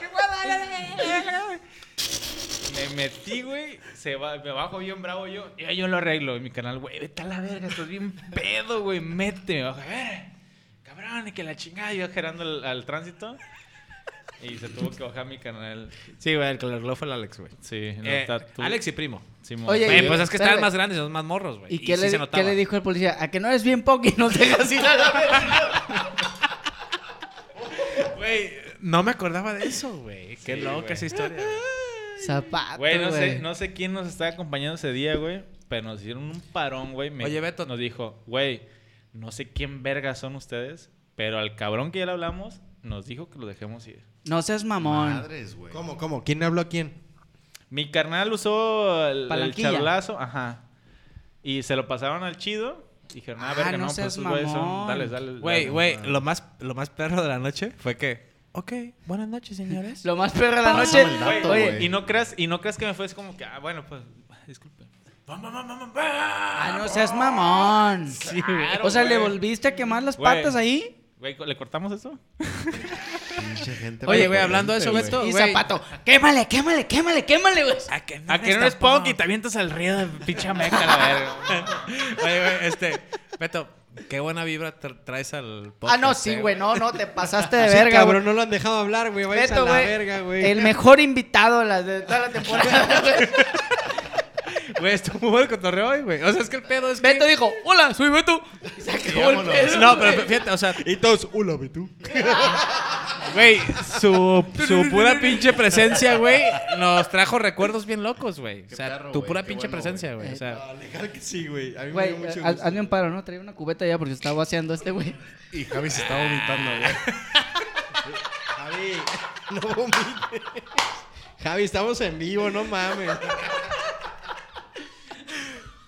Me metí, güey. Se va, me bajo bien bravo yo. Y ahí yo lo arreglo en mi canal, güey. Vete a la verga, estás bien pedo, güey. Mete, me bajo. A ver, cabrón, y que la chingada. Yo gerando al, al tránsito. Y se tuvo que bajar mi canal.
Sí, güey, el que lo arregló fue el Alex, güey.
Sí, no
Eh,
está tú.
Alex y primo.
Simón.
Oye,
Güey,
y-
pues es que
espérame.
estaban más grandes, son más morros, güey.
¿Y, qué,
sí
le,
se
di-
notaba.
qué le dijo el policía? ¿A que no eres bien poqui? No te dejas ir a la verga.
Güey, no me acordaba de eso, güey. Qué loca esa historia.
Zapato,
Güey, no sé,
güey.
no sé quién nos estaba acompañando ese día, güey. Pero nos hicieron un parón, güey. Me-
Oye, Beto.
Nos dijo, güey, no sé quién verga son ustedes, pero al cabrón que ya le hablamos, nos dijo que lo dejemos ir.
No seas mamón.
Madres, güey.
¿Cómo, cómo? ¿Quién habló a quién?
Mi carnal usó el, el
Palanquilla.
charlazo, ajá. Y se lo pasaron al chido. Dijeron, ah,
Ah,
verga,
no
no, pues
seas
esos güeyes son.
mamón.
Dale, dale.
Güey,
dale".
güey, lo más, lo más perro de la noche fue que, ok, buenas noches, señores.
Lo más perro de la noche.
Pásame el dato,
Oye,
güey.
Y no creas, y no creas que me fue es como que, ah, bueno, pues, disculpe.
ah, no seas mamón. o sea, ¿le volviste a quemar las
Güey.
patas ahí?
Güey, ¿le cortamos eso?
Pinche gente.
Oye, güey, hablando de eso, güey.
Y
güey.
zapato. Quémale, quémale, quémale, quémale, güey.
A Ah, que no
¿A que no eres punk y te avientas al río de pinche meca, la verga?
Oye, güey, este, Beto, qué buena vibra tra- traes al podcast.
Ah, no, sí,
eh,
güey. No, no, te pasaste de
Sí,
verga,
cabrón,
güey.
no lo han dejado hablar, güey. Vayas a
Beto,
la
güey,
verga, güey.
El mejor invitado de la- de toda la temporada. güey.
Güey, estuvo muy bueno el cotorreo hoy, güey. O sea, es que el pedo es que...
Beto dijo, hola, soy Beto. Y se acabó el
vámonos.
pedo,
No,
güey.
pero fíjate, o sea,
Y todos, hola, ve tú.
güey, su, su pura pinche presencia, güey, nos trajo recuerdos bien locos, güey. O sea,
perro,
tu
güey,
pura
qué
pinche
bueno,
presencia, güey. O sea,
Ah, legal que sí, güey. A mí me
Güey,
dio mucho
eh, haz-
gusto.
hazme un paro, ¿no? Traía una cubeta ya porque se estaba vaciando este güey.
Y Javi se está vomitando, güey.
Javi, no vomites. Javi, estamos en vivo, no mames.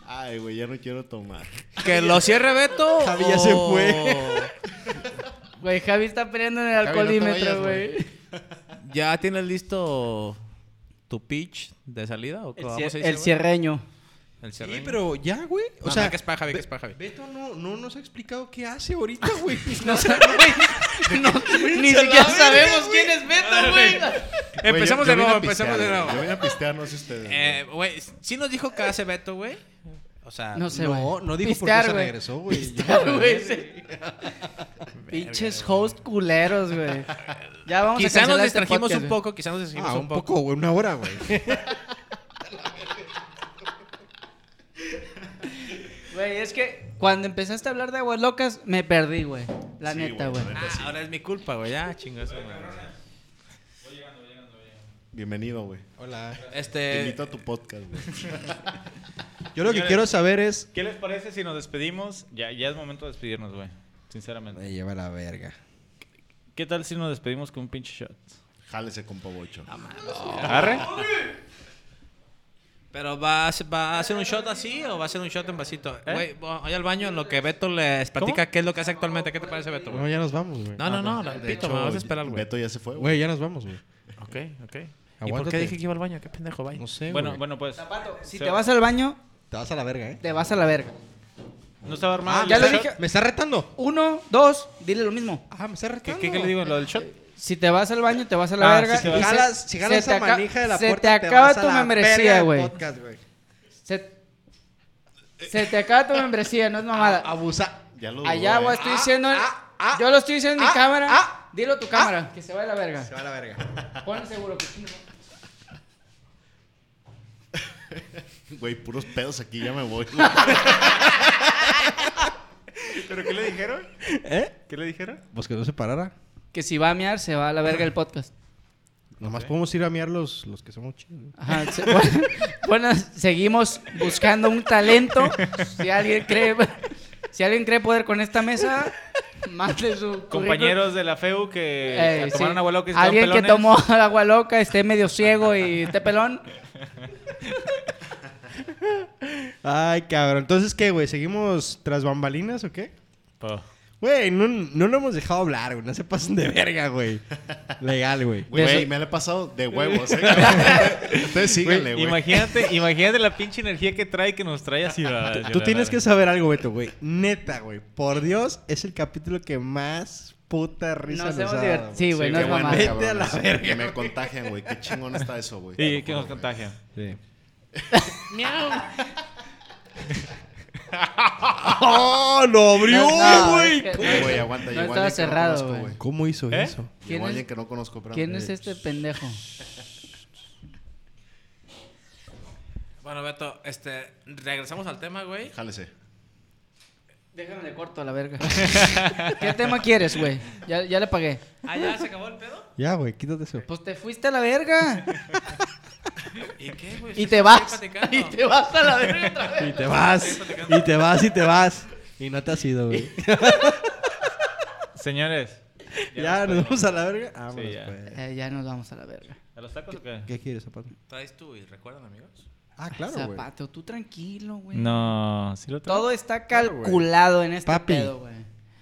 Ay, güey, ya no quiero tomar.
que lo cierre Beto.
Javi ya se
o-
fue.
Güey, Javi está peleando en el
Javi, no te
alcoholímetro,
vayas,
güey.
¿Ya tienes listo tu pitch de salida? ¿O
El,
cómo
cier-
se dice,
el
güey?
cierreño.
El cierre.
Sí, pero ya, güey. O
No,
sea,
no, que es para Javi, que es para Javi.
Beto no, no nos ha explicado qué hace ahorita, güey.
No, sé, güey. No, ni siquiera sabemos quién es Beto, güey.
Empezamos de nuevo, empezamos de nuevo.
Yo voy a pistear, no sé ustedes.
Eh, güey, sí nos dijo que hace Beto, güey. O sea,
No sé, güey.
no, no dijo por qué
Pistear,
se
güey.
regresó, güey.
Pistear, güey, sí. Pinches host culeros, güey. Ya vamos a
quizá nos
cancelar este
distrajimos
podcast,
un
güey.
poco, quizá nos distrajimos
Ah,
un poco.
güey. Una hora, güey.
Güey, es que cuando empezaste a hablar de aguas locas, me perdí, güey. La
Sí,
neta,
güey,
güey.
la neta.
Ah, ahora es mi culpa, güey. Ya, chingas, güey.
Bienvenido, güey.
Hola.
Te
Este.
invito a tu podcast, güey.
Yo lo que quiero saber es.
¿Qué les parece si nos despedimos? Ya, ya es momento de despedirnos, güey. Sinceramente.
Me lleva la verga.
¿Qué tal si nos despedimos con un pinche shot?
Jálese, compa Bocho.
¿Arre?
Pero va a, ser- va a hacer un shot así o va a ser un shot en vasito. Güey, voy al baño en lo que Beto les platica qué es lo que hace actualmente. ¿Qué te parece, Beto,
No,
güey?
ya nos vamos, güey. Ah,
No, no, no, no, pito, me vas a esperar, güey.
Beto ya se fue, güey.
Güey, ya nos vamos, güey.
Ok, ok. ¿Y por
Aguántate.
qué dije que iba al baño? Qué pendejo, vaya.
No sé,
Bueno,
güey.
bueno, pues.
Si
se-
te vas al baño,
Te vas a la verga, ¿eh?
te vas a la verga.
No estaba armado.
Ah,
el
ya lo
shot?
dije.
Me está retando.
Uno, dos, dile lo mismo.
Ah, me está
¿Qué,
retando.
qué, qué le digo? ¿Lo del shot?
Si te vas al baño, te vas a la
Ah,
verga.
si te
y
vas-
se-
Jalas, si jalas
se te
esa
aca-
manija de la
se
puerta,
te acaba
vas a
tu
la verga
membresía,
del
güey.
podcast, güey.
Se, se te acaba tu membresía, no es mamada.
Abusa.
Ya lo
Allá,
dudó,
güey,
eh.
estoy diciendo.
ah, ah,
yo lo estoy diciendo en
ah,
mi cámara.
ah,
Dilo a tu cámara, que se va a la verga.
Se va a la verga.
Pon seguro que chingo.
Güey, puros pedos aquí, ya me voy. güey.
¿Pero qué le dijeron?
¿Eh?
¿Qué le dijeron?
Pues que no se parara.
Que si va a mear, se va a la verga el podcast.
Nomás podemos ir a miar los, los que somos chidos. güey.
Ajá, se- bueno, bueno, seguimos buscando un talento. Si alguien cree, si alguien cree poder con esta mesa, mande su currículum.
Compañeros de la FEU que
Eh,
que
sí.
tomaron agua loca y se
Alguien
quedaron
que
pelones.
tomó agua loca, esté medio ciego y esté pelón.
Ay, cabrón. Entonces, ¿qué, güey? ¿Seguimos tras bambalinas o qué?
Po.
Güey, no, no lo hemos dejado hablar, güey. No se pasen de verga, güey. Legal, güey.
Güey, me la he pasado de huevos, eh. cabrón. Ustedes síganle, güey.
eh, Imagínate, imagínate la pinche energía que trae que nos trae así.
Tú- Tú tienes que saber algo, Beto, güey. Neta, güey. Por Dios, es el capítulo que más puta risa
Nos
nos,
hemos
ha
divertido.
dado.
Sí, güey, no
Qué
es
bueno,
mamada.
Vete a la
cabrones,
verga,
Que me contagian, güey. Qué chingón está eso, güey. Te
Sí,
lo
que
juro,
nos
güey.
contagia.
Sí. ¡Oh, lo abrió,
No, no,
güey!
es que-
Güey, güey, aguanta.
No
llegó
estaba
alguien que
cerrado,
conozco,
güey.
¿Cómo hizo
¿Eh?
eso?
¿Quién
Llegó
es-
alguien que no conozco, pero... eh,
¿Quién es este pendejo?
Bueno, Beto, este. Regresamos al tema, güey.
Jálese.
Déjame de corto a la verga. ¿Qué tema quieres, güey? Ya, ya le pagué.
Ah, ya se acabó el pedo.
Ya, güey, quítate eso.
Pues te fuiste a la verga.
¿Y qué, güey?
Y te vas.
Estoy
Y
platicando.
te vas a la verga otra vez.
Y te vas, y te vas, y te vas. Y no te has ido, güey.
Señores,
Ya, nos vamos a la verga. Vámonos,
ya.
pues.
Eh, ya nos vamos a la verga.
¿a los tacos o qué?
¿Qué quieres, zapato?
¿Traes tú y recuerdan, amigos?
Ah, claro, güey.
Zapato, tú tranquilo, güey.
No, sí lo traigo.
Todo está calculado en este
Papi.
pedo, güey.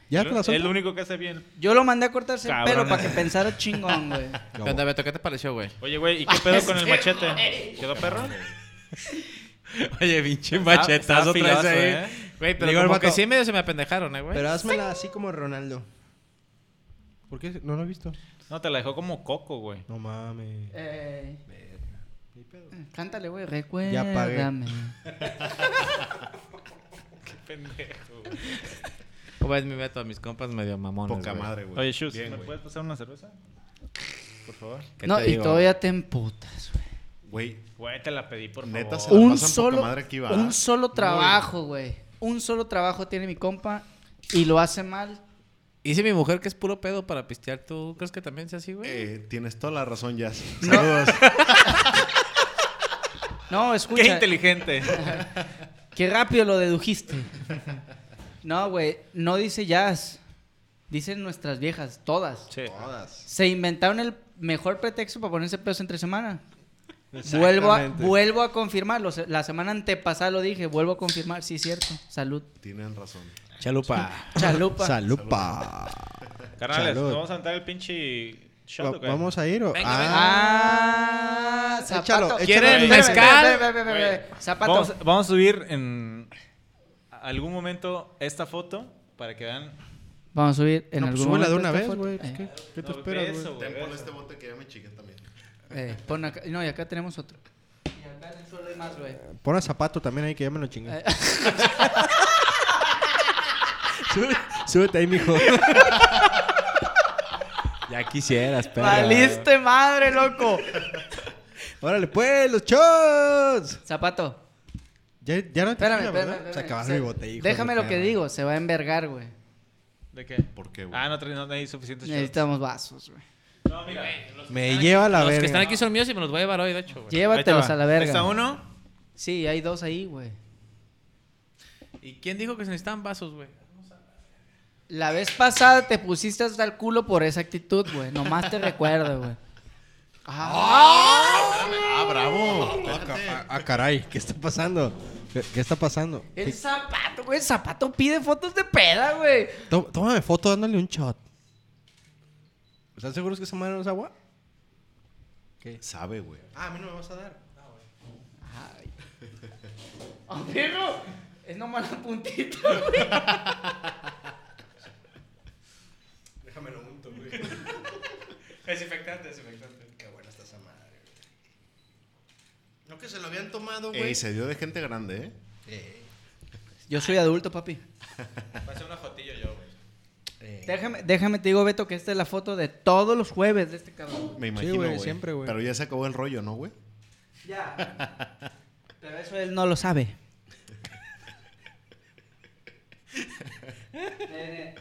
¿Ya te la
Es
suelto?
lo único que hace bien.
Yo lo mandé a cortarse el
Cabrón. eh.
pelo para que pensara chingón, güey.
¿Qué onda, Beto? ¿Qué te pareció, güey?
Oye, güey, ¿y qué pedo con el machete? ¿Quedó perro?
Oye, pinche
machetazo traes ahí.
Güey,
Le
pero
digo al
como que
vato-
sí medio se me apendejaron, eh, güey.
Pero házmela así como Ronaldo. ¿Por qué? No lo he visto.
No, te la dejó como coco, güey.
No mames.
Eh,
Ni pedo.
cántale, güey.
Ya pagué.
Recuérdame.
¿Cómo es mi Beto? A mis compas medio mamones,
Poca
güey.
madre, güey.
Oye, Shus,
Bien,
¿me
güey.
puedes pasar una cerveza?
Por favor.
¿Qué
No,
te
y
digo?
todavía te emputas, güey.
Güey,
Güey, te la pedí por favor.
Neta, se la-
un
pasan poca
solo,
madre aquí, ¿va?
un solo
Muy.
trabajo, güey. Un solo trabajo tiene mi compa y lo hace mal.
Dice mi mujer que es puro pedo para pistear. ¿Tú crees que también sea así, güey?
eh, tienes toda la razón, Jazz. Saludos.
No,
Qué
escucha.
Uh, inteligente.
Qué rápido lo dedujiste. No, güey, no dice jazz. Dicen nuestras viejas, todas.
Sí.
Todas.
Se inventaron el mejor pretexto para ponerse pedos entre semana. Vuelvo a,
Exactamente.
vuelvo a confirmarlo. Se- La semana antepasada lo dije, vuelvo a confirmar. Sí, es cierto. Salud.
Tienen razón.
Chalupa.
Chalupa.
Salupa.
Carnales,
Salud.
¿no vamos a entrar el pinche shot,
Va-
güey.
¿Vamos a ir o...?
Venga,
Ah, zapato.
Échalo, échalo.
¿Quieren
Espérame,
mezcal?
espérame, espérame, espérame,
Güey,
espérame. Zapato.
Vamos, vamos a subir en algún momento esta foto para que vean.
Vamos a subir en
No, pues
algún
súbela de
momento
una
esta
vez,
foto.
güey.
Eh,
¿Qué, qué te
No,
esperas,
beso,
güey?
güey,
Ten, ponle
beso.
este bote que ya me chiqué también.
eh, pon acá. No, y acá tenemos otro. Y acá en el suelo hay más, güey.
Pon a Zapato también ahí que ya me lo chingué.
Eh.
Súbete- Súbete ahí, mijo.
Ya quisieras, pero.
Valiste madre, loco.
Órale, pues, los shots.
Zapato.
Ya, ya no te
Espérame,
chingas,
espérame.
¿verdad?
espérame.
Se acabaron
Se-
mi bote, hijo
Déjame
de
lo que
perra.
digo, se va a envergar, güey.
¿De qué?
¿Por qué, güey?
Ah, no, tra- no hay
Pues
suficientes shots.
Necesitamos vasos, güey.
No, mira.
Me lleva la
Los que
verga.
están aquí son míos y me los voy a llevar hoy, de hecho, güey.
Llévatelos a la verga.
¿Está
güey.
uno?
Sí, hay dos ahí, güey.
¿Y quién dijo que se necesitan vasos, güey?
La vez pasada te pusiste hasta el culo por esa actitud, güey. Nomás te recuerdo, güey.
Ah, bravo.
Ah, ca- ah, caray, ¿qué está pasando? ¿Qué, qué está pasando?
El zapato, güey. El zapato pide fotos de peda, güey.
Tó- Tómame foto dándole un shot. ¿Están seguros que esa madre no es agua?
Sabe, güey.
Ah, a mí no me vas a dar.
Ah, perro. Es nomás la puntita, güey.
No que se lo habían tomado,
Ey, se dio de gente grande, ¿eh?
Yo soy adulto, papi.
Pasé una fotillo yo, güey.
Eh.
Déjame, déjame te digo, Beto, que esta es la foto de todos los jueves de este cabrón.
Me imagino,
güey,
güey.
siempre, güey.
Pero ya se acabó el rollo, ¿no, güey?
Ya. Pero eso él no lo sabe. Nene.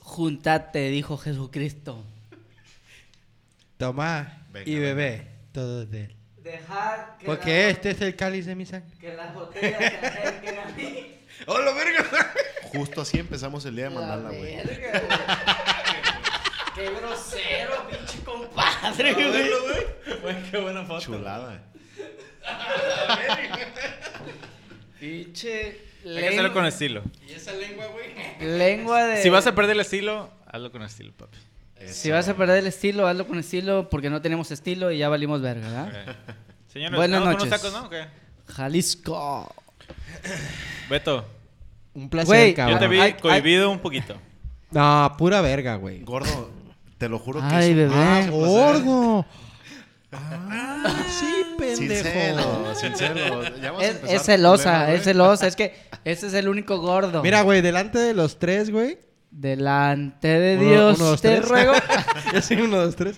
Juntate, dijo Jesucristo.
Toma
Venga,
y
venga.
bebé todo de él.
Dejar que,
Porque este es el cáliz de mi sangre.
que las botellas se acerquen a mí.
¡Hola, verga!
Justo así empezamos el día de Mandala, güey.
Qué grosero, pinche compadre, güey.
qué buena foto.
Chulada.
Pinche
Hay que hacerlo con
lengua,
estilo.
lengua de...
Si vas a perder el estilo, hazlo con estilo, papi.
Si vas a perder el estilo, hazlo con estilo, porque no tenemos estilo y ya valimos verga, ¿verdad?
Eh. Señores,
Buenas
¿estamos con
noches.
unos tacos, no? ¿O qué?
Jalisco.
Beto,
Un placer,
Güey,
cabrón.
yo te vi
Ay, ay.
cohibido un poquito.
No, pura verga, güey.
Gordo, te lo juro que
Ay,
es un
bebé.
¡Ah,
pinche placer.
gordo! ¡Ah, sí,
Sin
pendejo!
celo, sin celo. Ya vamos a
Es,
empezar
es celosa,
culero,
es
güey.
celosa. Es que ese es el único gordo.
Mira, güey, delante de los tres, güey.
Delante de
Uno,
Dios
uno, dos,
te
tres.
ruego.
Ya soy uno, dos, tres.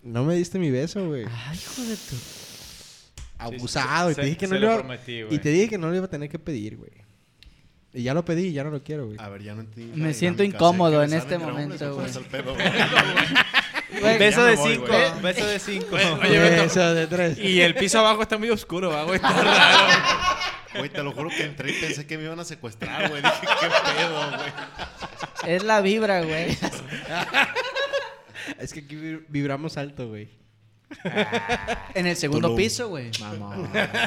No me diste mi beso, güey.
Ay, hijo de tu...
Abusado. y
se-
te dije que
se
no
lo
lo iba
prometí, güey.
Y te dije que no lo iba a tener que pedir, güey. Ah. Y ya lo pedí y ya no lo quiero, güey.
A ver, ya no entendí. la
Me siento
dinámica. Sé
incómodo
que
en
besar
este
entre hombres,
momento,
¿cuál es el pedo,
Güey,
Beso
Ya me
de
voy,
cinco,
güey.
beso de cinco.
Oye, Beto.
Beso de tres.
Y el piso abajo está muy oscuro, va, güey.
Güey, te lo juro que entré y pensé que me iban a secuestrar, güey. Dije, qué pedo, güey.
Es la vibra, güey.
Es que aquí vi- vibramos alto, güey.
En el segundo
Tulum.
piso, güey.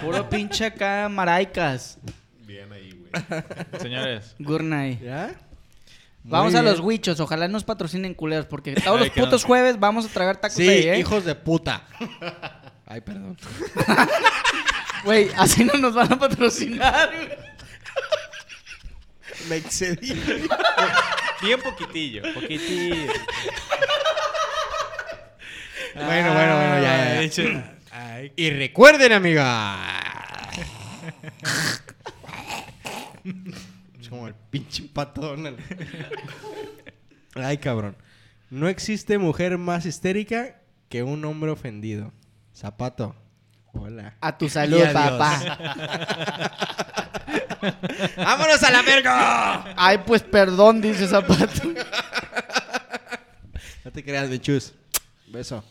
Puro pinche acá, maraicas.
Bien ahí, güey.
Señores,
Good night.
¿Ya?
Vamos
Muy
a
bien.
los huichos. Ojalá nos patrocinen culeros, porque todos
Ay,
los
que no.
putos jueves vamos a tragar tacos
Sí,
ahí, ¿eh?
hijos de puta. Ay, perdón.
Güey, así no nos van a patrocinar, güey.
Me excedí.
bien poquitillo, poquitillo.
bueno, bueno, bueno, ya, ya, ya.
Ay,
Ah, Y recuerden, amiga. es como el pinche pato Donald. Ay, cabrón. No existe mujer más histérica que un hombre ofendido. Zapato. Hola.
A tu salud, papá.
¡Vámonos a la verga!
Ay, pues perdón, dice Zapato.
No te creas, Benchus. Beso.